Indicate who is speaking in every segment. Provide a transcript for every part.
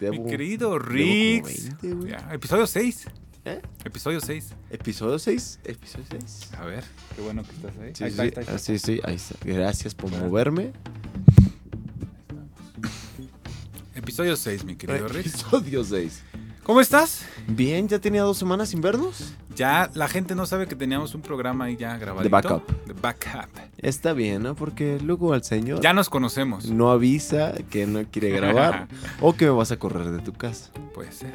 Speaker 1: Mi
Speaker 2: Llevamos-
Speaker 1: querido
Speaker 2: llevamos como
Speaker 1: Riggs.
Speaker 2: 20, güey.
Speaker 1: Ya, Episodio 6.
Speaker 2: ¿Eh?
Speaker 1: Episodio 6.
Speaker 2: Episodio 6. Episodio 6.
Speaker 1: A ver.
Speaker 3: Qué bueno que estás ahí.
Speaker 2: Sí,
Speaker 3: ahí
Speaker 2: sí,
Speaker 3: está, ahí está,
Speaker 2: sí.
Speaker 3: ahí
Speaker 2: Ah,
Speaker 3: está.
Speaker 2: sí, sí, ahí está. Gracias por moverme.
Speaker 1: Episodio 6, mi querido
Speaker 2: Eh,
Speaker 1: Riggs.
Speaker 2: Episodio 6.
Speaker 1: ¿Cómo estás?
Speaker 2: Bien, ya tenía dos semanas sin vernos.
Speaker 1: Ya la gente no sabe que teníamos un programa ahí ya grabado.
Speaker 2: backup.
Speaker 1: De backup.
Speaker 2: Está bien, ¿no? Porque luego al señor
Speaker 1: Ya nos conocemos.
Speaker 2: no avisa que no quiere grabar o que me vas a correr de tu casa.
Speaker 1: Puede ser.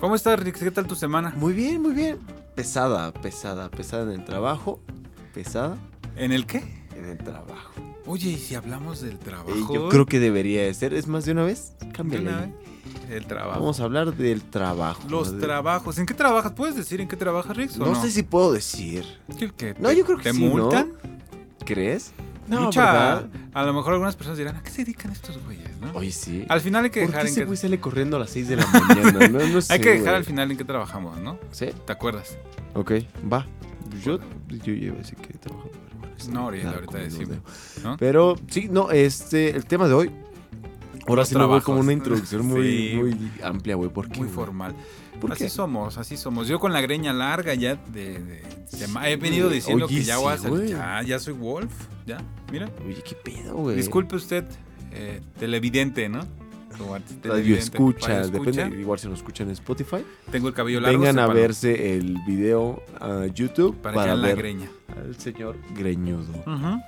Speaker 1: ¿Cómo estás, Riggs? ¿Qué tal tu semana?
Speaker 2: Muy bien, muy bien. Pesada, pesada, pesada en el trabajo. Pesada
Speaker 1: ¿En el qué?
Speaker 2: en el trabajo.
Speaker 1: Oye, ¿y si hablamos del
Speaker 2: Eh,
Speaker 1: trabajo?
Speaker 2: yo creo que debería de ser. Es más de una vez.
Speaker 1: De
Speaker 2: Cámbiale.
Speaker 1: una vez. eh? El trabajo.
Speaker 2: Vamos a hablar del trabajo.
Speaker 1: Los
Speaker 2: de-
Speaker 1: trabajos. ¿En qué trabajas? ¿Puedes decir en qué trabajas, Riggs? o
Speaker 2: No, sé si puedo decir.
Speaker 1: ¿Qué- qué?
Speaker 2: No,
Speaker 1: ¿Te-
Speaker 2: yo creo que
Speaker 1: ¿Te
Speaker 2: sí, ¿no?
Speaker 1: multan?
Speaker 2: ¿Crees?
Speaker 1: Mucha-
Speaker 2: ¿verdad?
Speaker 1: A lo mejor algunas personas dirán, ¿a qué se dedican estos güeyes? no?
Speaker 2: Oye, sí.
Speaker 1: Al final hay que
Speaker 2: ¿Por
Speaker 1: dejar
Speaker 2: qué
Speaker 1: en
Speaker 2: ese
Speaker 1: qué.
Speaker 2: güey sale corriendo a las 6 de la mañana? No, no sé,
Speaker 1: Hay que dejar
Speaker 2: güey.
Speaker 1: al final en qué trabajamos, ¿no?
Speaker 2: ¿Sí?
Speaker 1: ¿Te acuerdas?
Speaker 2: Ok, va. Yo, yo llevo así que trabajo. pero bueno, está
Speaker 1: No, ahorita-
Speaker 2: nada
Speaker 1: ahorita
Speaker 2: como los
Speaker 1: decimos,
Speaker 2: de-
Speaker 1: ¿no?
Speaker 2: Pero sí, no, este, el tema de hoy. Ahora
Speaker 1: Los
Speaker 2: sí me voy como
Speaker 1: trabajos.
Speaker 2: una introducción muy,
Speaker 1: Sí.
Speaker 2: muy amplia, güey. ¿Por qué?
Speaker 1: Muy
Speaker 2: güey?
Speaker 1: formal.
Speaker 2: ¿Por
Speaker 1: así
Speaker 2: qué?
Speaker 1: somos, así somos. Yo con la greña larga ya de, de- de- ma- he venido
Speaker 2: güey.
Speaker 1: diciendo
Speaker 2: Oye,
Speaker 1: que ya voy a
Speaker 2: sí,
Speaker 1: ser-
Speaker 2: güey.
Speaker 1: ya, ya soy Wolf, ya. Mira,
Speaker 2: Oye, qué pedo, güey.
Speaker 1: disculpe usted, eh, televidente, ¿no? Como artista
Speaker 2: Radio
Speaker 1: televidente,
Speaker 2: escucha,
Speaker 1: radio escucha.
Speaker 2: depende, igual si nos escuchan en Spotify.
Speaker 1: Tengo el cabello largo.
Speaker 2: Vengan a
Speaker 1: sépalo,
Speaker 2: verse el video a YouTube
Speaker 1: para,
Speaker 2: para,
Speaker 1: echar la
Speaker 2: ver
Speaker 1: greña.
Speaker 2: al señor greñudo.
Speaker 1: Ujú.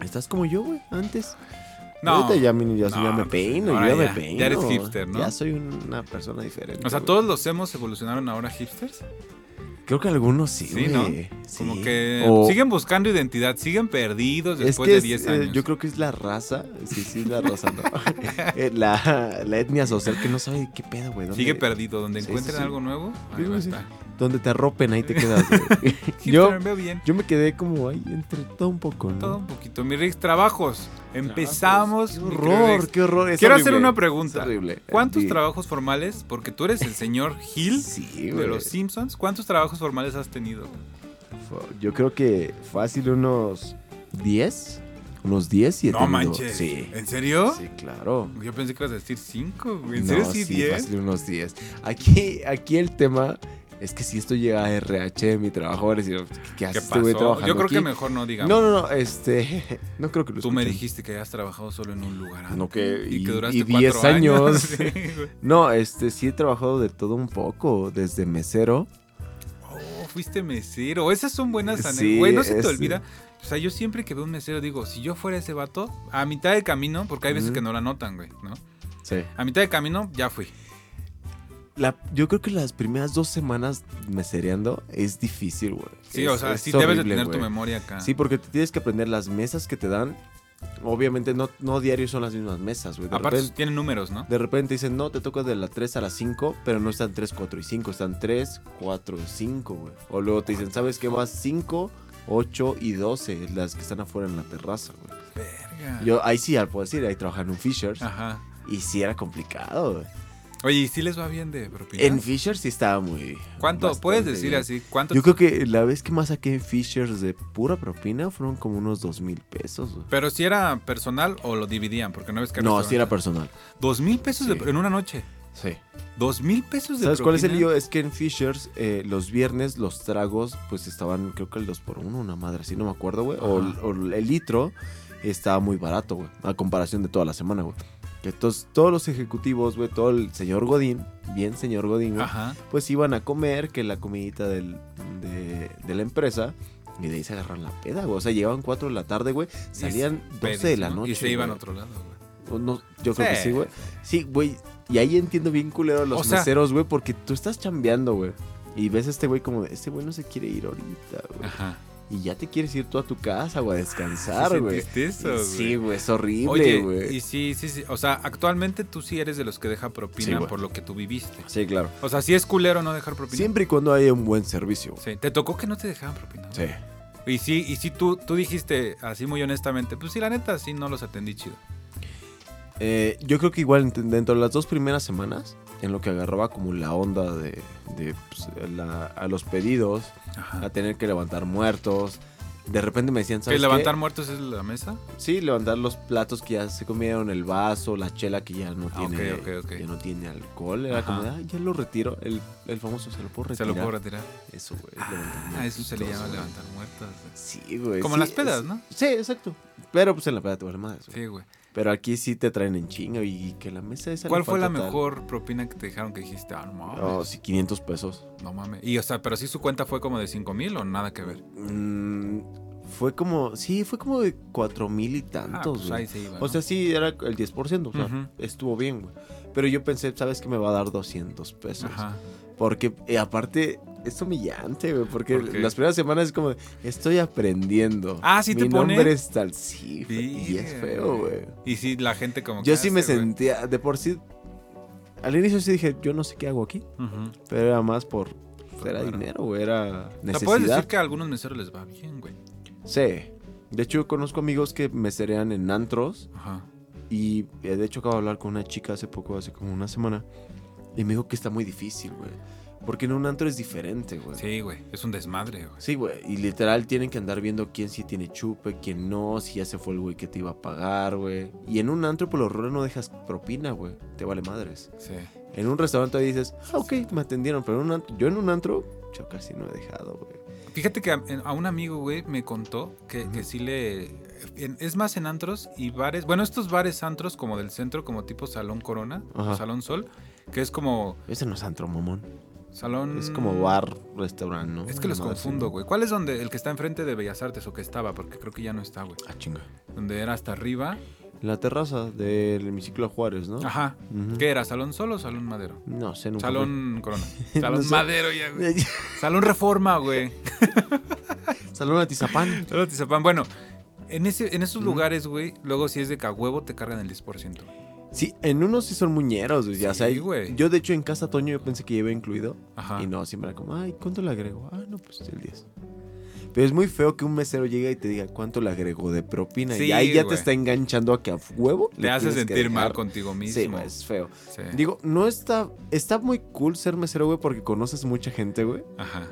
Speaker 2: Estás como yo, güey, antes.
Speaker 1: No.
Speaker 2: Ahorita ya, mi- ya, ya
Speaker 1: No,
Speaker 2: me
Speaker 1: pues,
Speaker 2: peino, yo
Speaker 1: ahora
Speaker 2: ya me
Speaker 1: ya,
Speaker 2: peino.
Speaker 1: ya eres hipster, ¿no?
Speaker 2: Ya soy una persona diferente.
Speaker 1: O sea,
Speaker 2: güey.
Speaker 1: todos los hemos evolucionaron ahora hipsters.
Speaker 2: Creo que algunos sí,
Speaker 1: Sí,
Speaker 2: güey.
Speaker 1: ¿no?
Speaker 2: Sí.
Speaker 1: Como que
Speaker 2: O-
Speaker 1: siguen buscando identidad, siguen perdidos
Speaker 2: Es
Speaker 1: después
Speaker 2: que
Speaker 1: de
Speaker 2: es,
Speaker 1: 10
Speaker 2: eh,
Speaker 1: años.
Speaker 2: yo creo que es la raza, sí, sí, es la raza, ¿no? Eh, la, la etnia social que no sabe qué pedo, güey. dónde-
Speaker 1: Sigue perdido. Donde
Speaker 2: Sí, sí,
Speaker 1: encuentren
Speaker 2: sí.
Speaker 1: algo nuevo,
Speaker 2: Sí,
Speaker 1: ahí va a
Speaker 2: sí, sí.
Speaker 1: estar.
Speaker 2: Donde te arropen, ahí te quedas, güey.
Speaker 1: Hipster,
Speaker 2: yo,
Speaker 1: me veo bien.
Speaker 2: yo me quedé como ahí entre todo un poco, ¿no?
Speaker 1: Todo un poquito. Mi Rix, trabajos. Empezamos.
Speaker 2: Qué
Speaker 1: mi querido
Speaker 2: horror,
Speaker 1: Rix.
Speaker 2: qué horror. es
Speaker 1: Quiero
Speaker 2: horrible,
Speaker 1: hacer una
Speaker 2: es
Speaker 1: pregunta.
Speaker 2: horrible.
Speaker 1: ¿Cuántos
Speaker 2: Sí.
Speaker 1: trabajos formales? Porque tú eres el señor Hill
Speaker 2: Sí,
Speaker 1: de
Speaker 2: güey.
Speaker 1: los Simpsons. ¿Cuántos trabajos formales has tenido?
Speaker 2: Fue- Yo creo que fácil unos 10. Unos 10 y he
Speaker 1: No
Speaker 2: tenido-
Speaker 1: manches.
Speaker 2: Sí.
Speaker 1: ¿En serio?
Speaker 2: Sí, claro.
Speaker 1: Yo pensé que ibas a decir 5. ¿En serio
Speaker 2: No,
Speaker 1: sí
Speaker 2: sí,
Speaker 1: 10?
Speaker 2: fácil unos 10. Aquí, aquí el tema es que si esto llega a RH de mi trabajo, van a decir, ¿qué, qué
Speaker 1: ¿Qué
Speaker 2: haces este
Speaker 1: pasó?
Speaker 2: güey
Speaker 1: Yo
Speaker 2: trabajando
Speaker 1: creo que
Speaker 2: aquí?"
Speaker 1: mejor no digamos.
Speaker 2: No, no, no, este... No creo que lo
Speaker 1: Tú me
Speaker 2: escuchen.
Speaker 1: dijiste que has trabajado solo en un lugar antes.
Speaker 2: No, que-
Speaker 1: Y
Speaker 2: y-
Speaker 1: que duraste
Speaker 2: y
Speaker 1: cuatro
Speaker 2: 10 años.
Speaker 1: Sí, güey.
Speaker 2: No, este, sí he trabajado de todo un poco, desde mesero.
Speaker 1: oh, fuiste mesero. Esas son buenas
Speaker 2: Sí,
Speaker 1: anécdotas. güey, no se
Speaker 2: es- eh.
Speaker 1: te olvida. O sea, yo siempre que veo un mesero digo, si yo fuera ese vato, a mitad de camino, porque hay veces
Speaker 2: Ujú.
Speaker 1: que no la notan, güey, ¿no?
Speaker 2: Sí.
Speaker 1: A mitad de camino ya fui.
Speaker 2: La- yo creo que las primeras dos semanas mesereando es difícil, güey.
Speaker 1: Sí,
Speaker 2: Es-
Speaker 1: o sea,
Speaker 2: es
Speaker 1: sí debes de
Speaker 2: horrible,
Speaker 1: tener tu
Speaker 2: güey.
Speaker 1: memoria acá.
Speaker 2: Sí, porque te tienes que aprender las mesas que te dan. Obviamente no, no diario son las mismas mesas, güey. De,
Speaker 1: Aparte
Speaker 2: repente,
Speaker 1: tienen números, ¿no?
Speaker 2: de repente dicen, no, te toca de la 3 a la 5, pero no están 3, 4 y 5, están 3, 4, 5, güey. O luego te dicen, ¿sabes qué más? 5, 8 y 12, las que están afuera en la terraza, güey.
Speaker 1: Verga.
Speaker 2: Yo ahí sí, al puedo decir, ahí trabajaba en un Fishers.
Speaker 1: Ajá.
Speaker 2: Y sí era complicado, güey.
Speaker 1: Oye, ¿y si les va bien de propina?
Speaker 2: En Fishers sí estaba muy...
Speaker 1: ¿Cuánto?
Speaker 2: bastante
Speaker 1: ¿Puedes decir
Speaker 2: bien.
Speaker 1: así? ¿Cuánto?
Speaker 2: Yo creo que la vez que más saqué en Fishers de pura propina fueron como unos 2 mil pesos, güey.
Speaker 1: Pero si era personal o lo dividían, porque no ves que
Speaker 2: No, sí era
Speaker 1: restaurante.
Speaker 2: personal.
Speaker 1: Dos mil pesos de-
Speaker 2: Sí.
Speaker 1: en una noche.
Speaker 2: Sí.
Speaker 1: Dos mil pesos Pues de
Speaker 2: ¿Sabes cuál es el
Speaker 1: propina?
Speaker 2: lío? Es que en Fishers eh, los viernes los tragos pues estaban creo que el 2x1, una madre así, no me acuerdo, güey. O,
Speaker 1: Ajá.
Speaker 2: o el litro estaba muy barato, güey, a comparación de toda la semana, güey. Entonces todos los ejecutivos, güey, todo el señor Godín, bien señor Godín, güey,
Speaker 1: Ajá.
Speaker 2: pues iban a comer que la comidita del- de, de la empresa. Y de ahí se agarran la peda, güey. O sea, llegaban 4 de la tarde, güey. Salían 12 de la
Speaker 1: Pedis, ¿no?
Speaker 2: noche.
Speaker 1: Y se iban a
Speaker 2: güey.
Speaker 1: otro lado, güey.
Speaker 2: O no, yo creo que
Speaker 1: Sí.
Speaker 2: sí, güey. Sí, güey. Y ahí entiendo bien culero a los
Speaker 1: O sea-
Speaker 2: meseros, güey, porque tú estás chambeando, güey. Y ves a este güey como de, este güey no se quiere ir ahorita, güey.
Speaker 1: Ajá.
Speaker 2: Y ya te quieres ir tú a tu casa, güey, a descansar,
Speaker 1: ¿Sí
Speaker 2: güey.
Speaker 1: sentiste eso, güey?
Speaker 2: Sí, güey, es
Speaker 1: Oye,
Speaker 2: horrible,
Speaker 1: y
Speaker 2: güey.
Speaker 1: sí, sí, sí. O sea, actualmente tú sí eres de los que deja
Speaker 2: Sí,
Speaker 1: propina
Speaker 2: güey.
Speaker 1: por lo que tú viviste.
Speaker 2: Sí, claro.
Speaker 1: O sea, sí es culero no dejar propina.
Speaker 2: Siempre y cuando haya un buen servicio. güey.
Speaker 1: Sí. Te tocó que no te dejaban propina. güey?
Speaker 2: Sí.
Speaker 1: Y sí, y sí tú, tú dijiste así muy honestamente, pues sí, la neta, sí no los atendí chido.
Speaker 2: Eh, yo creo que igual ent- dentro de las dos primeras semanas, en lo que agarraba como la onda de, de, pues, la- a los pedidos,
Speaker 1: Ajá.
Speaker 2: a tener que levantar muertos, De repente me decían, ¿sabes
Speaker 1: Ah. ¿Que
Speaker 2: qué?
Speaker 1: levantar muertos es la mesa?
Speaker 2: Sí, levantar los platos que ya se comieron, el vaso, la chela que ya no
Speaker 1: Ah,
Speaker 2: tiene,
Speaker 1: ok, ok, ok.
Speaker 2: Ya no tiene alcohol. Era
Speaker 1: Ajá.
Speaker 2: como, de, ah, ya lo retiro. El, el famoso se lo puedo
Speaker 1: Se
Speaker 2: retirar.
Speaker 1: lo puedo retirar.
Speaker 2: Eso, güey. levantar
Speaker 1: Ah, eso se le
Speaker 2: muertos,
Speaker 1: llama
Speaker 2: güey.
Speaker 1: levantar muertos.
Speaker 2: Sí, güey.
Speaker 1: Como
Speaker 2: sí,
Speaker 1: las pedas,
Speaker 2: es-
Speaker 1: ¿no?
Speaker 2: Sí, exacto. Pero pues en la peda te vale más.
Speaker 1: Sí, güey.
Speaker 2: Pero aquí sí te traen en chinga y que la mesa esa. le Oh,
Speaker 1: ¿Cuál fue la
Speaker 2: falta tal.
Speaker 1: mejor propina que te dejaron que dijiste, ah, no
Speaker 2: No,
Speaker 1: mames?
Speaker 2: sí, 500 pesos.
Speaker 1: No mames. Y, o sea, pero si su cuenta fue como de 5 mil o nada que ver.
Speaker 2: Mm, fue como, sí, fue como de 4 mil y
Speaker 1: Ah,
Speaker 2: tantos,
Speaker 1: pues
Speaker 2: güey.
Speaker 1: ahí se iba.
Speaker 2: O sea, sí, era el 10%, o sea,
Speaker 1: Ujú.
Speaker 2: estuvo bien, güey. Pero yo pensé, ¿sabes qué? Me va a dar 200 pesos.
Speaker 1: Ajá.
Speaker 2: Porque, eh, aparte, es humillante, güey. Porque
Speaker 1: ¿Por qué?
Speaker 2: las primeras semanas es como, de, estoy aprendiendo.
Speaker 1: Ah, ¿sí
Speaker 2: Mi
Speaker 1: te pone?
Speaker 2: nombre es tal, sí, güey, Y es
Speaker 1: Verga,
Speaker 2: feo, güey.
Speaker 1: Y sí, la gente como
Speaker 2: Yo
Speaker 1: que,
Speaker 2: sí
Speaker 1: "Ah,
Speaker 2: me
Speaker 1: este güey".
Speaker 2: sentía, de por sí, al inicio sí dije, yo no sé qué hago aquí.
Speaker 1: Ujú.
Speaker 2: Pero era más por, era
Speaker 1: claro.
Speaker 2: dinero, güey, era
Speaker 1: Pues O sea, puedes
Speaker 2: necesidad.
Speaker 1: decir que a algunos meseros les va bien, güey.
Speaker 2: Sí. De hecho, yo conozco amigos que meserean en antros.
Speaker 1: Ajá.
Speaker 2: Y eh, de hecho, acabo de hablar con una chica hace poco, hace como una semana. Y me dijo que está muy difícil, güey. Porque en un antro es diferente, güey.
Speaker 1: Sí, güey. Es un desmadre, güey.
Speaker 2: Sí, güey. Y literal tienen que andar viendo quién sí tiene chupe, quién no, si ya se fue el güey que te iba a pagar, güey. Y en un antro, por lo raro, no dejas propina, güey. Te vale madres.
Speaker 1: Sí.
Speaker 2: En un restaurante dices, ah, ok, me atendieron. Pero en un antro- yo en un antro, yo casi no he dejado, güey.
Speaker 1: Fíjate que a, a un amigo, güey, me contó que, que
Speaker 2: Ujú.
Speaker 1: sí le... en- es más en antros y bares. Bueno, estos bares antros como del centro, como tipo Salón Corona o
Speaker 2: Ajá.
Speaker 1: Salón Sol, que es como
Speaker 2: Ese no es antro, mamón.
Speaker 1: salón...
Speaker 2: Es como bar, restaurante, ¿no?
Speaker 1: Mm. Es que los
Speaker 2: Una madre
Speaker 1: confundo,
Speaker 2: así.
Speaker 1: güey. ¿Cuál es donde el que está enfrente de Bellas Artes o que estaba? Porque creo que ya no está, güey.
Speaker 2: Ah, chinga.
Speaker 1: Donde era hasta arriba.
Speaker 2: La terraza del hemiciclo Juárez, ¿no?
Speaker 1: Ajá.
Speaker 2: Ujú.
Speaker 1: ¿Qué era? ¿Salón Sol o Salón Madero?
Speaker 2: No sé, nunca.
Speaker 1: Salón Corona. Salón
Speaker 2: sé.
Speaker 1: Madero ya, güey.
Speaker 2: fui.
Speaker 1: Salón Reforma, güey.
Speaker 2: Salón Atizapán.
Speaker 1: Salón Atizapán. Bueno, en, ese, en esos
Speaker 2: Ujú.
Speaker 1: lugares, güey, luego si es de cagüevo te cargan el 10%.
Speaker 2: Sí, en unos sí son muñeros, güey. Ya
Speaker 1: Sí,
Speaker 2: sabes.
Speaker 1: güey. Ah.
Speaker 2: Yo, de hecho, en casa Toño yo pensé que iba incluido.
Speaker 1: Ajá.
Speaker 2: Y no, siempre era como, ay, ¿cuánto le agrego? Ah, no, pues el 10. Pero es muy feo que un mesero llegue y te diga cuánto le agregó de propina.
Speaker 1: Sí,
Speaker 2: y ahí ya te
Speaker 1: güey.
Speaker 2: está enganchando a que a huevo.
Speaker 1: te hace sentir mal
Speaker 2: contigo
Speaker 1: contigo
Speaker 2: Sí, pues.
Speaker 1: mismo.
Speaker 2: güey, es feo.
Speaker 1: Sí.
Speaker 2: Digo, no está. Está muy cool ser mesero, güey, porque conoces mucha gente, güey.
Speaker 1: Ajá.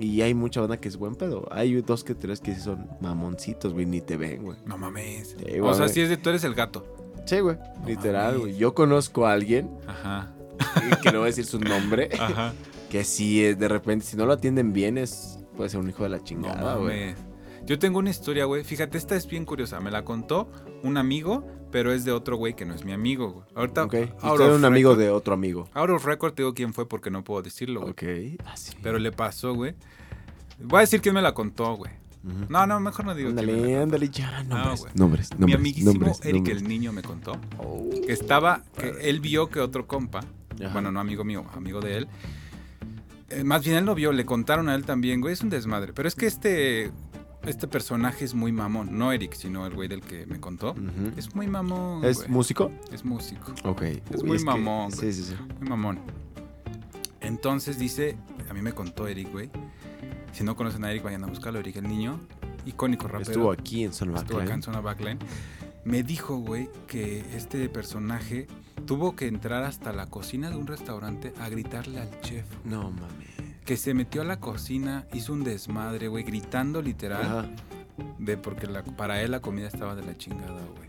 Speaker 2: Y hay mucha banda que es buen pedo. Hay dos que tres que sí son mamoncitos, güey, ni te ven, güey.
Speaker 1: No mames.
Speaker 2: Sí,
Speaker 1: o
Speaker 2: güey.
Speaker 1: sea, si es de tú eres el gato.
Speaker 2: Sí, güey.
Speaker 1: No
Speaker 2: Literal,
Speaker 1: mames.
Speaker 2: güey. Yo conozco a alguien,
Speaker 1: Ajá.
Speaker 2: eh, que no voy a decir su nombre,
Speaker 1: Ajá.
Speaker 2: que sí, eh, de repente, si no lo atienden bien, es puede ser un hijo de la chingada,
Speaker 1: no
Speaker 2: güey.
Speaker 1: mames. Yo tengo una historia, güey. Fíjate, esta es bien curiosa. Me la contó un amigo, pero es de otro güey que no es mi amigo, güey. Ahorita.
Speaker 2: ok. Y
Speaker 1: out
Speaker 2: tú eres
Speaker 1: of
Speaker 2: un amigo
Speaker 1: record-
Speaker 2: de otro amigo.
Speaker 1: Out of record te digo quién fue porque no puedo decirlo, güey.
Speaker 2: Ok. Ah, Así.
Speaker 1: Pero le pasó, güey. Voy a decir quién me la contó, güey. No, no, mejor no digo quién. me la
Speaker 2: Ándale,
Speaker 1: contó.
Speaker 2: ándale, ya. Nombres,
Speaker 1: Ah, güey.
Speaker 2: nombres, nombres.
Speaker 1: Mi amiguísimo
Speaker 2: nombres,
Speaker 1: Eric
Speaker 2: nombres.
Speaker 1: el niño me contó
Speaker 2: Oh.
Speaker 1: que estaba, que él vio que otro compa,
Speaker 2: Ajá.
Speaker 1: bueno, no amigo mío, amigo de él, eh, más bien él lo vio, le contaron a él también, güey, es un desmadre. Pero es que este, este personaje es muy mamón, no Eric, sino el güey del que me contó.
Speaker 2: Ujú.
Speaker 1: Es muy mamón,
Speaker 2: Mm. ¿Es
Speaker 1: güey.
Speaker 2: músico?
Speaker 1: es músico,
Speaker 2: Ok.
Speaker 1: Es muy
Speaker 2: que-
Speaker 1: mamón,
Speaker 2: Sí, sí, sí.
Speaker 1: muy mamón. Entonces dice, a mí me contó Eric, güey, si no conocen a Eric, vayan a buscarlo, Eric el niño, icónico rapero.
Speaker 2: Estuvo aquí en Son
Speaker 1: estuvo acá en zona backline, me dijo, güey, que este personaje tuvo que entrar hasta la cocina de un restaurante a gritarle al chef.
Speaker 2: No mames.
Speaker 1: Que se metió a la cocina, hizo un desmadre, güey, gritando literal
Speaker 2: Ajá.
Speaker 1: de porque la- para él la comida estaba de la chingada, güey.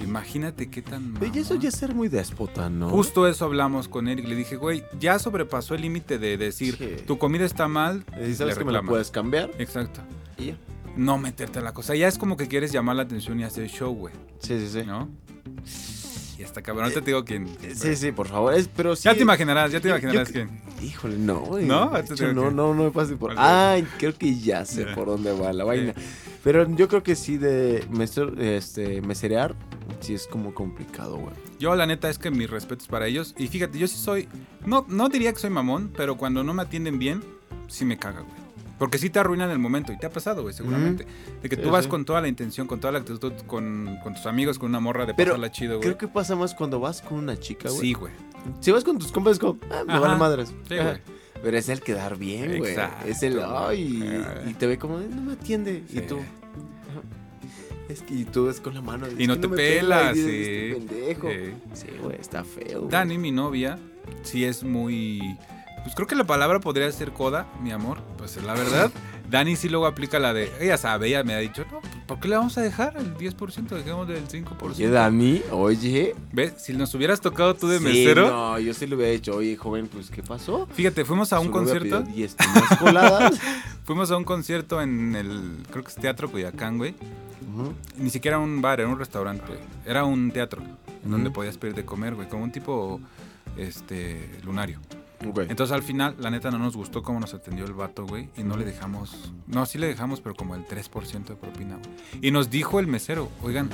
Speaker 1: Imagínate qué tan
Speaker 2: Pero ya eso
Speaker 1: mamón.
Speaker 2: ya es ser muy déspota, ¿no?
Speaker 1: Justo eso hablamos con Eric. Le dije, güey, ya sobrepasó el límite de decir,
Speaker 2: Sí.
Speaker 1: tu comida está mal.
Speaker 2: Eh, sabes
Speaker 1: le
Speaker 2: que me la
Speaker 1: reclamas.
Speaker 2: puedes cambiar.
Speaker 1: Exacto.
Speaker 2: Y ya.
Speaker 1: No meterte a la cosa. Ya es como que quieres llamar la atención y hacer show, güey.
Speaker 2: Sí, sí, sí.
Speaker 1: ¿No? Y hasta cabrón, ahorita te digo quién.
Speaker 2: Eh, Sí, sí, por favor. Es, pero sí.
Speaker 1: ya te imaginarás, ya te
Speaker 2: yo-
Speaker 1: imaginarás
Speaker 2: yo-
Speaker 1: quién.
Speaker 2: Híjole, no, güey.
Speaker 1: ¿No?
Speaker 2: De
Speaker 1: Te
Speaker 2: hecho,
Speaker 1: digo
Speaker 2: no,
Speaker 1: que-
Speaker 2: no, no me pases por.
Speaker 1: Vale.
Speaker 2: Ay, creo que ya sé
Speaker 1: Ya.
Speaker 2: por dónde va la vaina. Pero yo creo que sí, de meser- este, meserear, sí es como complicado, güey.
Speaker 1: Yo la neta es que mis respetos para ellos. Y fíjate, yo sí soy. No, no diría que soy mamón, pero cuando no me atienden bien, sí me caga, güey. Porque sí te arruinan el momento y te ha pasado, güey, seguramente. De que
Speaker 2: Sí,
Speaker 1: tú vas
Speaker 2: sí.
Speaker 1: con toda la intención, con toda la actitud, con, con tus amigos, con una morra de
Speaker 2: Pero
Speaker 1: pasarla chido, güey.
Speaker 2: Creo que pasa más cuando vas con una chica, güey.
Speaker 1: Sí, güey.
Speaker 2: Si vas con tus compas, es como, ah, me
Speaker 1: Ajá.
Speaker 2: vale madres.
Speaker 1: Sí,
Speaker 2: Ajá.
Speaker 1: güey.
Speaker 2: Pero es el quedar bien, güey.
Speaker 1: Exacto,
Speaker 2: Es el,
Speaker 1: güey.
Speaker 2: ay,
Speaker 1: Ah.
Speaker 2: y te ve como, "Eh, no me atiende.
Speaker 1: Sí.
Speaker 2: Y tú, es que y tú ves con la mano. "Es
Speaker 1: Y no
Speaker 2: que
Speaker 1: te
Speaker 2: me
Speaker 1: pela,
Speaker 2: y dices,
Speaker 1: sí.
Speaker 2: "Este pendejo.
Speaker 1: Eh,
Speaker 2: Sí, güey, está feo. güey.
Speaker 1: Dani, mi novia, sí es muy. Pues creo que la palabra podría ser coda, mi amor. Pues la verdad. Dani sí luego aplica la de, ella sabe, ella me ha dicho, no, pues, ¿por qué le vamos a dejar el 10%? Dejemos del 5%.
Speaker 2: Oye, Dani, oye.
Speaker 1: ¿Ves? Si nos hubieras tocado tú de
Speaker 2: Sí,
Speaker 1: mesero.
Speaker 2: No, yo sí le hubiera dicho, oye, joven, pues, ¿qué pasó?
Speaker 1: Fíjate, fuimos a un
Speaker 2: Solo hubiera
Speaker 1: concierto.
Speaker 2: pedido 10 tomas coladas.
Speaker 1: Fuimos a un concierto en el, creo que es Teatro Cuyacán, güey.
Speaker 2: Ujú.
Speaker 1: Ni siquiera un bar, era un restaurante. güey. Era un teatro en donde
Speaker 2: Ujú.
Speaker 1: podías pedir de comer, güey, como un tipo este lunario.
Speaker 2: Ok.
Speaker 1: Entonces al final, la neta, no nos gustó cómo nos atendió el vato, güey. Y no le dejamos. No, sí le dejamos, pero como el 3% de propina, güey. Y nos dijo el mesero, oigan,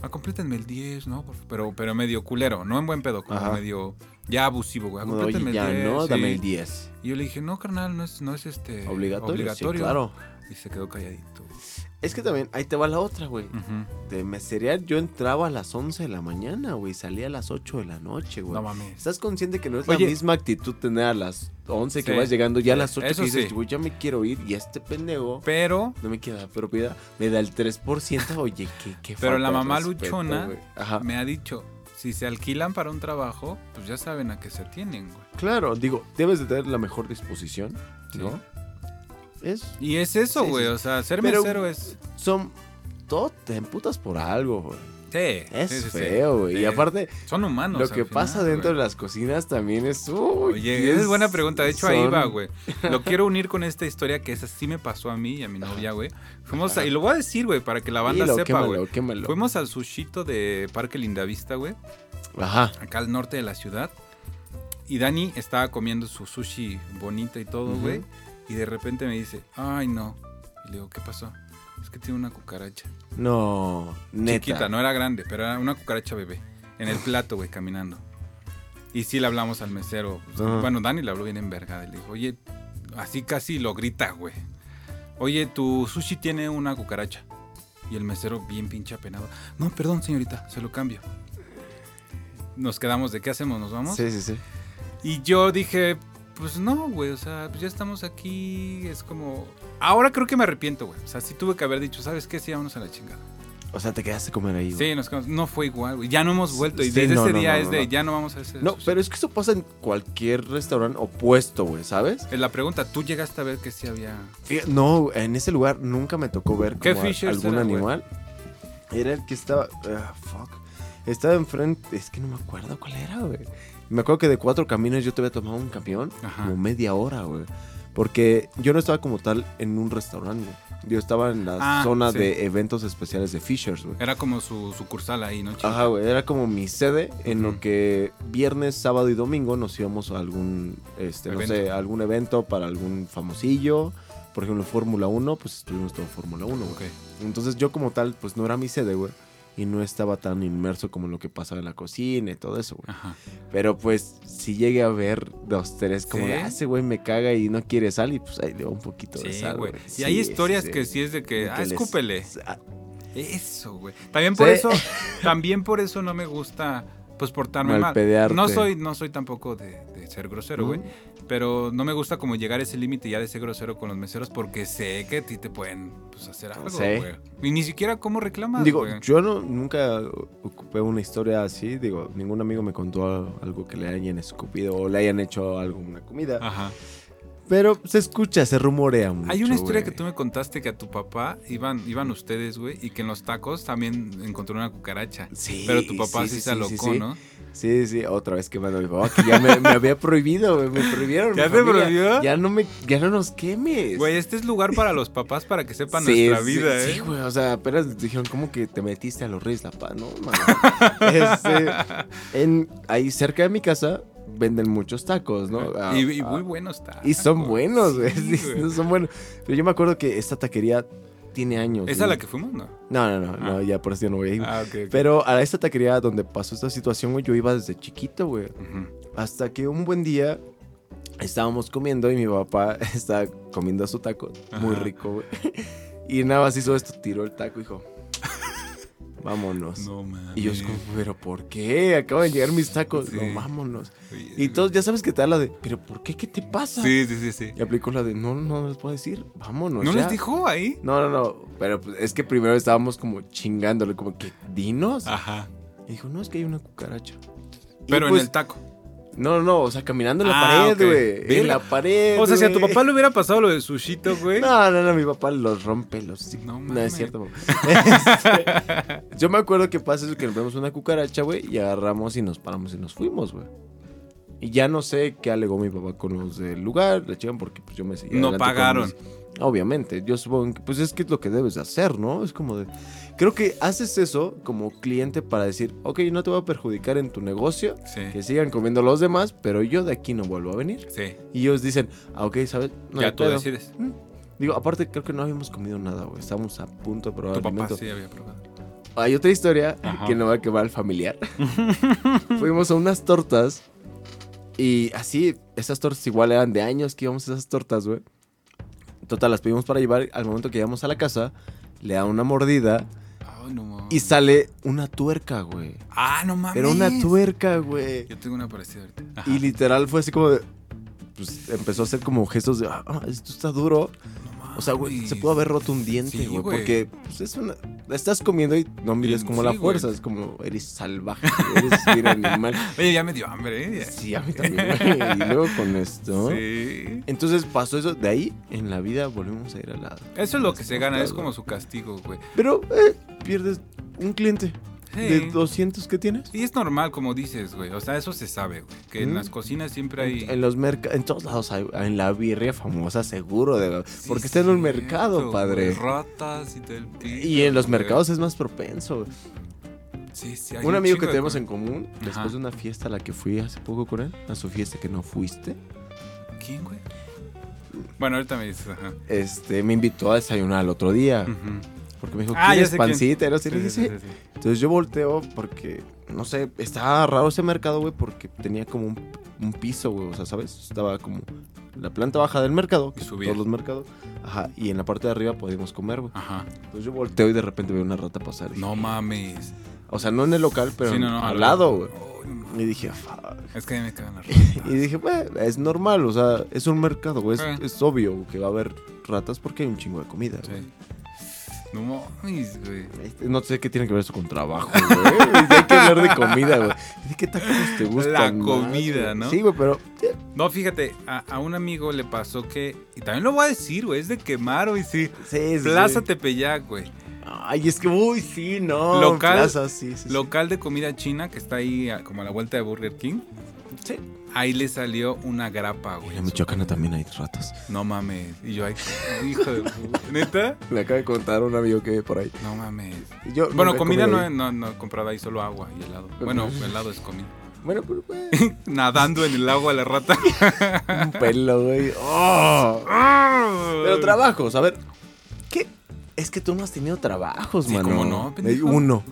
Speaker 1: ah, complétenme el 10, ¿no? Por- Pero, pero medio culero, no en buen pedo, como
Speaker 2: Ajá.
Speaker 1: medio. Ya abusivo, güey. "Ah,
Speaker 2: Como, oye,
Speaker 1: complétenme
Speaker 2: ya,
Speaker 1: el 10.
Speaker 2: ¿no?
Speaker 1: sí".
Speaker 2: Dame el 10.
Speaker 1: Y yo le dije, no, carnal, no es, no es este.
Speaker 2: Obligatorio, Sí, claro.
Speaker 1: Y se quedó calladito. güey.
Speaker 2: Es que también, ahí te va la otra, güey.
Speaker 1: Ujú.
Speaker 2: De meserear, yo entraba a las 11 de la mañana, güey. Salía a las 8 de la noche, güey.
Speaker 1: No mames.
Speaker 2: ¿Estás consciente que no es
Speaker 1: Oye.
Speaker 2: la misma actitud tener a las 11 que
Speaker 1: Sí.
Speaker 2: vas llegando, ya a las 8
Speaker 1: Eso
Speaker 2: que dices,
Speaker 1: sí.
Speaker 2: güey, ya me quiero ir y este pendejo
Speaker 1: Pero
Speaker 2: no me queda propiedad, me da el 3%, oye, qué, qué
Speaker 1: Pero
Speaker 2: falta
Speaker 1: la
Speaker 2: de
Speaker 1: mamá
Speaker 2: respeto,
Speaker 1: luchona
Speaker 2: güey. Ajá.
Speaker 1: me ha dicho, si se alquilan para un trabajo, pues ya saben a qué se tienen, güey.
Speaker 2: Claro, digo, debes de tener la mejor disposición, ¿no? Es,
Speaker 1: Y es eso,
Speaker 2: Sí,
Speaker 1: güey.
Speaker 2: sí.
Speaker 1: O sea, ser
Speaker 2: Pero-
Speaker 1: mesero es.
Speaker 2: son, todo te emputas por algo, güey.
Speaker 1: Sí.
Speaker 2: Es
Speaker 1: sí, sí, sí.
Speaker 2: feo, güey.
Speaker 1: Sí.
Speaker 2: Y aparte,
Speaker 1: Son humanos.
Speaker 2: lo
Speaker 1: al
Speaker 2: que pasa
Speaker 1: final,
Speaker 2: dentro
Speaker 1: güey.
Speaker 2: de las cocinas también es... uy,
Speaker 1: Oye, esa es buena pregunta. De hecho, ahí
Speaker 2: son-
Speaker 1: va, güey. Lo quiero unir con esta historia que esa sí me pasó a mí y a mi novia, güey. Fuimos a- Y lo voy a decir, güey, para que la banda
Speaker 2: Dilo,
Speaker 1: sepa,
Speaker 2: quémalo,
Speaker 1: güey.
Speaker 2: quémalo.
Speaker 1: Fuimos al sushito de Parque Lindavista, güey.
Speaker 2: Ajá.
Speaker 1: acá al norte de la ciudad. Y Dani estaba comiendo su sushi bonito y todo,
Speaker 2: Ujú.
Speaker 1: güey. Y de repente me dice, ay no. Y le digo, ¿qué pasó? Es que tiene una cucaracha.
Speaker 2: No, neta.
Speaker 1: Chiquita, no era grande, pero era una cucaracha bebé. En el plato, güey, caminando. Y sí le hablamos al mesero. pues,
Speaker 2: Ajá.
Speaker 1: Bueno, Dani le habló bien envergada. Y le dijo, oye, así casi lo grita, güey. Oye, tu sushi tiene una cucaracha. Y el mesero, bien pinche apenado. No, perdón, señorita, se lo cambio. Nos quedamos, ¿de qué hacemos? ¿Nos vamos?
Speaker 2: Sí, sí, sí.
Speaker 1: Y yo dije, pues no, güey, o sea, pues ya estamos aquí, es como... Ahora creo que me arrepiento, güey. O sea, sí tuve que haber dicho, ¿sabes qué? Sí, vámonos a la chingada.
Speaker 2: O sea, te quedaste a comer ahí, güey.
Speaker 1: Sí, nos quedamos- no fue igual, güey. Ya no hemos vuelto. Y
Speaker 2: Sí,
Speaker 1: desde
Speaker 2: no,
Speaker 1: ese
Speaker 2: no,
Speaker 1: día
Speaker 2: no,
Speaker 1: es
Speaker 2: no,
Speaker 1: de,
Speaker 2: no.
Speaker 1: ya no vamos a hacer
Speaker 2: No,
Speaker 1: sushi.
Speaker 2: pero es que eso pasa en cualquier restaurante opuesto, güey, ¿sabes?
Speaker 1: Es la pregunta, tú llegaste a ver que sí había...
Speaker 2: Fí- No, en ese lugar nunca me tocó ver
Speaker 1: ¿Qué
Speaker 2: como a-
Speaker 1: Fishers
Speaker 2: algún
Speaker 1: era, güey?
Speaker 2: animal. Era el que estaba... ah, fuck. Estaba enfrente... Es que no me acuerdo cuál era, güey. Me acuerdo que de cuatro caminos yo te había tomado un camión
Speaker 1: Ajá.
Speaker 2: como media hora, güey. Porque yo no estaba como tal en un restaurante, güey. Yo estaba en la
Speaker 1: Ah,
Speaker 2: zona
Speaker 1: sí.
Speaker 2: de eventos especiales de Fishers, güey.
Speaker 1: Era como su sucursal ahí, ¿no? chico?
Speaker 2: Ajá, güey, era como mi sede en
Speaker 1: Ujú.
Speaker 2: lo que viernes, sábado y domingo nos íbamos a algún, este, no
Speaker 1: Evento.
Speaker 2: sé, algún evento para algún famosillo. Por ejemplo, Fórmula 1, pues estuvimos todo Fórmula 1, güey.
Speaker 1: Ok.
Speaker 2: Entonces yo como tal, pues no era mi sede, güey. Y no estaba tan inmerso como en lo que pasaba en la cocina y todo eso, güey.
Speaker 1: Ajá.
Speaker 2: Pero pues sí llegué a ver dos, tres, como,
Speaker 1: Ah. ¿Sí?
Speaker 2: de, ah, ese güey me caga y no quiere sal. Y pues ahí le va un poquito de
Speaker 1: Sí,
Speaker 2: sal,
Speaker 1: güey.
Speaker 2: güey.
Speaker 1: Y hay historias que sí es de que,
Speaker 2: de
Speaker 1: ah,
Speaker 2: que les-
Speaker 1: escúpele.
Speaker 2: Ah,
Speaker 1: Eso, güey. También por
Speaker 2: Sí.
Speaker 1: eso, también por eso no me gusta pues portarme mal.
Speaker 2: Malpedearte.
Speaker 1: No soy, no soy tampoco de, de ser grosero, güey. Pero no me gusta como llegar a ese límite ya de ser grosero con los meseros porque sé que a ti te pueden pues, hacer algo,
Speaker 2: Sí.
Speaker 1: güey. Y ni siquiera cómo reclamas,
Speaker 2: Digo,
Speaker 1: güey.
Speaker 2: yo no, nunca ocupé una historia así. Digo, ningún amigo me contó al- algo que le hayan escupido o le hayan hecho algo una comida.
Speaker 1: Ajá.
Speaker 2: Pero se escucha, se rumorea mucho.
Speaker 1: Ah. Hay una historia
Speaker 2: güey.
Speaker 1: que tú me contaste que a tu papá iban, iban ustedes, güey, y que en los tacos también encontró una cucaracha.
Speaker 2: Sí,
Speaker 1: Pero tu papá sí, se alocó,
Speaker 2: sí.
Speaker 1: ¿no?
Speaker 2: Sí, sí, otra vez que mandó mi papá, que ya me, me había prohibido, güey, me prohibieron.
Speaker 1: ¿Ya
Speaker 2: mi
Speaker 1: te
Speaker 2: familia,
Speaker 1: prohibió?
Speaker 2: Ya no, me, ya no nos quemes.
Speaker 1: Güey, este es lugar para los papás para que sepan
Speaker 2: Sí,
Speaker 1: nuestra
Speaker 2: sí,
Speaker 1: vida, ¿eh?
Speaker 2: Sí, güey, o sea, apenas dijeron, ¿cómo que te metiste a los Reyes La Paz? No, mano. Este, en, ahí cerca de mi casa venden muchos tacos, ¿no? Ah,
Speaker 1: y, y
Speaker 2: ah,
Speaker 1: muy buenos tacos.
Speaker 2: Y son buenos,
Speaker 1: Sí,
Speaker 2: güey. Sí,
Speaker 1: güey.
Speaker 2: son buenos. Pero yo me acuerdo que esta taquería tiene años.
Speaker 1: ¿Esa
Speaker 2: ¿no?
Speaker 1: la que fuimos? No.
Speaker 2: No, no, no, no,
Speaker 1: Ah.
Speaker 2: ya por eso ya no voy a ir.
Speaker 1: Ah, ok. ok.
Speaker 2: Pero a esta taquería donde pasó esta situación, güey, yo iba desde chiquito, güey.
Speaker 1: Ujú.
Speaker 2: Hasta que un buen día estábamos comiendo y mi papá estaba comiendo su taco. Muy
Speaker 1: Ajá.
Speaker 2: rico, güey. Y nada más hizo esto, tiró el taco, hijo. Vámonos.
Speaker 1: No, mames.
Speaker 2: Y yo es como, pero ¿por qué? Acaban de llegar mis tacos.
Speaker 1: Sí.
Speaker 2: No, vámonos.
Speaker 1: Oye,
Speaker 2: Y todos, ya sabes que te da la de, pero ¿por qué? ¿Qué te pasa?
Speaker 1: Sí, sí, sí, sí.
Speaker 2: Y aplicó la de, no, no les puedo decir, vámonos.
Speaker 1: ¿No
Speaker 2: ya".
Speaker 1: les dijo ahí?
Speaker 2: No, no, no. Pero pues, es que primero estábamos como chingándole, como que dinos.
Speaker 1: Ajá.
Speaker 2: Y dijo, no, es que hay una cucaracha. Y,
Speaker 1: Ah. Pero
Speaker 2: pues,
Speaker 1: en el taco.
Speaker 2: No, no, no, o sea, caminando en la
Speaker 1: Ah,
Speaker 2: pared,
Speaker 1: ok.
Speaker 2: güey. En
Speaker 1: Venga.
Speaker 2: la pared.
Speaker 1: O sea, si a tu
Speaker 2: eh, güey.
Speaker 1: papá le hubiera pasado lo de sushito, güey.
Speaker 2: No, no, no, mi papá los rompe los.
Speaker 1: No
Speaker 2: No,
Speaker 1: mames.
Speaker 2: es cierto. mamá. Este, yo me acuerdo que pasa eso que nos vemos una cucaracha, güey, y agarramos y nos paramos y nos fuimos, güey. Y ya no sé qué alegó mi papá con los del lugar, le echaron porque pues, yo me seguía.
Speaker 1: No
Speaker 2: adelante con
Speaker 1: pagaron.
Speaker 2: mis- Obviamente, yo supongo que pues es que es lo que debes hacer, ¿no? Es como de... Creo que haces eso como cliente para decir, ok, no te voy a perjudicar en tu negocio,
Speaker 1: Sí,
Speaker 2: que sigan comiendo los demás, pero yo de aquí no vuelvo a venir.
Speaker 1: sí.
Speaker 2: Y ellos dicen, ah, ok, ¿sabes? No hay
Speaker 1: ya tú
Speaker 2: pedo".
Speaker 1: decides.
Speaker 2: Digo, aparte creo que no habíamos comido nada, güey. Estábamos a punto de probar
Speaker 1: Tu papá
Speaker 2: alimento.
Speaker 1: sí había probado.
Speaker 2: Hay otra historia
Speaker 1: Ajá.
Speaker 2: que no va a quemar al familiar. Fuimos a unas tortas y así, esas tortas igual eran de años que íbamos a esas tortas, güey. Total, las pedimos para llevar. Al momento que llegamos a la casa, le da una mordida
Speaker 1: Ah, no mames.
Speaker 2: y sale una tuerca, güey.
Speaker 1: Ah, no mames.
Speaker 2: Pero una tuerca, güey.
Speaker 1: Yo tengo una parecida ahorita. Ajá.
Speaker 2: Y literal fue así como de... Pues empezó a hacer como gestos de... "Ah, esto está duro.
Speaker 1: No
Speaker 2: O sea, güey,
Speaker 1: mames.
Speaker 2: se pudo haber roto un diente,
Speaker 1: Sí,
Speaker 2: güey.
Speaker 1: güey.
Speaker 2: porque pues, es una. la Estás comiendo y no mides
Speaker 1: Sí,
Speaker 2: como la
Speaker 1: güey.
Speaker 2: fuerza. Es como, eres salvaje, eres un animal.
Speaker 1: Oye, ya me dio hambre, ¿eh?
Speaker 2: Sí, a mí también, güey. Y luego con esto.
Speaker 1: Sí.
Speaker 2: Entonces pasó eso. De ahí, en la vida, volvimos a ir al lado.
Speaker 1: Eso es lo que se gana, es como su castigo, güey.
Speaker 2: Pero, eh, pierdes un cliente de
Speaker 1: Sí.
Speaker 2: 200 que tienes.
Speaker 1: Y es normal, como dices, güey. O sea, eso se sabe, güey. Que en
Speaker 2: ¿Mm?
Speaker 1: las cocinas siempre hay.
Speaker 2: En los mercados, en todos lados, hay, en la birria famosa, seguro. De,
Speaker 1: Sí,
Speaker 2: porque está en un
Speaker 1: cierto,
Speaker 2: mercado,
Speaker 1: güey,
Speaker 2: padre.
Speaker 1: Ratas y todo el pito,
Speaker 2: Y en los
Speaker 1: güey.
Speaker 2: mercados es más propenso.
Speaker 1: Sí, sí, hay
Speaker 2: un amigo que
Speaker 1: chingo de
Speaker 2: tenemos
Speaker 1: cosas.
Speaker 2: en común, después
Speaker 1: Ajá.
Speaker 2: de una fiesta a la que fui hace poco con él, a su fiesta que no fuiste,
Speaker 1: ¿Quién, güey? Bueno, ahorita me dices, ajá.
Speaker 2: este, me invitó a desayunar al otro día.
Speaker 1: Ujú.
Speaker 2: Porque me dijo,
Speaker 1: Mm. Ah, ya
Speaker 2: ¿quieres
Speaker 1: sé quién".
Speaker 2: pancita? Y no sé, le
Speaker 1: Sí,
Speaker 2: dije,
Speaker 1: sí,
Speaker 2: "Sí".
Speaker 1: sí, sí.
Speaker 2: Entonces yo volteo porque, no sé, estaba raro ese mercado, güey, porque tenía como un, un piso, güey, o sea, ¿sabes? Estaba como la planta baja del mercado,
Speaker 1: Y
Speaker 2: que
Speaker 1: subía.
Speaker 2: todos los mercados, ajá, y en la parte de arriba podíamos comer, güey.
Speaker 1: Ajá.
Speaker 2: Entonces yo volteo y de repente veo una rata pasar. Dije,
Speaker 1: No mames.
Speaker 2: O sea, no en el local, pues, pero
Speaker 1: Sí, no, no,
Speaker 2: al
Speaker 1: al-
Speaker 2: lado, güey.
Speaker 1: Ay, no
Speaker 2: Y dije, "Fuck".
Speaker 1: mames. Es que a mí me cagan las ratas.
Speaker 2: Y dije, "Bue, es normal, o sea, es un mercado, güey, es,
Speaker 1: Eh.
Speaker 2: es obvio que va a haber ratas porque hay un chingo de comida. güey".
Speaker 1: Sí. No mames, güey.
Speaker 2: Este, No sé qué tiene que ver eso con trabajo, güey. Sí, hay que hablar de comida, güey. ¿De qué tacos te gustan?
Speaker 1: La
Speaker 2: más,
Speaker 1: comida,
Speaker 2: güey?
Speaker 1: ¿no?
Speaker 2: Sí, güey, pero eh,
Speaker 1: No, fíjate, a, a un amigo le pasó que. Y también lo voy a decir, güey. Es de quemar, güey, sí.
Speaker 2: sí, sí,
Speaker 1: Plaza
Speaker 2: sí.
Speaker 1: Tepeyac, güey.
Speaker 2: Ay, es que uy, sí, no.
Speaker 1: Local-
Speaker 2: Plaza, sí, sí, sí.
Speaker 1: Local de comida china que está ahí a- como a la vuelta de Burger King.
Speaker 2: Sí.
Speaker 1: Ahí le salió una grapa, güey.
Speaker 2: En Michoacana también hay ratas.
Speaker 1: No mames. Y yo, ay, hijo de puta. ¿Neta?
Speaker 2: Le acaba de contar un amigo que ve por ahí.
Speaker 1: No mames.
Speaker 2: Yo nunca
Speaker 1: Bueno,
Speaker 2: he
Speaker 1: comida
Speaker 2: comido
Speaker 1: no,
Speaker 2: ahí. Pues
Speaker 1: no, no compraba ahí, solo agua y helado. Bueno, helado es comida.
Speaker 2: Bueno, pero pues, güey,
Speaker 1: Nadando en el agua la rata.
Speaker 2: un pelo, güey. ¡Oh! Pero
Speaker 1: Pero
Speaker 2: trabajos, a ver. ¿Qué? Es que tú no has tenido trabajos,
Speaker 1: Sí,
Speaker 2: mano.
Speaker 1: ¿cómo no, pendejo?
Speaker 2: Eh, Uno.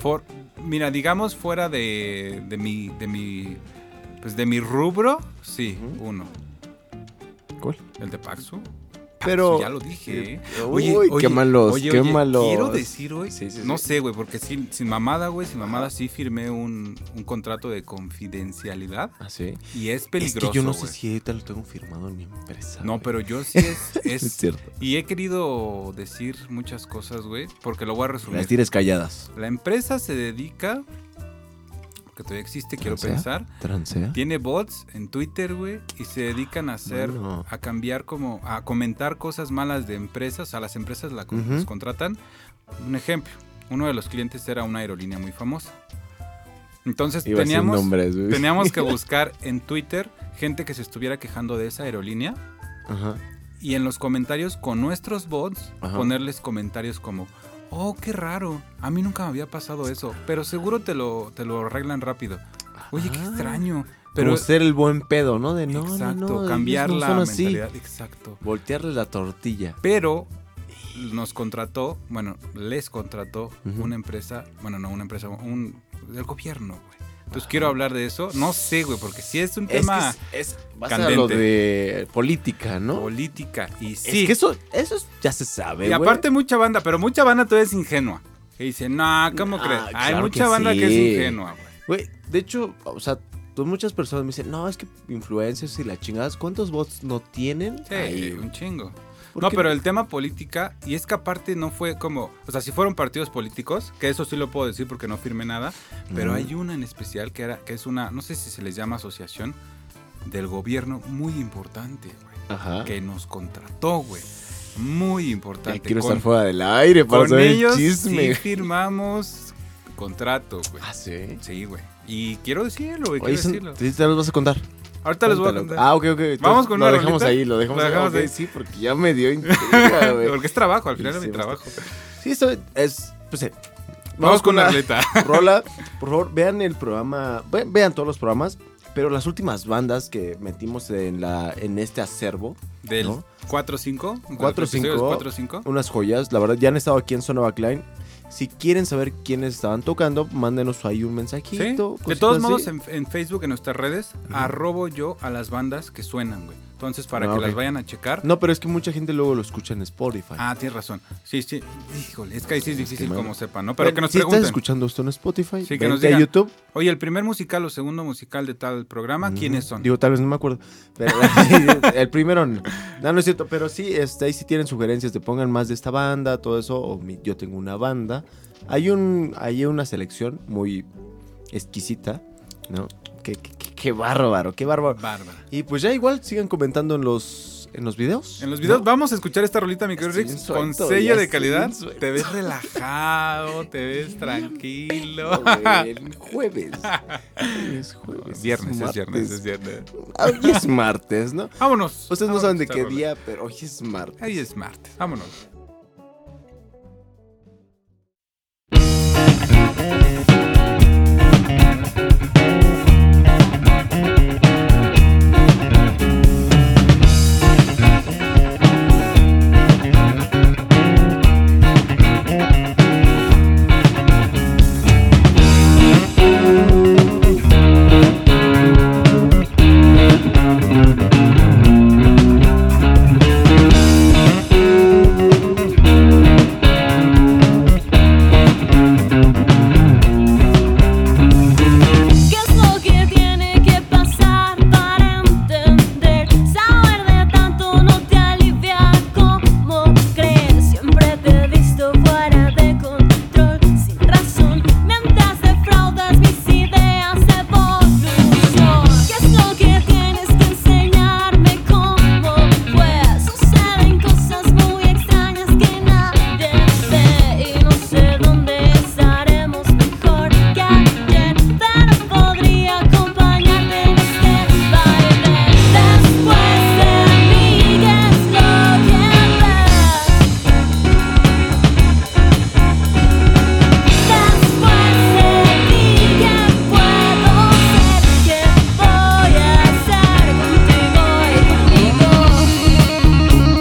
Speaker 1: Por- mira, digamos fuera de, de mi, de mi, pues de mi rubro, sí,
Speaker 2: Ujú.
Speaker 1: uno.
Speaker 2: ¿Cuál?
Speaker 1: El de Paxu.
Speaker 2: Pero-
Speaker 1: Paxu, ya lo dije. ¿eh?
Speaker 2: Uy, quémalos,
Speaker 1: oye, oye,
Speaker 2: quémalos.
Speaker 1: Quiero decir hoy,
Speaker 2: Sí, sí,
Speaker 1: no
Speaker 2: sí.
Speaker 1: sé, güey, porque sin, sin mamada, güey, sin mamada sí firmé un, un contrato de confidencialidad
Speaker 2: ¿Ah, sí?
Speaker 1: y es peligroso.
Speaker 2: es que yo no sé
Speaker 1: güey.
Speaker 2: si ahorita lo tengo firmado en mi empresa.
Speaker 1: No,
Speaker 2: güey.
Speaker 1: pero yo sí es, es-
Speaker 2: Es cierto.
Speaker 1: y he querido decir muchas cosas, güey, porque lo voy a resumir.
Speaker 2: Las tires calladas.
Speaker 1: La empresa se dedica, que todavía existe, quiero
Speaker 2: O sea,
Speaker 1: pensar,
Speaker 2: Transea.
Speaker 1: tiene bots en Twitter, güey, y se dedican a hacer,
Speaker 2: Bueno.
Speaker 1: a cambiar como, a comentar cosas malas de empresas, o sea, las empresas la,
Speaker 2: Ujú.
Speaker 1: las contratan. Un ejemplo, uno de los clientes era una aerolínea muy famosa. Entonces
Speaker 2: Iba a
Speaker 1: teníamos,
Speaker 2: decir nombres, güey.
Speaker 1: teníamos que buscar en Twitter gente que se estuviera quejando de esa aerolínea
Speaker 2: Ajá.
Speaker 1: y en los comentarios con nuestros bots
Speaker 2: Ajá.
Speaker 1: ponerles comentarios como, oh, qué raro, a mí nunca me había pasado eso, pero seguro te lo, te lo arreglan rápido. Oye, qué
Speaker 2: Ah.
Speaker 1: extraño.
Speaker 2: Pero
Speaker 1: Pero,
Speaker 2: ser el buen pedo, ¿no? De no, no,
Speaker 1: exacto,
Speaker 2: no, ellos
Speaker 1: cambiar
Speaker 2: no
Speaker 1: la
Speaker 2: son así.
Speaker 1: mentalidad. Exacto.
Speaker 2: Voltearle la tortilla.
Speaker 1: Pero nos contrató, bueno, les contrató
Speaker 2: Ujú.
Speaker 1: una empresa, bueno, no una empresa, un, del gobierno, güey. Entonces quiero hablar de eso. No sé, güey, porque si es un
Speaker 2: Ah. Es que
Speaker 1: tema
Speaker 2: es, es vas a
Speaker 1: candente.
Speaker 2: lo de política, ¿no?
Speaker 1: política y sí.
Speaker 2: Es que eso, eso es- ya se sabe,
Speaker 1: Y
Speaker 2: güey.
Speaker 1: aparte mucha banda, pero mucha banda todavía es ingenua. Y dice, no, ¿cómo
Speaker 2: Ah,
Speaker 1: crees? Hay
Speaker 2: claro
Speaker 1: mucha
Speaker 2: que
Speaker 1: banda que
Speaker 2: sí.
Speaker 1: es ingenua, güey.
Speaker 2: Güey, de hecho, o sea, Entonces muchas personas me dicen, no, es que influencers y la chingadas, ¿cuántos bots no tienen?
Speaker 1: Sí,
Speaker 2: ahí, güey?
Speaker 1: un chingo.
Speaker 2: ¿Por
Speaker 1: No,
Speaker 2: qué
Speaker 1: pero el tema política, y es que aparte no fue como, o sea, si fueron partidos políticos, que eso sí lo puedo decir porque no firmé nada, pero
Speaker 2: Ujú.
Speaker 1: hay una en especial que era, que es una, no sé si se les llama asociación del gobierno muy importante, güey,
Speaker 2: Ajá.
Speaker 1: que nos contrató, güey, muy
Speaker 2: Ah. Ya
Speaker 1: importante.
Speaker 2: quiero
Speaker 1: Con-
Speaker 2: estar fuera del aire para
Speaker 1: con
Speaker 2: saber
Speaker 1: ellos
Speaker 2: el chisme.
Speaker 1: sí firmamos contrato, güey.
Speaker 2: Ah, sí.
Speaker 1: Sí, güey. Y quiero decirlo,
Speaker 2: Oye,
Speaker 1: güey, quiero
Speaker 2: eso-
Speaker 1: decirlo.
Speaker 2: sí, te los vas a contar.
Speaker 1: Ahorita les voy a
Speaker 2: Cuéntalo.
Speaker 1: contar.
Speaker 2: Ah, ok, ok.
Speaker 1: Vamos
Speaker 2: Entonces,
Speaker 1: con
Speaker 2: lo
Speaker 1: una
Speaker 2: dejamos
Speaker 1: rolita.
Speaker 2: ahí, lo dejamos,
Speaker 1: Lo dejamos
Speaker 2: ahí. Ok,
Speaker 1: ahí.
Speaker 2: Sí, porque ya me dio intriga, Ah, güey.
Speaker 1: Porque es trabajo, al final
Speaker 2: Sí,
Speaker 1: es mi
Speaker 2: sí, basta.
Speaker 1: trabajo.
Speaker 2: Sí, esto es. Pues, eh,
Speaker 1: Vamos, con la
Speaker 2: una
Speaker 1: atleta.
Speaker 2: rola. Por favor, vean el programa. ve- Vean todos los programas. Pero las últimas bandas que metimos en, la, en este acervo,
Speaker 1: Del
Speaker 2: ¿No?
Speaker 1: 4-5. de los
Speaker 2: 4-5.
Speaker 1: episodios 4-5.
Speaker 2: unas joyas, la verdad, ya han estado aquí en Sonora Klein. Si quieren saber quiénes estaban tocando, mándenos ahí un
Speaker 1: Sí.
Speaker 2: mensajito.
Speaker 1: De
Speaker 2: cositas
Speaker 1: todos
Speaker 2: así.
Speaker 1: modos, en, en Facebook, en nuestras redes, arrobo yo a las bandas que suenan, güey. Entonces, para
Speaker 2: Ah,
Speaker 1: que
Speaker 2: ok.
Speaker 1: las vayan a checar.
Speaker 2: No, pero es que mucha gente luego lo escucha en Spotify.
Speaker 1: Ah, tienes razón. Sí, sí. Híjole, es que ahí sí es
Speaker 2: Es que
Speaker 1: difícil
Speaker 2: madre.
Speaker 1: como sepan, ¿no? Pero
Speaker 2: Ven,
Speaker 1: que nos
Speaker 2: si
Speaker 1: pregunten.
Speaker 2: estás escuchando esto en Spotify,
Speaker 1: Sí, que
Speaker 2: vente
Speaker 1: nos digan.
Speaker 2: a YouTube.
Speaker 1: Oye, el primer musical o segundo musical de tal programa, ¿quiénes
Speaker 2: Mm,
Speaker 1: son?
Speaker 2: Digo, tal vez no me acuerdo. Pero el primero no. No, no es cierto. Pero sí, este, ahí sí tienen sugerencias de pongan más de esta banda, todo eso. O mi- yo tengo una banda. Hay un hay una selección muy exquisita, ¿no? Qué, qué- qué- qué bárbaro, qué bárbaro.
Speaker 1: Bárbara.
Speaker 2: Y pues ya igual sigan comentando en los en los videos.
Speaker 1: En los videos
Speaker 2: ¿no?
Speaker 1: vamos a escuchar esta rolita, mi querido
Speaker 2: Estoy
Speaker 1: Rix,
Speaker 2: bien
Speaker 1: con
Speaker 2: suelto,
Speaker 1: sello
Speaker 2: ya
Speaker 1: de
Speaker 2: estoy
Speaker 1: calidad.
Speaker 2: bien suelto.
Speaker 1: Te ves relajado, te ves tranquilo.
Speaker 2: El jueves. Es jueves.
Speaker 1: Viernes, es viernes, es
Speaker 2: martes.
Speaker 1: viernes.
Speaker 2: Ah,
Speaker 1: Ah,
Speaker 2: Hoy es martes, ¿no?
Speaker 1: Vámonos.
Speaker 2: Ustedes no
Speaker 1: Vámonos
Speaker 2: saben de
Speaker 1: esta
Speaker 2: qué
Speaker 1: rola.
Speaker 2: día, pero hoy es martes.
Speaker 1: Ahí es martes. Vámonos.
Speaker 3: ¿Qué es lo que tiene que pasar para entender? Saber de tanto no te alivia como crees. Siempre te he visto fuera de control, sin razón. Mientras defraudas mis ideas de evolución. ¿Qué es lo que tienes que enseñarme? ¿Cómo pues suceden cosas muy extrañas que nadie ve? Y no sé dónde estaremos mejor que ayer. Pero podría acompañarte en este baile. Después de mí, ¿qué es lo que ves? Después de ti, ¿qué puedo ser? ¿Qué voy a hacer contigo y conmigo?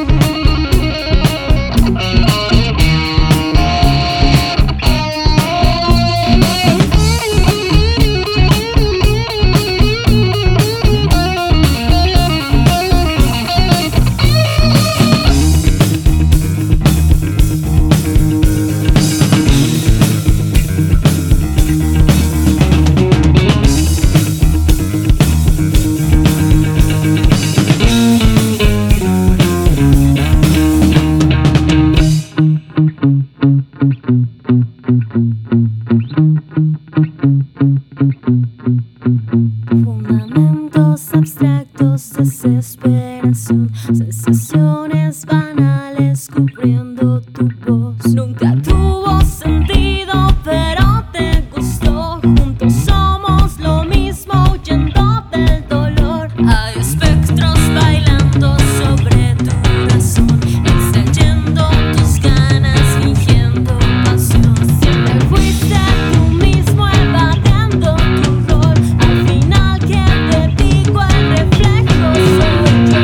Speaker 3: Fundamentos abstractos, desesperación, sensaciones banales cubriendo tu voz. Nunca tuvo sentido, pero te gustó. Juntos somos lo mismo, huyendo del dolor. Hay espectros bailando sobre tu corazón, extrayendo tus ganas, fingiendo pasión. Siempre fuiste tú mismo, evadiendo tu rol. Al final que te digo el reflejo soy yo.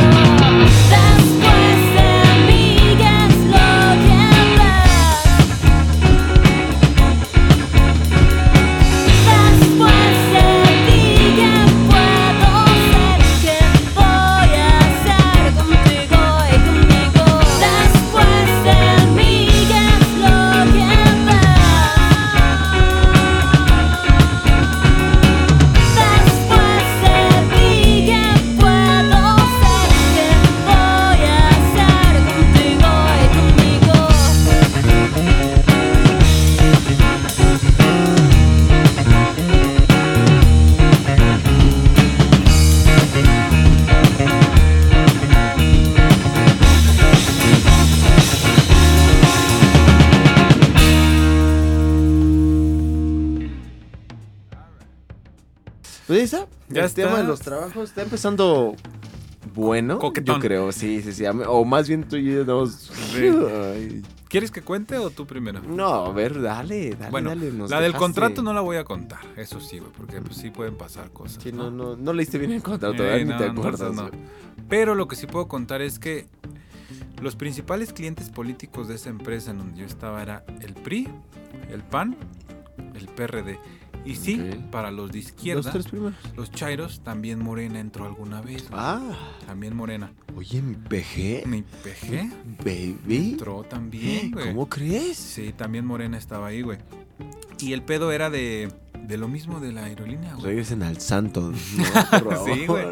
Speaker 3: Después
Speaker 2: Pues ahí está.
Speaker 1: Ya
Speaker 2: el
Speaker 1: está.
Speaker 2: tema de los trabajos está empezando bueno.
Speaker 1: Coquetón.
Speaker 2: Yo creo, sí, sí, sí. A mí- O más bien tú y yo nos-
Speaker 1: Sí.
Speaker 2: Ay.
Speaker 1: ¿Quieres que cuente o tú primero?
Speaker 2: No, a ver, dale, dale,
Speaker 1: bueno,
Speaker 2: dale. Mm, nos
Speaker 1: la del
Speaker 2: dejaste.
Speaker 1: contrato no la voy a contar, eso sí, güey, porque pues, sí pueden pasar cosas.
Speaker 2: Sí,
Speaker 1: ¿no?
Speaker 2: no, no, no leíste bien el contrato,
Speaker 1: Eh,
Speaker 2: ¿verdad? ni
Speaker 1: no,
Speaker 2: te
Speaker 1: no,
Speaker 2: acuerdas.
Speaker 1: esas no.
Speaker 2: güey.
Speaker 1: Pero lo que sí puedo contar es que los principales clientes políticos de esa empresa en donde yo estaba era el PRI, el PAN, el PRD. Y sí,
Speaker 2: Ok.
Speaker 1: para los de izquierda,
Speaker 2: Los tres primeros.
Speaker 1: los chairos, también Morena entró alguna vez. güey.
Speaker 2: Ah,
Speaker 1: También Morena.
Speaker 2: oye, mi PG,
Speaker 1: Mi PG
Speaker 2: baby.
Speaker 1: entró también, güey.
Speaker 2: ¿Cómo crees?
Speaker 1: Sí, también Morena estaba ahí, güey. Y el pedo era de, de lo mismo de la aerolínea, güey.
Speaker 2: Regresen al santo. ¿no? Por favor.
Speaker 1: Sí, güey.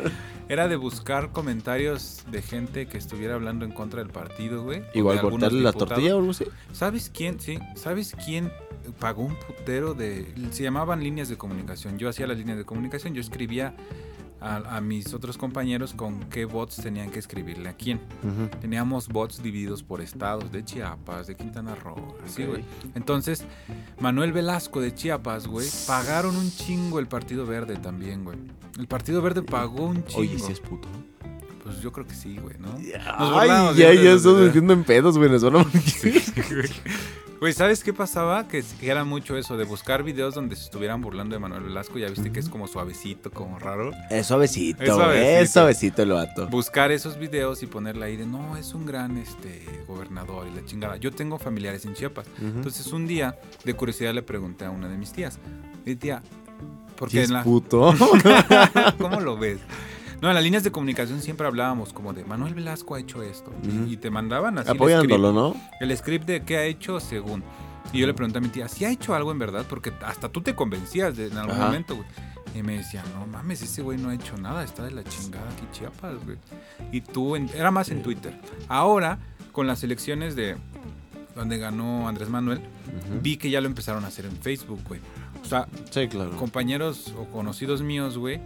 Speaker 1: Era de buscar comentarios de gente que estuviera hablando en contra del partido, güey. o
Speaker 2: Igual
Speaker 1: de algunos
Speaker 2: cortarle la
Speaker 1: diputados.
Speaker 2: tortilla o algo así.
Speaker 1: ¿Sabes quién? Sí, ¿sabes quién pagó un putero de... Se llamaban líneas de comunicación. Yo hacía las líneas de comunicación. Yo escribía a, a mis otros compañeros con qué bots tenían que escribirle a quién. Teníamos bots divididos por estados, de Chiapas, de Quintana Roo, así,
Speaker 2: Ok.
Speaker 1: güey. Entonces, Manuel Velasco de Chiapas, güey, pagaron un chingo el Partido Verde también, güey. El Partido Verde pagó un chingo.
Speaker 2: Oye, si es puto.
Speaker 1: Pues yo creo que sí, güey, ¿no? burlábamos
Speaker 2: Ay, ya,
Speaker 1: de-
Speaker 2: ya
Speaker 1: de-
Speaker 2: estamos
Speaker 1: de-
Speaker 2: metiendo en pedos, güey. Nos van a
Speaker 1: Güey. Güey, ¿sabes qué pasaba? Que, que era mucho eso, de buscar videos donde se estuvieran burlando de Manuel Velasco. Ya viste que es como suavecito, como raro.
Speaker 2: Es suavecito,
Speaker 1: Es suavecito.
Speaker 2: es suavecito el vato.
Speaker 1: Buscar esos videos y ponerle ahí de, no, es un gran este, gobernador y la chingada. Yo tengo familiares en Chiapas. Entonces un día, de curiosidad, le pregunté a una de mis tías. Mi tía,
Speaker 2: Si
Speaker 1: porque
Speaker 2: es
Speaker 1: en la...
Speaker 2: puto.
Speaker 1: ¿Cómo lo ves? No, en las líneas de comunicación siempre hablábamos como de Manuel Velasco ha hecho esto. y-
Speaker 2: Ujú.
Speaker 1: Y, te mandaban así. el
Speaker 2: Apoyándolo, ¿no?
Speaker 1: el script de qué ha hecho según. Y yo le pregunté a mi tía, ¿si ha hecho algo en verdad? Porque hasta tú te convencías de- en algún
Speaker 2: Ajá.
Speaker 1: momento, güey. Y me decía, no mames, ese güey no ha hecho nada, está de la chingada aquí Chiapas, güey. Y tú, en- era más en Twitter. Ahora, con las elecciones de donde ganó Andrés Manuel, vi que ya lo empezaron a hacer en Facebook, güey. O sea,
Speaker 2: Sí, claro.
Speaker 1: compañeros o conocidos míos, güey,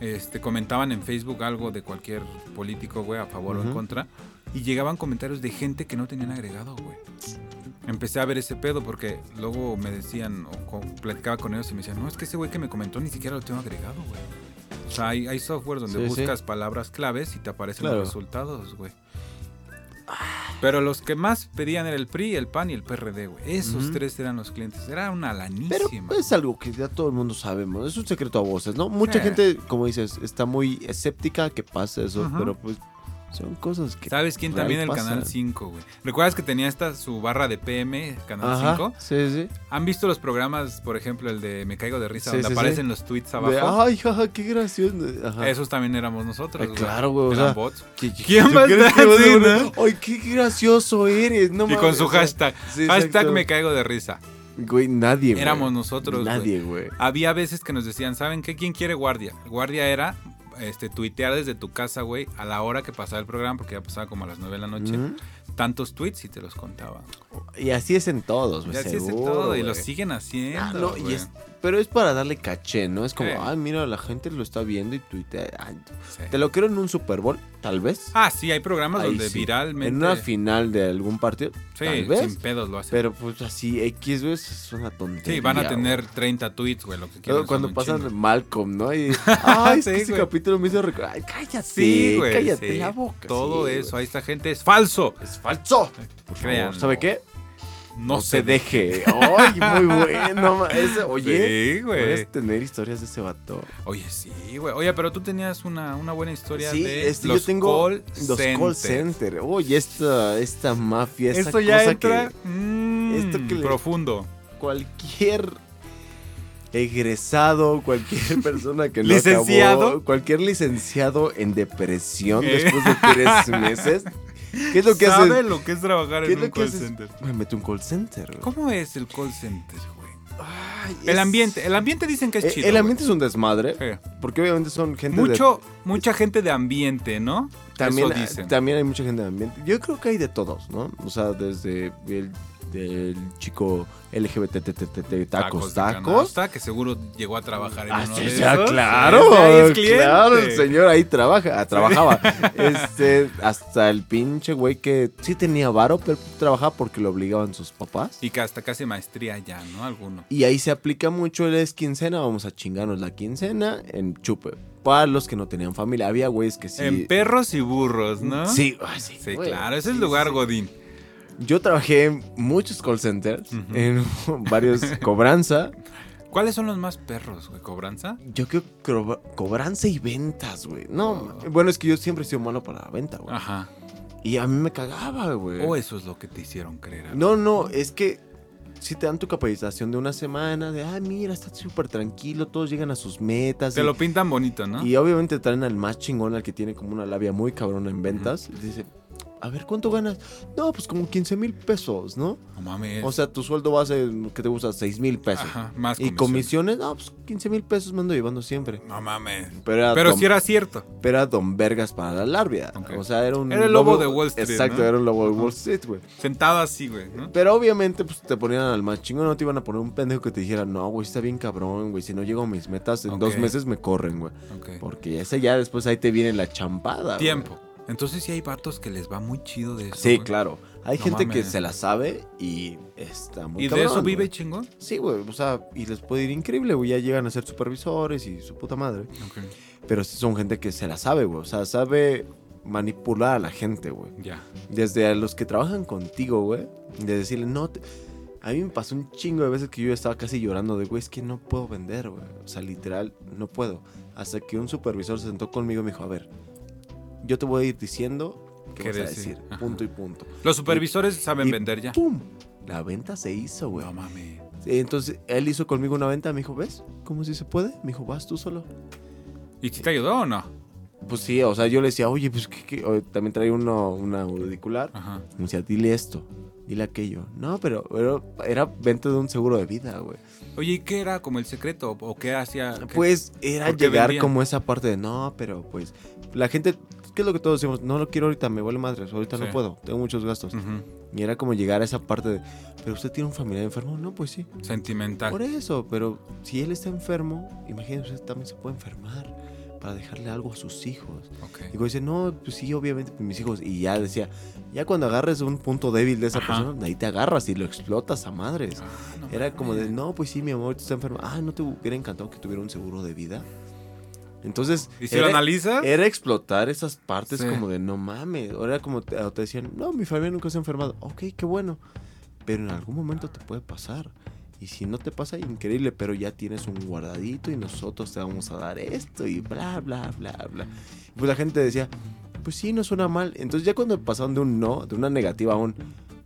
Speaker 1: este, comentaban en Facebook algo de cualquier político, güey, a favor o en
Speaker 2: Ujú.
Speaker 1: contra. Y llegaban comentarios de gente que no tenían agregado, güey. Empecé a ver ese pedo porque luego me decían, o co- platicaba con ellos y me decían, no, es que ese güey que me comentó ni siquiera lo tengo agregado, güey. O sea, hay, hay software donde
Speaker 2: Sí, sí.
Speaker 1: buscas palabras claves y te aparecen
Speaker 2: Claro.
Speaker 1: los resultados, güey. Pero los que más pedían era el PRI, el PAN y el PRD, güey. Esos
Speaker 2: Ujú.
Speaker 1: tres eran los clientes. Era una
Speaker 2: Pero
Speaker 1: lanísima.
Speaker 2: es algo que ya todo el mundo sabemos. Es un secreto a voces, ¿no? Mucha
Speaker 1: Sí.
Speaker 2: gente, como dices, está muy escéptica que pasa eso,
Speaker 1: Ajá.
Speaker 2: pero pues son cosas que.
Speaker 1: ¿Sabes quién
Speaker 2: real
Speaker 1: también? El
Speaker 2: pasan.
Speaker 1: Canal 5, güey. ¿Recuerdas que tenía esta su barra de PM, Canal
Speaker 2: Ajá.
Speaker 1: 5?
Speaker 2: Sí, sí.
Speaker 1: ¿Han visto los programas, por ejemplo, el de Me Caigo de Risa,
Speaker 2: Sí,
Speaker 1: donde
Speaker 2: sí,
Speaker 1: aparecen
Speaker 2: sí.
Speaker 1: los tweets
Speaker 2: De,
Speaker 1: abajo?
Speaker 2: Ay, jaja, qué gracioso. Ajá.
Speaker 1: Esos también éramos nosotros,
Speaker 2: Eh,
Speaker 1: güey.
Speaker 2: claro, güey, o
Speaker 1: Eran
Speaker 2: sea,
Speaker 1: bots.
Speaker 2: ¿Qué- qué-
Speaker 1: ¿Quién
Speaker 2: tú
Speaker 1: va a
Speaker 2: crees
Speaker 1: estar
Speaker 2: que vas
Speaker 1: así,
Speaker 2: poner,
Speaker 1: no?
Speaker 2: Ay, qué gracioso eres. No
Speaker 1: Y con
Speaker 2: mames",
Speaker 1: su
Speaker 2: o sea,
Speaker 1: hashtag.
Speaker 2: sí,
Speaker 1: hashtag
Speaker 2: exacto.
Speaker 1: Me Caigo de Risa.
Speaker 2: Güey, nadie. güey.
Speaker 1: Éramos nosotros, güey.
Speaker 2: Nadie, güey.
Speaker 1: Había veces que nos decían, ¿saben qué? ¿Quién quiere guardia? Guardia era este, tuitear desde tu casa, güey, a la hora que pasaba el programa, porque ya pasaba como a las 9 de la noche.
Speaker 2: Ujú.
Speaker 1: Tantos tweets y te los contaban.
Speaker 2: Y así es en todos, güey.
Speaker 1: Ya se hace
Speaker 2: Pues seguro,
Speaker 1: todo y
Speaker 2: güey.
Speaker 1: lo siguen haciendo.
Speaker 2: Ah, no, y
Speaker 1: güey.
Speaker 2: es- pero es para darle caché, ¿no? Es como,
Speaker 1: Sí.
Speaker 2: ay, mira, la gente lo está viendo y tuitea. Ay,
Speaker 1: Sí.
Speaker 2: Te lo creo en un Super Bowl, tal vez.
Speaker 1: Ah, sí, hay programas
Speaker 2: Ahí
Speaker 1: donde
Speaker 2: sí.
Speaker 1: viralmente.
Speaker 2: En una final de algún partido,
Speaker 1: sí,
Speaker 2: tal vez.
Speaker 1: sin pedos lo hacen.
Speaker 2: Pero pues así, X, güey, es una tontería.
Speaker 1: sí, van a tener
Speaker 2: güey.
Speaker 1: 30 tweets, güey, lo que quieran.
Speaker 2: Luego cuando
Speaker 1: son un
Speaker 2: pasan
Speaker 1: chingo.
Speaker 2: Malcolm, ¿no? Y, ay, es
Speaker 1: Sí,
Speaker 2: que ese
Speaker 1: güey.
Speaker 2: capítulo me hizo recordar. Ay, cállate,
Speaker 1: Sí, güey.
Speaker 2: cállate
Speaker 1: sí.
Speaker 2: la boca.
Speaker 1: Todo
Speaker 2: sí,
Speaker 1: eso,
Speaker 2: güey.
Speaker 1: ahí esta gente es falso. Pues
Speaker 2: Es falso. Por
Speaker 1: Créanlo.
Speaker 2: favor, ¿sabe qué?
Speaker 1: No,
Speaker 2: se, deje. Ay, muy bueno. ma- ese- oye,
Speaker 1: Sí, güey.
Speaker 2: puedes tener historias de ese vato.
Speaker 1: Oye, sí, güey. Oye, pero tú tenías una, una buena historia
Speaker 2: Sí,
Speaker 1: de
Speaker 2: este,
Speaker 1: los
Speaker 2: yo tengo
Speaker 1: call
Speaker 2: los call
Speaker 1: centers.
Speaker 2: center. Oye, esta, esta mafia, esta
Speaker 1: Esto ya
Speaker 2: cosa
Speaker 1: entra
Speaker 2: que
Speaker 1: mm,
Speaker 2: esto que le-
Speaker 1: profundo.
Speaker 2: cualquier egresado, cualquier persona que no
Speaker 1: Licenciado.
Speaker 2: acabó, cualquier licenciado en depresión
Speaker 1: Eh.
Speaker 2: después de tres meses, ¿qué es lo que
Speaker 1: ¿Sabe
Speaker 2: hace?
Speaker 1: lo que es trabajar
Speaker 2: ¿Qué
Speaker 1: en
Speaker 2: es
Speaker 1: un
Speaker 2: lo que
Speaker 1: call
Speaker 2: haces?
Speaker 1: center?
Speaker 2: Me meto un call center. güey.
Speaker 1: ¿Cómo es el call center, güey?
Speaker 2: Ay,
Speaker 1: El
Speaker 2: es-
Speaker 1: ambiente, el ambiente dicen que es
Speaker 2: Eh,
Speaker 1: chido.
Speaker 2: el
Speaker 1: güey.
Speaker 2: ambiente es un desmadre,
Speaker 1: Sí.
Speaker 2: porque obviamente son gente de-
Speaker 1: Mucho, mucha gente de ambiente, ¿no?
Speaker 2: también,
Speaker 1: Eso dicen.
Speaker 2: también hay mucha gente de ambiente. Yo creo que hay de todos, ¿no? O sea, desde el del chico LGBTTTT tacos, tacos.
Speaker 1: de canasta, que seguro llegó a trabajar en
Speaker 2: Ah,
Speaker 1: uno
Speaker 2: sí,
Speaker 1: de
Speaker 2: sí, ah,
Speaker 1: esos.
Speaker 2: claro,
Speaker 1: Sí, ahí es cliente.
Speaker 2: claro, el señor ahí trabaja, ah, trabajaba. Este, hasta el pinche güey que sí tenía varo, pero trabajaba porque lo obligaban sus papás.
Speaker 1: Y que hasta casi maestría ya, ¿no? Alguno.
Speaker 2: Y ahí se aplica mucho el es quincena, vamos a chingarnos la quincena en chupe. Para los que no tenían familia, había güeyes que sí.
Speaker 1: En perros y burros, ¿no?
Speaker 2: Sí, ah, sí,
Speaker 1: Sí,
Speaker 2: güey.
Speaker 1: claro, ese
Speaker 2: Sí,
Speaker 1: es el lugar,
Speaker 2: sí.
Speaker 1: Godín.
Speaker 2: Yo trabajé en muchos call centers,
Speaker 1: Ujú.
Speaker 2: en varios cobranza.
Speaker 1: ¿Cuáles son los más perros, güey? ¿Cobranza?
Speaker 2: Yo creo que cobra- cobranza y ventas, güey. No,
Speaker 1: Oh.
Speaker 2: ma- bueno, es que yo siempre he sido malo para la venta, güey.
Speaker 1: Ajá.
Speaker 2: Y a mí me cagaba, güey.
Speaker 1: O eso es lo que te hicieron creer. amigo.
Speaker 2: No, no, es que si te dan tu capacitación de una semana, de, ah, mira, está súper tranquilo, todos llegan a sus metas.
Speaker 1: Te
Speaker 2: y,
Speaker 1: lo pintan bonito, ¿no?
Speaker 2: y obviamente traen al más chingón, al que tiene como una labia muy cabrona en ventas. y dice, a ver, ¿cuánto ganas? No, pues como 15 mil pesos, ¿no?
Speaker 1: No mames.
Speaker 2: O sea, tu sueldo base, ¿qué te gusta? 6 mil pesos.
Speaker 1: Ajá, más
Speaker 2: Y comisiones, no, pues 15 mil pesos me ando llevando siempre.
Speaker 1: No mames.
Speaker 2: Pero era,
Speaker 1: Pero
Speaker 2: don,
Speaker 1: si era cierto.
Speaker 2: pero era don Vergas para la larvia.
Speaker 1: Ok.
Speaker 2: O sea, era un.
Speaker 1: Era el lobo de Wall Street,
Speaker 2: Exacto,
Speaker 1: ¿no?
Speaker 2: era un lobo de Wall Street, güey.
Speaker 1: Sentado así, güey, ¿no?
Speaker 2: Pero obviamente, pues te ponían al más chingo, no te iban a poner un pendejo que te dijera, no, güey, está bien cabrón, güey. Si no llego a mis metas, en
Speaker 1: Ok.
Speaker 2: dos meses me corren, güey.
Speaker 1: Ok.
Speaker 2: Porque ese ya después ahí te viene la champada. güey.
Speaker 1: Tiempo. Entonces sí hay vatos que les va muy chido de eso.
Speaker 2: Sí,
Speaker 1: güey.
Speaker 2: claro. Hay
Speaker 1: No
Speaker 2: gente que
Speaker 1: mames.
Speaker 2: se la sabe y está muy
Speaker 1: ¿Y de
Speaker 2: cabrón,
Speaker 1: eso vive
Speaker 2: güey.
Speaker 1: chingón?
Speaker 2: Sí, güey, o sea, y les puede ir increíble, güey. Ya llegan a ser supervisores y su puta madre.
Speaker 1: Ok.
Speaker 2: Pero sí son gente que se la sabe, güey. O sea, sabe manipular a la gente, güey.
Speaker 1: Ya.
Speaker 2: Desde a los que trabajan contigo, güey. De decirle, no. te- A mí me pasó un chingo de veces que yo estaba casi llorando de, güey, es que no puedo vender, güey. O sea, literal, no puedo. Hasta que un supervisor se sentó conmigo y me dijo, a ver, yo te voy a ir diciendo qué,
Speaker 1: ¿Qué
Speaker 2: vas a
Speaker 1: decir?
Speaker 2: decir.
Speaker 1: Ajá.
Speaker 2: Punto y punto.
Speaker 1: Los supervisores saben
Speaker 2: y-
Speaker 1: vender ya.
Speaker 2: ¡Pum! La venta se hizo, güey.
Speaker 1: No mames.
Speaker 2: Entonces, él hizo conmigo una venta. Me dijo, ¿ves? ¿Cómo si se puede? Me dijo, vas tú solo.
Speaker 1: ¿Y si te ayudó o no?
Speaker 2: Pues sí, o sea, yo le decía, oye, pues ¿qué- qué?". O, también traía uno, una auricular.
Speaker 1: Ajá.
Speaker 2: Me decía, dile esto, dile aquello. No, pero, pero era venta de un seguro de vida, güey.
Speaker 1: Oye, ¿y qué era como el secreto? ¿O qué hacía? ¿Qué-
Speaker 2: Pues era
Speaker 1: ¿Por qué
Speaker 2: llegar
Speaker 1: vendían?
Speaker 2: como esa parte de, no, pero pues la gente, ¿qué es lo que todos decimos? No lo quiero ahorita, me vale madre, ahorita
Speaker 1: Sí. Mm.
Speaker 2: no puedo, tengo muchos gastos.
Speaker 1: Ujú.
Speaker 2: Y era como llegar a esa parte de, pero usted tiene un familiar enfermo, no, pues sí.
Speaker 1: Sentimental.
Speaker 2: Por e- eso, pero si él está enfermo, imagínense, usted también se puede enfermar para dejarle algo a sus hijos.
Speaker 1: Ok.
Speaker 2: Y como dice, no, pues sí, obviamente, pues, mis hijos. Y ya decía, ya cuando agarres un punto débil de esa
Speaker 1: Ajá.
Speaker 2: persona, ahí te agarras y lo explotas a madres.
Speaker 1: Ah, no
Speaker 2: Era como de,
Speaker 1: mames.
Speaker 2: no, pues sí, mi amor, está enferma. Ah, ¿no te hubiera encantado que tuviera un seguro de vida? Entonces,
Speaker 1: ¿Y si lo
Speaker 2: era,
Speaker 1: analizas?
Speaker 2: era explotar esas partes
Speaker 1: Sí.
Speaker 2: como de, no mames. Ahora como te, o te decían, no, mi familia nunca se ha enfermado. Ok, qué bueno. Pero en algún momento te puede pasar. Y si no te pasa, increíble, pero ya tienes un guardadito y nosotros te vamos a dar esto y bla, bla, bla, bla. Y Pues la gente decía, pues sí, no suena mal. Entonces ya cuando pasaron de un no, de una negativa a un,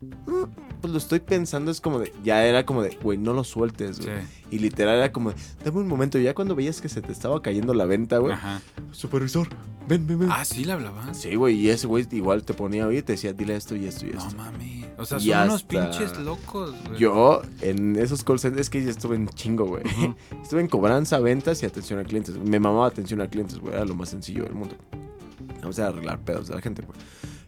Speaker 2: "Mm, pues lo estoy pensando, es como de, ya era como de, güey, no lo sueltes,
Speaker 1: Sí.
Speaker 2: güey. Y literal era como, de, dame un momento, ya cuando veías que se te estaba cayendo la venta, güey.
Speaker 1: Ajá.
Speaker 2: Supervisor, ven, ven, ven.
Speaker 1: Ah, sí le hablaban.
Speaker 2: Sí, güey, y ese güey igual te ponía a oír y te decía, dile esto y esto y
Speaker 1: No
Speaker 2: esto.
Speaker 1: mami. O sea,
Speaker 2: Y
Speaker 1: son unos
Speaker 2: hasta-
Speaker 1: pinches locos, güey.
Speaker 2: Yo en esos call centers es que yo estuve en chingo, güey. Estuve en cobranza, ventas y atención a clientes. Me mamaba atención a clientes, güey. Era lo más sencillo del mundo. Vamos a arreglar pedos de la gente, güey.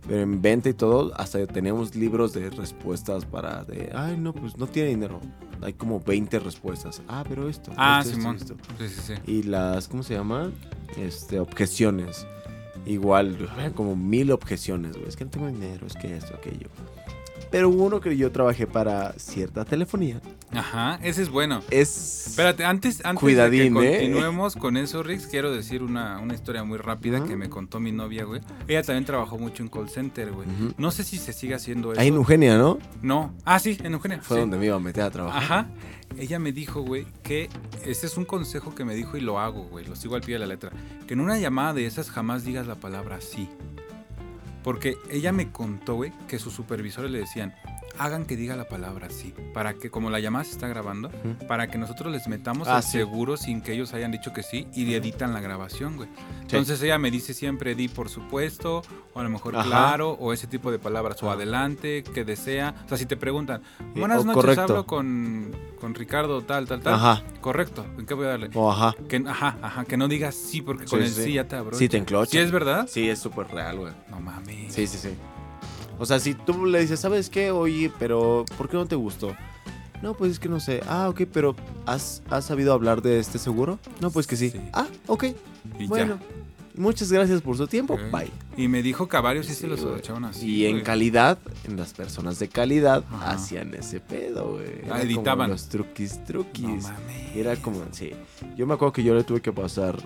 Speaker 2: Pero en venta y todo, hasta teníamos libros de respuestas para de, ay, no, pues no tiene dinero. Hay como 20 respuestas. Ah, pero esto.
Speaker 1: Ah,
Speaker 2: esto, esto,
Speaker 1: Simón.
Speaker 2: esto.
Speaker 1: Sí, sí, sí.
Speaker 2: Y las, ¿cómo se llama? Este, objeciones. Igual, eran como mil objeciones, güey. Es que no tengo dinero, es que esto, aquello. Pero hubo uno que yo trabajé para cierta telefonía.
Speaker 1: Ajá, ese es bueno.
Speaker 2: Es.
Speaker 1: Espérate, antes, antes
Speaker 2: Cuidadín,
Speaker 1: de que
Speaker 2: ¿eh?
Speaker 1: continuemos con eso, Rix, quiero decir una, una historia muy rápida
Speaker 2: Ujú.
Speaker 1: que me contó mi novia, güey. Ella también trabajó mucho en call center, güey.
Speaker 2: Ujú.
Speaker 1: No sé si se sigue haciendo eso.
Speaker 2: Ahí en Eugenia, ¿no?
Speaker 1: No. Ah, sí, en Eugenia.
Speaker 2: Fue
Speaker 1: sí.
Speaker 2: donde me iba a meter a trabajar.
Speaker 1: Ajá. Ella me dijo, güey, que ese es un consejo que me dijo y lo hago, güey. Lo sigo al pie de la letra. Que en una llamada de esas jamás digas la palabra sí. Porque ella me contó, güey, que sus supervisores le decían, hagan que diga la palabra sí. Para que, como la llamada se está grabando,
Speaker 2: Ujú.
Speaker 1: para que nosotros les metamos
Speaker 2: Ah,
Speaker 1: al
Speaker 2: sí.
Speaker 1: seguro sin que ellos hayan dicho que sí y le editan la grabación, güey.
Speaker 2: Sí.
Speaker 1: Entonces ella me dice siempre di por supuesto, o a lo mejor
Speaker 2: Ajá.
Speaker 1: claro, o ese tipo de palabras, o
Speaker 2: Ajá.
Speaker 1: adelante, que desea. O sea, si te preguntan,
Speaker 2: Sí,
Speaker 1: Buenas
Speaker 2: o
Speaker 1: noches,
Speaker 2: correcto.
Speaker 1: hablo con, con Ricardo, tal, tal, tal.
Speaker 2: Ajá.
Speaker 1: Correcto, ¿en qué voy a darle?
Speaker 2: O ajá.
Speaker 1: Que, ajá, ajá, que no digas sí, porque
Speaker 2: Sí,
Speaker 1: con el
Speaker 2: sí.
Speaker 1: sí ya te abro.
Speaker 2: Sí, te enclocha.
Speaker 1: ¿Sí es verdad?
Speaker 2: Sí, es súper real, güey.
Speaker 1: No mames.
Speaker 2: Sí, sí, sí. O sea, si tú le dices, ¿sabes qué? Oye, pero ¿por qué no te gustó? No, pues es que no sé. Ah, ok, pero ¿has, has sabido hablar de este seguro? No, pues que sí.
Speaker 1: Sí.
Speaker 2: Ah, ok.
Speaker 1: Y
Speaker 2: bueno, muchas gracias por su tiempo.
Speaker 1: ya. Ok.
Speaker 2: Bye.
Speaker 1: Y me dijo que a varios sí, se
Speaker 2: Sí,
Speaker 1: los
Speaker 2: güey.
Speaker 1: echaban así.
Speaker 2: Y en
Speaker 1: güey.
Speaker 2: calidad, en las personas de calidad,
Speaker 1: Ajá.
Speaker 2: hacían ese pedo, güey.
Speaker 1: Ah,
Speaker 2: Era
Speaker 1: editaban.
Speaker 2: Como los truquis,
Speaker 1: No
Speaker 2: truquis.
Speaker 1: mames.
Speaker 2: Era como, sí. Yo me acuerdo que yo le tuve que pasar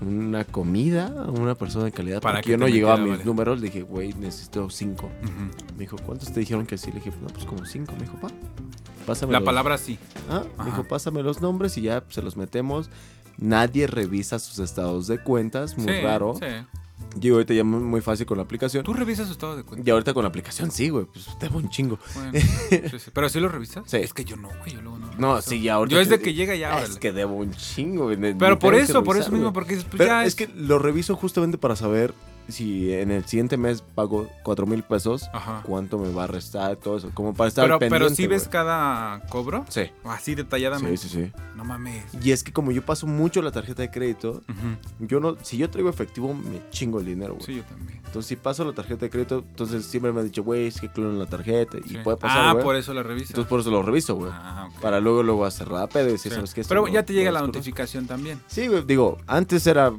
Speaker 2: una comida a una persona de calidad.
Speaker 1: Para
Speaker 2: Para porque
Speaker 1: que
Speaker 2: yo no
Speaker 1: te
Speaker 2: llegaba a
Speaker 1: metiera,
Speaker 2: mis
Speaker 1: vale.
Speaker 2: números. Le dije, güey, necesito cinco.
Speaker 1: Ujú.
Speaker 2: Me dijo, ¿cuántos te dijeron que sí? Le dije, no, pues como cinco. Me dijo, pa, pásame
Speaker 1: La
Speaker 2: los-
Speaker 1: palabra sí.
Speaker 2: Ah,
Speaker 1: Ajá.
Speaker 2: me dijo, pásame los nombres y ya pues, se los metemos. Nadie revisa sus estados de cuentas, muy
Speaker 1: Sí,
Speaker 2: raro.
Speaker 1: sí.
Speaker 2: Digo, ahorita ya muy muy fácil con la aplicación.
Speaker 1: ¿Tú revisas su estado de
Speaker 2: Y
Speaker 1: cuenta?
Speaker 2: ahorita con la aplicación sí, güey, pues te va un chingo.
Speaker 1: Bueno, sí, sí. ¿Pero sí lo revisas?
Speaker 2: Sí.
Speaker 1: Es que yo no, güey. Yo luego no.
Speaker 2: No,
Speaker 1: reviso.
Speaker 2: sí, ya ahorita.
Speaker 1: Yo es de
Speaker 2: te-
Speaker 1: que llega ya.
Speaker 2: Es
Speaker 1: órale.
Speaker 2: que debo un chingo, güey. ne-
Speaker 1: Pero
Speaker 2: ni
Speaker 1: por
Speaker 2: tengo que
Speaker 1: eso, por eso
Speaker 2: revisar,
Speaker 1: mismo,
Speaker 2: güey.
Speaker 1: porque pues,
Speaker 2: Pero
Speaker 1: ya
Speaker 2: es que lo reviso justamente para saber si en el siguiente mes pago cuatro mil pesos,
Speaker 1: Ajá.
Speaker 2: cuánto me va a restar, todo eso. Como para estar
Speaker 1: Pero,
Speaker 2: pendiente.
Speaker 1: pero si ves
Speaker 2: güey.
Speaker 1: cada cobro,
Speaker 2: Sí.
Speaker 1: así detalladamente.
Speaker 2: Sí, sí, sí.
Speaker 1: No mames.
Speaker 2: Y es que como yo paso mucho la tarjeta de crédito,
Speaker 1: Ujú.
Speaker 2: yo no, si yo traigo efectivo, me chingo el dinero, güey.
Speaker 1: Sí, yo también.
Speaker 2: Entonces, si paso la tarjeta de crédito, entonces siempre me han dicho, güey, es que clonan la tarjeta. Y
Speaker 1: Sí.
Speaker 2: puede pasar,
Speaker 1: ah,
Speaker 2: güey.
Speaker 1: por eso la revisas.
Speaker 2: Entonces, por eso lo reviso, güey.
Speaker 1: Ah, ok.
Speaker 2: Para luego, luego hacer rápido y decir,
Speaker 1: Sí.
Speaker 2: ¿sabes qué? Esto
Speaker 1: Pero
Speaker 2: no-
Speaker 1: ya te llega
Speaker 2: no
Speaker 1: la
Speaker 2: es correcto".
Speaker 1: notificación también.
Speaker 2: Sí, güey, digo, antes era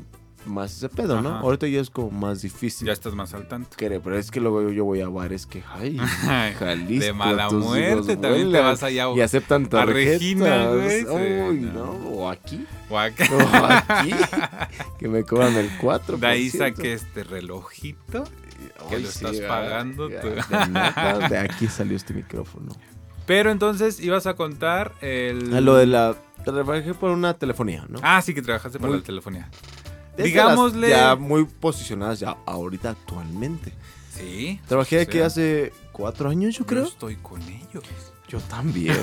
Speaker 2: más ese pedo, ¿no?
Speaker 1: Ajá.
Speaker 2: Ahorita ya es como más difícil.
Speaker 1: Ya estás más al tanto.
Speaker 2: Creo, pero es que luego yo, yo voy a bares que, ay,
Speaker 1: Ay,
Speaker 2: Jalisco.
Speaker 1: De mala
Speaker 2: tus
Speaker 1: muerte
Speaker 2: hijos
Speaker 1: también te
Speaker 2: vuelan
Speaker 1: vas allá. o-
Speaker 2: Y aceptan tarjetas.
Speaker 1: Regina, güey, sí,
Speaker 2: Uy,
Speaker 1: no.
Speaker 2: no. O aquí.
Speaker 1: o acá.
Speaker 2: O aquí. que me cobran el 4.
Speaker 1: De ahí saqué este relojito. que lo estás pagando tú.
Speaker 2: De, neta, de aquí salió este micrófono.
Speaker 1: Pero entonces ibas a contar el.
Speaker 2: A Ah, lo de la. Trabajé por una telefonía, ¿no?
Speaker 1: Mm. Ah, sí, que trabajaste para
Speaker 2: Muy-
Speaker 1: la telefonía.
Speaker 2: Es de las
Speaker 1: digámosle-
Speaker 2: Ya muy posicionadas, ya ahorita actualmente.
Speaker 1: Sí.
Speaker 2: Trabajé aquí
Speaker 1: sea,
Speaker 2: hace cuatro años, yo
Speaker 1: Yo
Speaker 2: creo.
Speaker 1: estoy con ellos.
Speaker 2: Yo también.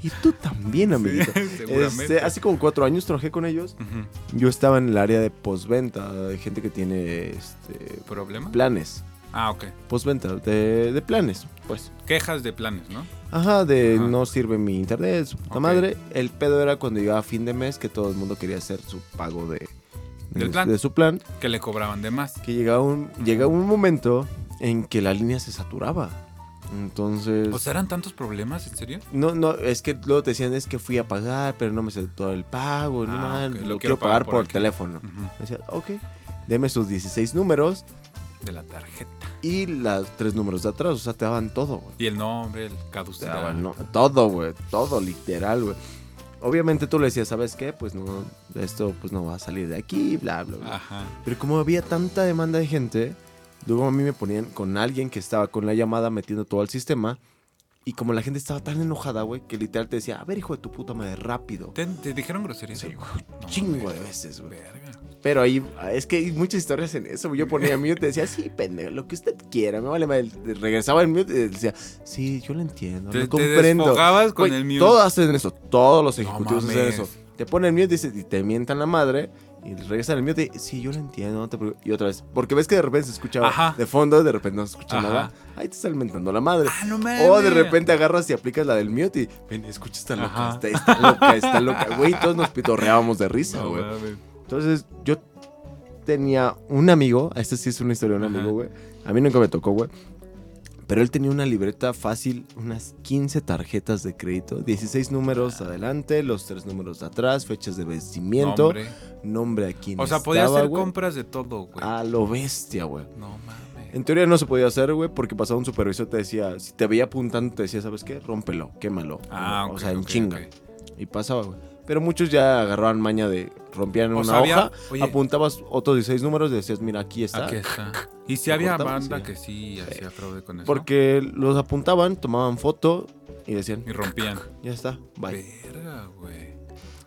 Speaker 2: y tú también, amiguito.
Speaker 1: seguramente.
Speaker 2: Este, hace como cuatro años trabajé con ellos.
Speaker 1: Ujú.
Speaker 2: Yo estaba en el área de postventa, de gente que tiene este,
Speaker 1: ¿Problema?
Speaker 2: planes.
Speaker 1: Ah, ok.
Speaker 2: Postventa, de, de planes, pues.
Speaker 1: Quejas de planes, ¿no?
Speaker 2: Ajá, de
Speaker 1: Ajá.
Speaker 2: no sirve mi internet, su puta
Speaker 1: Ok.
Speaker 2: madre. El pedo era cuando llegaba fin de mes que todo el mundo quería hacer su pago de,
Speaker 1: Del
Speaker 2: de-
Speaker 1: plan.
Speaker 2: de su plan.
Speaker 1: Que le cobraban de más.
Speaker 2: Que llegaba un, llegaba un momento en que la línea se saturaba. Entonces...
Speaker 1: O sea, ¿eran tantos problemas? ¿En serio?
Speaker 2: No, no, es que luego te decían es que fui a pagar, pero no me todo el pago, no,
Speaker 1: Ah,
Speaker 2: man,
Speaker 1: ok,
Speaker 2: lo, quiero pagar por el teléfono.
Speaker 1: Ujú.
Speaker 2: Decía, ok, deme sus 16 números
Speaker 1: De la tarjeta.
Speaker 2: y los tres números de atrás, o sea, te daban todo, güey.
Speaker 1: Y el nombre, el
Speaker 2: Te
Speaker 1: caducidad.
Speaker 2: daban, no, todo, güey, todo, literal, güey. Obviamente tú le decías, ¿sabes qué? Pues no, esto pues no va a salir de aquí, bla, bla, bla.
Speaker 1: Ajá.
Speaker 2: Pero como había tanta demanda de gente, luego a mí me ponían con alguien que estaba con la llamada metiendo todo al sistema. Y como la gente estaba tan enojada, güey, que literal te decía, a ver, hijo de tu puta madre, rápido.
Speaker 1: ¿Te, te dijeron groserías?
Speaker 2: Sí, güey,
Speaker 1: No,
Speaker 2: Chingo
Speaker 1: güey.
Speaker 2: de veces, güey.
Speaker 1: Verga.
Speaker 2: Pero ahí, es que hay muchas historias en eso. güey. Yo ponía mute y te decía, sí, pendejo, lo que usted quiera, me vale madre. Regresaba el mute y decía, sí, yo lo entiendo,
Speaker 1: Te,
Speaker 2: lo
Speaker 1: te
Speaker 2: comprendo.
Speaker 1: desfogabas con
Speaker 2: Güey,
Speaker 1: el mío.
Speaker 2: Todos hacen eso, todos los ejecutivos hacen
Speaker 1: mames.
Speaker 2: eso. Te ponen mute y dices- y te mientan la madre. Y regresan el mute y sí, yo lo entiendo, no te preocupes. Y otra vez, porque ves que de repente se escucha
Speaker 1: Ajá.
Speaker 2: de fondo, de repente no se escucha
Speaker 1: Ajá.
Speaker 2: nada. Ahí te están mentando la madre.
Speaker 1: Ah, no mames.
Speaker 2: O Oh, de repente agarras y aplicas la del mute y ven, escucha, está loca,
Speaker 1: Ajá.
Speaker 2: está, está loca, está loca. Güey, todos nos pitorreábamos de risa,
Speaker 1: No,
Speaker 2: güey.
Speaker 1: mames.
Speaker 2: Entonces, yo tenía un amigo, esta sí es una historia de un
Speaker 1: Ajá.
Speaker 2: amigo, güey. A mí nunca me tocó, güey. Pero él tenía una libreta fácil, unas 15 tarjetas de crédito, 16 números
Speaker 1: Ah.
Speaker 2: adelante, los tres números de atrás, fechas de vencimiento, nombre,
Speaker 1: Nombre.
Speaker 2: a quien
Speaker 1: O sea, podías
Speaker 2: estaba,
Speaker 1: hacer
Speaker 2: güey.
Speaker 1: compras de todo, güey.
Speaker 2: A lo bestia, güey.
Speaker 1: No mames.
Speaker 2: En teoría no se podía hacer, güey, porque pasaba un supervisor te decía, si te veía apuntando, te decía, ¿sabes qué? Rómpelo, quémalo.
Speaker 1: Ah,
Speaker 2: o
Speaker 1: ok,
Speaker 2: sea, en
Speaker 1: ok,
Speaker 2: chinga.
Speaker 1: ok.
Speaker 2: Y pasaba, güey. Pero muchos ya agarraban maña de rompían
Speaker 1: O
Speaker 2: una
Speaker 1: sea, había-
Speaker 2: hoja,
Speaker 1: oye.
Speaker 2: apuntabas otros 16 números y decías, mira, aquí está.
Speaker 1: Aquí está. Y si había
Speaker 2: cortamos,
Speaker 1: banda
Speaker 2: sí.
Speaker 1: que sí hacía fraude con eso.
Speaker 2: Porque los apuntaban, tomaban foto y decían,
Speaker 1: Y rompían.
Speaker 2: ya está, bye.
Speaker 1: Verga, güey.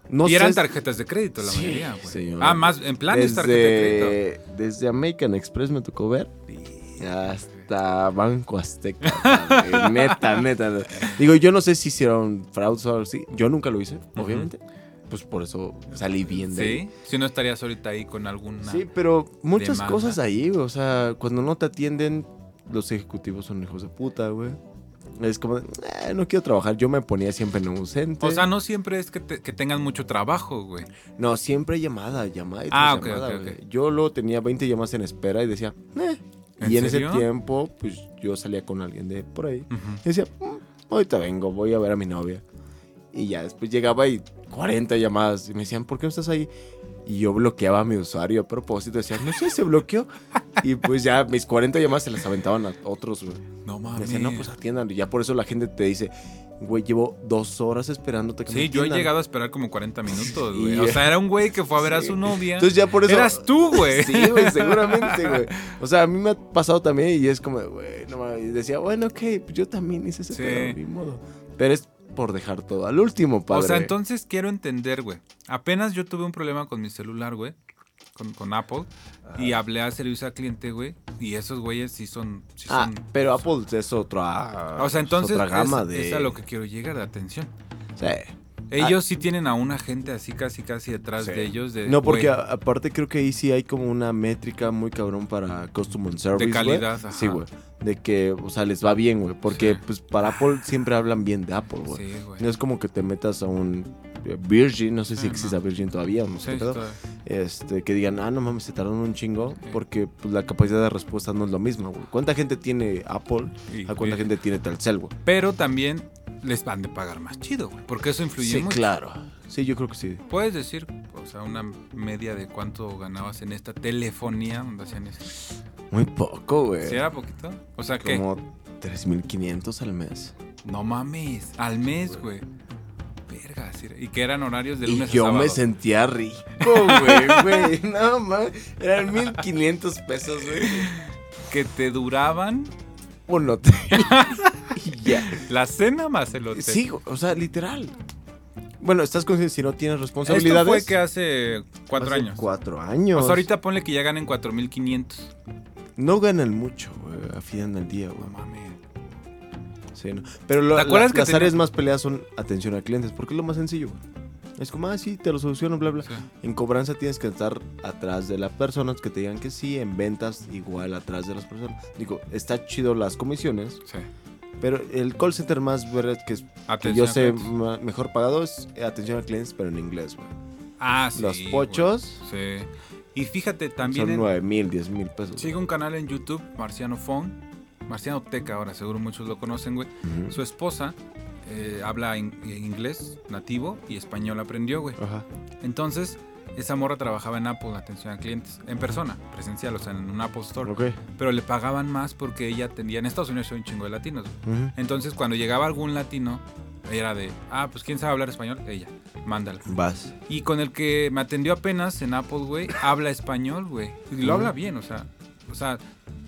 Speaker 2: No
Speaker 1: y eran
Speaker 2: sé-
Speaker 1: tarjetas de crédito la
Speaker 2: Sí,
Speaker 1: mayoría, güey.
Speaker 2: señor.
Speaker 1: Ah, más en plan es tarjeta de
Speaker 2: desde, desde American Express me tocó ver. Hasta Banco Azteca. güey. neta, neta, neta. Digo, yo no sé si hicieron fraudes o algo así. Yo nunca lo hice, obviamente. Pues por eso salí bien
Speaker 1: crédito.
Speaker 2: de ahí.
Speaker 1: Sí, si no estarías ahorita ahí con alguna.
Speaker 2: Sí, pero muchas
Speaker 1: Demanda.
Speaker 2: cosas ahí, güey. O sea, cuando no te atienden, los ejecutivos son hijos de puta, güey. Es como, de, "Eh, no quiero trabajar. Yo me ponía siempre en ausente.
Speaker 1: O sea, no siempre es que, te- que tengan mucho trabajo, güey.
Speaker 2: No, siempre llamada, llamada y
Speaker 1: Ah,
Speaker 2: tras
Speaker 1: ok,
Speaker 2: llamada,
Speaker 1: ok,
Speaker 2: güey.
Speaker 1: ok.
Speaker 2: Yo luego tenía 20 llamadas en espera y decía, eh,
Speaker 1: ¿En
Speaker 2: y en
Speaker 1: serio?
Speaker 2: ese tiempo, pues yo salía con alguien de por ahí.
Speaker 1: Ujú.
Speaker 2: Y decía, "Mm, ahorita vengo, voy a ver a mi novia. Y ya después llegaba y 40 llamadas. Y me decían, ¿por qué no estás ahí? Y yo bloqueaba a mi usuario a propósito. Decía, no sé, se bloqueó. Y pues ya mis 40 llamadas se las aventaban a otros, güey.
Speaker 1: No
Speaker 2: Me
Speaker 1: mames.
Speaker 2: decían, no, pues atiendan. Y ya por eso la gente te dice, güey, llevo dos horas esperándote que me
Speaker 1: Sí, yo he
Speaker 2: atiendan".
Speaker 1: llegado a esperar como 40 minutos,
Speaker 2: Sí. eh,
Speaker 1: güey. O sea, era un güey que fue a ver a
Speaker 2: Sí.
Speaker 1: su novia.
Speaker 2: Entonces ya por eso...
Speaker 1: Eras tú, güey.
Speaker 2: Sí, güey, seguramente, güey. O sea, a mí me ha pasado también y es como, de, güey, no mames. Y decía, bueno, ok, pues yo también hice ese
Speaker 1: Sí.
Speaker 2: pedo, ni modo. Pero es por dejar todo al último, padre.
Speaker 1: O sea, entonces quiero entender, güey. Apenas yo tuve un problema con mi celular, güey. Con, con Apple.
Speaker 2: Ah.
Speaker 1: Y hablé al servicio al cliente, güey. Y esos güeyes sí son. sí
Speaker 2: Ah,
Speaker 1: son-
Speaker 2: pero Apple es otra.
Speaker 1: o sea,
Speaker 2: es
Speaker 1: entonces
Speaker 2: Otra
Speaker 1: es,
Speaker 2: gama de. Ah.
Speaker 1: es a lo que quiero llegar, de atención.
Speaker 2: Sí.
Speaker 1: Ellos sí tienen a una gente así, casi, casi detrás
Speaker 2: Sí.
Speaker 1: de ellos. De,
Speaker 2: No, porque
Speaker 1: güey,
Speaker 2: a- aparte creo que ahí sí hay como una métrica muy cabrón para Customer Service. güey.
Speaker 1: calidad, ajá.
Speaker 2: Sí, güey. De que, o sea, les va bien, güey. Porque,
Speaker 1: Sí.
Speaker 2: pues, para Apple siempre hablan bien de Apple, güey.
Speaker 1: Sí, güey.
Speaker 2: No es como que te metas a un eh, Virgin, no sé si
Speaker 1: Sí,
Speaker 2: existe
Speaker 1: no.
Speaker 2: Virgin todavía, no sé qué
Speaker 1: Sí,
Speaker 2: pedo.
Speaker 1: está-
Speaker 2: Este, que digan, ah, no mames, se tardaron un chingo,
Speaker 1: Sí.
Speaker 2: porque pues, la capacidad de respuesta no es lo mismo, güey. ¿Cuánta gente tiene Apple
Speaker 1: y-
Speaker 2: a cuánta
Speaker 1: y-
Speaker 2: gente tiene Telcel, güey?
Speaker 1: Pero también les van de pagar más chido, güey. Porque eso influye
Speaker 2: Sí,
Speaker 1: mucho.
Speaker 2: claro. Sí, yo creo que sí.
Speaker 1: ¿Puedes decir, o sea, una media de cuánto ganabas en esta telefonía donde hacían esto?
Speaker 2: Muy poco, güey.
Speaker 1: ¿Si era poquito? O sea, ¿qué?
Speaker 2: como 3.500 al mes.
Speaker 1: No mames, al mes, güey. Verga, sí, y que eran horarios de
Speaker 2: Y
Speaker 1: lunes a
Speaker 2: yo
Speaker 1: sábado.
Speaker 2: me sentía rico, güey, güey. No mames, eran 1.500 pesos, güey.
Speaker 1: Que te duraban
Speaker 2: Un hotel. y ya.
Speaker 1: la cena más el hotel.
Speaker 2: Sí, o sea, literal. Bueno, estás consciente si no tienes responsabilidades.
Speaker 1: Esto fue que hace
Speaker 2: Hace
Speaker 1: cuatro años.
Speaker 2: Cuatro años.
Speaker 1: O sea, ahorita ponle que ya ganen 4.500.
Speaker 2: No ganan mucho, güey, a fin del día, güey.
Speaker 1: No mames.
Speaker 2: Sí, no. Pero lo-
Speaker 1: ¿Te acuerdas
Speaker 2: la-
Speaker 1: que
Speaker 2: las
Speaker 1: tenía-
Speaker 2: áreas más peleadas son atención a clientes, porque es lo más sencillo, güey. Es como, ah, sí, te lo soluciono, bla, bla.
Speaker 1: Sí.
Speaker 2: En cobranza tienes que estar atrás de las personas que te digan que sí, en ventas igual atrás de las personas. Digo, está chido las comisiones,
Speaker 1: sí.
Speaker 2: pero el call center más verdad que, es- que
Speaker 1: Atención
Speaker 2: yo
Speaker 1: a
Speaker 2: sé
Speaker 1: clientes.
Speaker 2: ma- mejor pagado es eh, atención a clientes, pero en inglés, güey.
Speaker 1: Ah, sí.
Speaker 2: los
Speaker 1: güey.
Speaker 2: pochos
Speaker 1: Sí. Y fíjate, también
Speaker 2: son
Speaker 1: en-
Speaker 2: 9 mil, 10 mil pesos.
Speaker 1: sigue un canal en YouTube, Marciano Fon. Marciano Teca, ahora seguro muchos lo conocen, güey.
Speaker 2: güey. Ujú.
Speaker 1: Su esposa eh, habla in- inglés nativo y español aprendió, güey.
Speaker 2: Ajá.
Speaker 1: Entonces, esa morra trabajaba en Apple, atención a clientes, en persona, presencial, o sea, en un Apple Store.
Speaker 2: Ok.
Speaker 1: Pero le pagaban más porque ella atendía. En Estados Unidos hay un chingo de latinos. güey.
Speaker 2: Ujú.
Speaker 1: Entonces, cuando llegaba algún latino, era de, ah, pues quién sabe hablar español, ella, mándala.
Speaker 2: Vas.
Speaker 1: Y con el que me atendió apenas en Apple, güey, habla español, güey. Y
Speaker 2: Ujú.
Speaker 1: lo habla bien, o sea, o sea,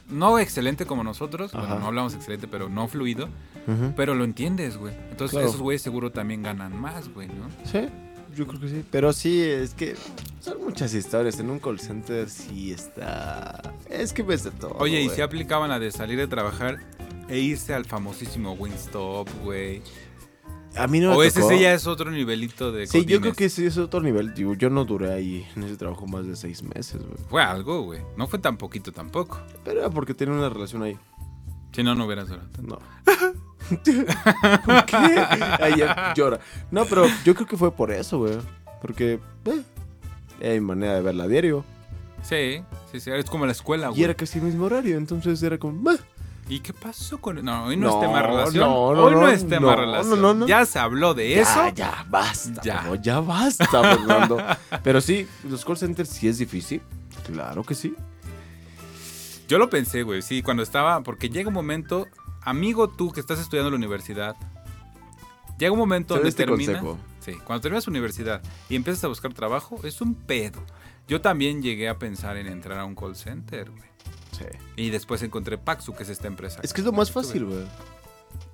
Speaker 1: no excelente como nosotros, bueno,
Speaker 2: Ajá.
Speaker 1: no hablamos excelente, pero no fluido,
Speaker 2: Ujú.
Speaker 1: pero lo entiendes, güey. Entonces
Speaker 2: Claro.
Speaker 1: esos güeyes seguro también ganan más, güey, ¿no?
Speaker 2: Sí, yo creo que sí. Pero sí, es que son muchas historias. En un call center sí está. Es que ves de todo.
Speaker 1: Oye, y
Speaker 2: güey.
Speaker 1: si aplicaban la de salir de trabajar e irse al famosísimo Wingstop, güey.
Speaker 2: A mí no me
Speaker 1: o ese
Speaker 2: tocó.
Speaker 1: sí ya es otro nivelito de
Speaker 2: Sí, yo
Speaker 1: codines.
Speaker 2: creo que sí es otro nivel. Digo, yo no duré ahí en ese trabajo más de seis meses, güey.
Speaker 1: Fue algo, güey. No fue tan poquito tampoco.
Speaker 2: Pero era porque tenía una relación ahí.
Speaker 1: Si no, no hubieras durado.
Speaker 2: No. ¿Por qué? Ay, ya llora. No, pero yo creo que fue por eso, güey. Porque, eh, era mi manera de verla a diario.
Speaker 1: Sí, sí, sí. Es como la escuela, Ah, güey.
Speaker 2: Y era casi el mismo horario, entonces era como, "Bah".
Speaker 1: ¿Y qué pasó con.? No, hoy no,
Speaker 2: No,
Speaker 1: es tema de relación.
Speaker 2: no, no,
Speaker 1: hoy no,
Speaker 2: no,
Speaker 1: es tema de
Speaker 2: no,
Speaker 1: relación.
Speaker 2: no, no, no.
Speaker 1: Ya se habló de eso.
Speaker 2: Ya, ya, basta.
Speaker 1: Ya.
Speaker 2: Ya, ya basta, Fernando. Pero sí, los call centers sí es difícil. Claro que sí.
Speaker 1: Yo lo pensé, güey. Sí, cuando estaba. Porque llega un momento. Amigo, tú que estás estudiando en la universidad. Llega un momento
Speaker 2: Te doy
Speaker 1: donde
Speaker 2: este
Speaker 1: terminas.
Speaker 2: consejo.
Speaker 1: Sí, cuando terminas universidad y empiezas a buscar trabajo, es un pedo. Yo también llegué a pensar en entrar a un call center, güey.
Speaker 2: Sí.
Speaker 1: Y después encontré Paxu, que es esta empresa.
Speaker 2: Es que es lo más fácil, güey.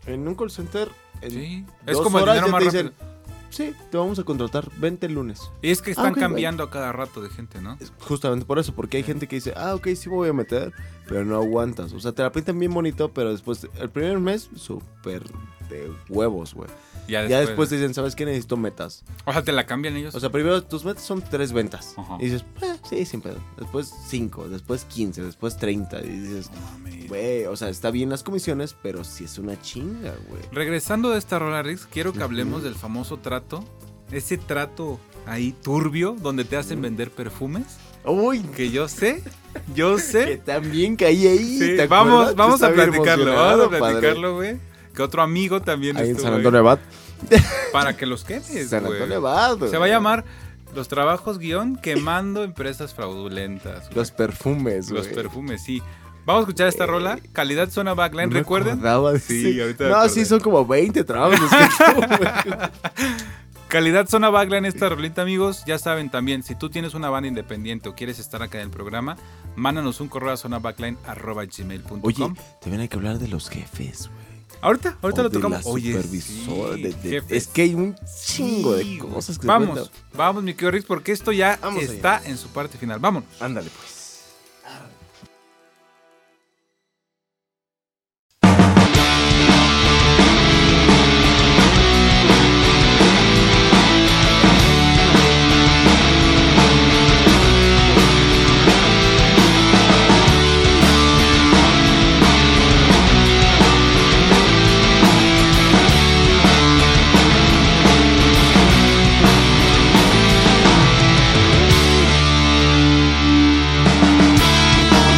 Speaker 2: En un call center, en
Speaker 1: Sí.
Speaker 2: dos
Speaker 1: Es como el
Speaker 2: horas
Speaker 1: dinero
Speaker 2: ya
Speaker 1: más
Speaker 2: te
Speaker 1: rápido.
Speaker 2: dicen, sí, te vamos a contratar, vente el lunes.
Speaker 1: Y es que están
Speaker 2: "Ah, ok, güey.
Speaker 1: cambiando a cada rato de gente, ¿no?
Speaker 2: Es justamente por eso, porque hay gente que dice, ah, ok, sí me voy a meter, pero no aguantas. O sea, te la pintan bien bonito, pero después, el primer mes, súper de huevos, güey. Ya después te dicen, ¿sabes qué? Necesito metas.
Speaker 1: O sea, te la cambian ellos.
Speaker 2: O sea, primero tus metas son tres ventas.
Speaker 1: Ajá.
Speaker 2: Y dices, "Ah, sí, sin pedo. Después cinco, después quince, después treinta. Y dices,
Speaker 1: No mames.
Speaker 2: güey, o sea, está bien las comisiones, pero sí es una chinga, güey.
Speaker 1: Regresando de esta rola, Rix, quiero que hablemos del famoso trato. Ese trato ahí turbio donde te hacen vender perfumes
Speaker 2: Uy,
Speaker 1: Que yo sé, yo
Speaker 2: que
Speaker 1: sé.
Speaker 2: también caí ahí.
Speaker 1: Sí,
Speaker 2: ¿te acuerdas?
Speaker 1: vamos
Speaker 2: Yo
Speaker 1: vamos a
Speaker 2: estaba bien
Speaker 1: platicarlo, vamos
Speaker 2: emocionado,
Speaker 1: a
Speaker 2: padre.
Speaker 1: platicarlo, güey. Que otro amigo también
Speaker 2: Ahí en
Speaker 1: estuvo
Speaker 2: San
Speaker 1: ahí.
Speaker 2: Antonio Abad.
Speaker 1: Para que los quemes,
Speaker 2: San
Speaker 1: güey.
Speaker 2: Antonio Abad.
Speaker 1: Se va a llamar Los Trabajos Guión Quemando Empresas Fraudulentas. güey.
Speaker 2: Los perfumes,
Speaker 1: Los
Speaker 2: güey. Eh,
Speaker 1: perfumes, sí. Vamos a escuchar esta rola. Calidad suena backline,
Speaker 2: No me
Speaker 1: recuerden.
Speaker 2: acordaba de
Speaker 1: Sí,
Speaker 2: ese-
Speaker 1: ahorita me
Speaker 2: No,
Speaker 1: acordé.
Speaker 2: sí, son como 20 trabajos. que tuve.
Speaker 1: Calidad Zona Backline, esta rolita, amigos. Ya saben también, si tú tienes una banda independiente o quieres estar acá en el programa, mándanos un correo a zonabackline.gmail.com.
Speaker 2: Oye, también hay que hablar de los jefes, güey.
Speaker 1: ahorita, ahorita
Speaker 2: O
Speaker 1: lo
Speaker 2: de
Speaker 1: tocamos.
Speaker 2: la
Speaker 1: Oye,
Speaker 2: supervisora,
Speaker 1: sí,
Speaker 2: de- de-
Speaker 1: jefes.
Speaker 2: es que hay un chingo
Speaker 1: Sí,
Speaker 2: de
Speaker 1: güey.
Speaker 2: cosas que se
Speaker 1: Vamos,
Speaker 2: cuentan.
Speaker 1: vamos, mi querido Rix, porque esto ya
Speaker 2: Vamos allá.
Speaker 1: está en su parte final. Vámonos.
Speaker 2: Ándale, pues.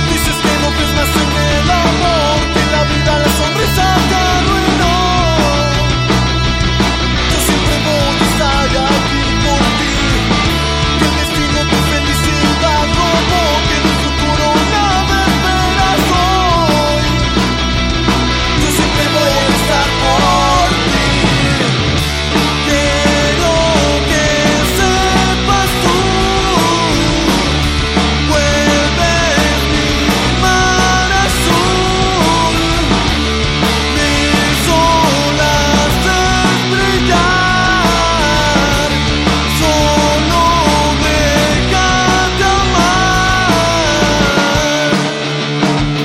Speaker 4: Dices que no crees más en el amor, que la vida la sonrisa te arruinó. Yo siempre voy a estar aquí por ti. Que el destino tu felicidad robó, que en el futuro nada esperas hoy. Yo siempre voy a estar por ti. Quiero que sepas tú. Vuelves mi mar azul, mis olas de brillar, solo déjate amar.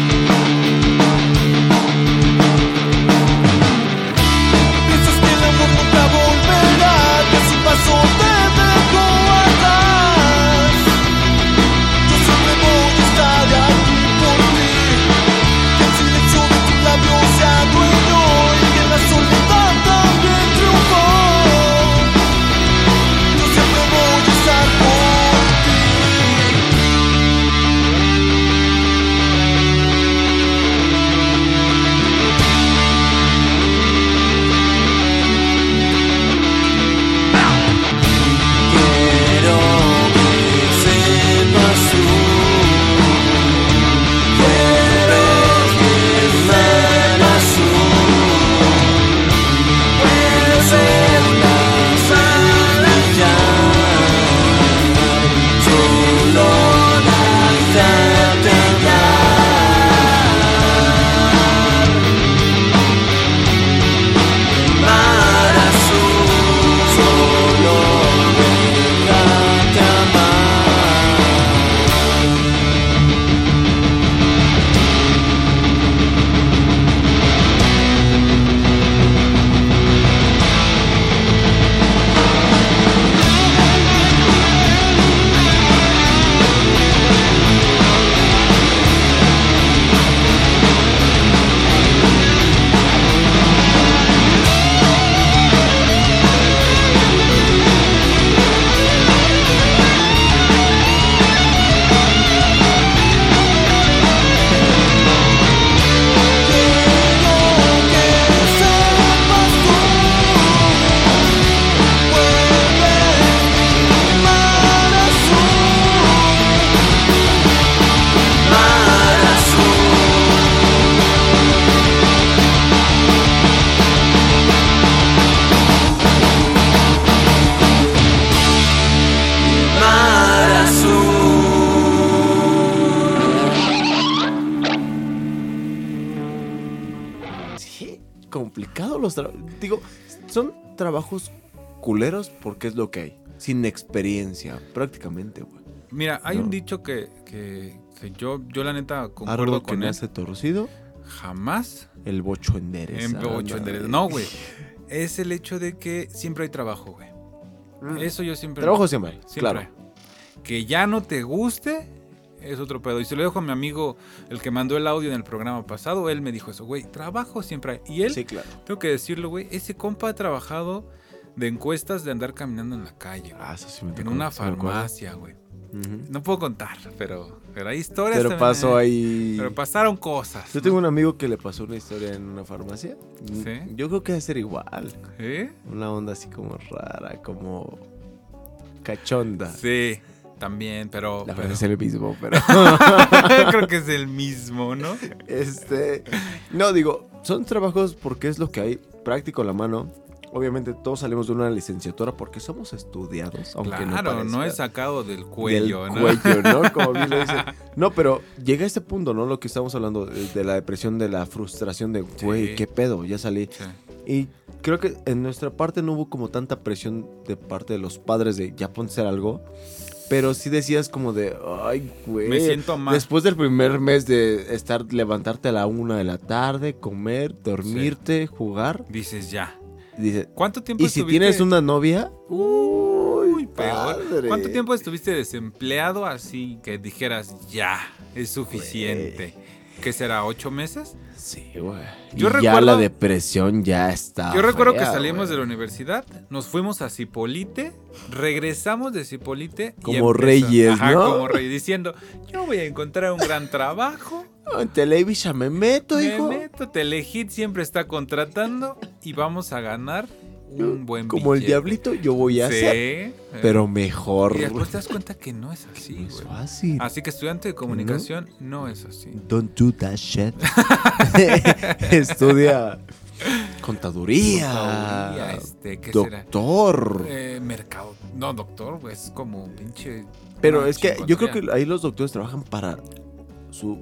Speaker 4: Piensas que el amor nunca volverá, que su paso te dejó atrás. Yo siempre voy a estar aquí por ti Que el silencio de tus labios sea dueño Y que la soledad también triunfó Yo siempre voy a estar por ti Quiero que sepas tú Vuelves mi mar azul Puedes ser una Solo déjate amar Mar azul Solo déjate amar Que sepas tú Vuelves mi mar azul Mar azul Mar azul
Speaker 2: Sí, complicado los trabajos. Digo, son trabajos culeros porque es lo que hay. Sin experiencia, prácticamente, güey.
Speaker 1: Mira, hay
Speaker 2: No.
Speaker 1: un dicho que, que- que yo, yo la neta concuerdo
Speaker 2: Árbol que
Speaker 1: con él.
Speaker 2: nace torcido,
Speaker 1: Jamás
Speaker 2: el bocho endereza.
Speaker 1: en ocho
Speaker 2: Ándale.
Speaker 1: enderezas. No, güey. Es el hecho de que siempre hay trabajo, güey. Eso yo siempre...
Speaker 2: Mm. Trabajo siempre hay,
Speaker 1: Siempre.
Speaker 2: claro.
Speaker 1: Que ya no te guste es otro pedo. Y se lo dejo a mi amigo, el que mandó el audio en el programa pasado. Él me dijo eso, güey. Trabajo siempre hay. Y él,
Speaker 2: Sí, claro.
Speaker 1: tengo que decirlo, güey. Ese compa ha trabajado de encuestas de andar caminando en la calle, güey.
Speaker 2: Ah, eso sí me
Speaker 1: En
Speaker 2: tocó,
Speaker 1: una
Speaker 2: sí me acuerdo.
Speaker 1: farmacia, güey.
Speaker 2: Ujú.
Speaker 1: No puedo contar, pero, pero hay historias.
Speaker 2: Pero
Speaker 1: también,
Speaker 2: pasó
Speaker 1: eh.
Speaker 2: ahí.
Speaker 1: Pero pasaron cosas.
Speaker 2: Yo tengo un amigo que le pasó una historia en una farmacia.
Speaker 1: ¿Sí?
Speaker 2: Yo creo que debe ser igual.
Speaker 1: ¿Eh?
Speaker 2: Una onda así como rara, como cachonda.
Speaker 1: Sí, también, pero.
Speaker 2: La
Speaker 1: pero-
Speaker 2: verdad es el mismo, pero.
Speaker 1: creo que es el mismo, ¿no?
Speaker 2: este. No, digo, son trabajos porque es lo que hay práctico a la mano. Obviamente todos salimos de una licenciatura porque somos estudiados, aunque no
Speaker 1: claro, no,
Speaker 2: parezca.
Speaker 1: es sacado del
Speaker 2: del
Speaker 1: cuello, ¿no?
Speaker 2: cuello, ¿no? Como bien lo dicen. No, pero llega a este punto, ¿no? Lo que estamos hablando de, de la depresión, de la frustración de, güey,
Speaker 1: Sí.
Speaker 2: qué pedo, ya salí.
Speaker 1: Sí.
Speaker 2: Y creo que en nuestra parte no hubo como tanta presión de parte de los padres de ya ponte a hacer algo. Pero sí decías como de, ay, güey.
Speaker 1: Me siento mal.
Speaker 2: Después del primer mes de estar, levantarte a la una de la tarde, comer, dormirte, jugar.
Speaker 1: Dices ya.
Speaker 2: Dice,
Speaker 1: ¿Cuánto tiempo
Speaker 2: y si
Speaker 1: estuviste-
Speaker 2: tienes una novia, uy,
Speaker 1: peor?
Speaker 2: padre.
Speaker 1: ¿Cuánto tiempo estuviste desempleado así que dijeras ya, es suficiente? ¿Qué será? ¿Ocho meses?
Speaker 2: Sí, güey.
Speaker 1: Yo
Speaker 2: y ya
Speaker 1: recuerdo-
Speaker 2: la depresión ya está.
Speaker 1: Yo recuerdo que
Speaker 2: Ah, fea,
Speaker 1: salimos de
Speaker 2: güey.
Speaker 1: la universidad, nos fuimos a Cipolite, regresamos de Cipolite. y
Speaker 2: Como
Speaker 1: empezó-
Speaker 2: reyes,
Speaker 1: Ajá,
Speaker 2: ¿no?
Speaker 1: como reyes, diciendo, yo voy a encontrar un gran trabajo,
Speaker 2: En Televisa me meto,
Speaker 1: me
Speaker 2: hijo.
Speaker 1: meto, Telehit siempre está contratando y vamos a ganar un buen
Speaker 2: Como el
Speaker 1: billete".
Speaker 2: diablito, yo voy a
Speaker 1: Sí,
Speaker 2: hacer,
Speaker 1: eh.
Speaker 2: pero mejor.
Speaker 1: Y después te das cuenta que no es así,
Speaker 2: No es
Speaker 1: güey. Ah,
Speaker 2: fácil.
Speaker 1: Así que estudiante de comunicación no es así.
Speaker 2: Don't do that shit. Estudia
Speaker 1: Contaduría,
Speaker 2: contaduría.
Speaker 1: este, ¿qué será?
Speaker 2: Doctor.
Speaker 1: Eh, mercado. No, doctor, güey, es como un pinche.
Speaker 2: Pero
Speaker 1: una
Speaker 2: es que yo creo
Speaker 1: chingonería.
Speaker 2: que ahí los doctores trabajan para su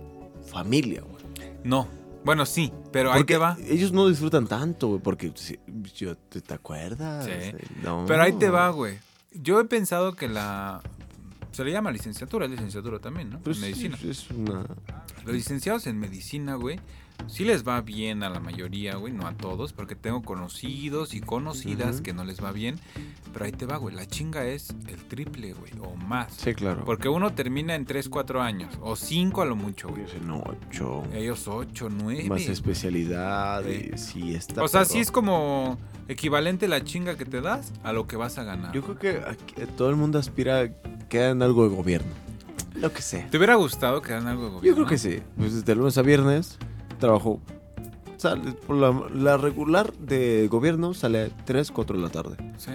Speaker 2: familia, güey.
Speaker 1: No. Bueno, sí, pero ahí
Speaker 2: Porque
Speaker 1: te va.
Speaker 2: Ellos no disfrutan tanto, güey, porque si- yo, ¿te, te acuerdas?
Speaker 1: Sí.
Speaker 2: Eh, no.
Speaker 1: Pero ahí te va, güey. Yo he pensado que la. Se le llama licenciatura, es licenciatura también, ¿no?
Speaker 2: Pues
Speaker 1: en medicina.
Speaker 2: es- es una-
Speaker 1: Los licenciados en medicina, güey, sí les va bien a la mayoría, güey, no a todos, porque tengo conocidos y conocidas
Speaker 2: Ujú.
Speaker 1: que no les va bien. Pero ahí te va, güey. La chinga es el triple, güey, o más.
Speaker 2: Sí, claro.
Speaker 1: Porque uno termina en 3, 4 años, o 5 a lo mucho, güey.
Speaker 2: Ellos en ocho.
Speaker 1: Ellos 8, 9.
Speaker 2: Más especialidades y está
Speaker 1: Eh, O sea,
Speaker 2: perro.
Speaker 1: sí es como equivalente la chinga que te das a lo que vas a ganar.
Speaker 2: Ah, Yo creo que aquí- eh, todo el mundo aspira a quedar en algo de gobierno. Lo que sea.
Speaker 1: ¿Te hubiera gustado que hagan algo de
Speaker 2: Yo
Speaker 1: gobierno?
Speaker 2: creo que sí. Pues de lunes a viernes trabajo. Sale, por la, la regular de gobierno sale a 3, 4 de la tarde.
Speaker 1: Sí.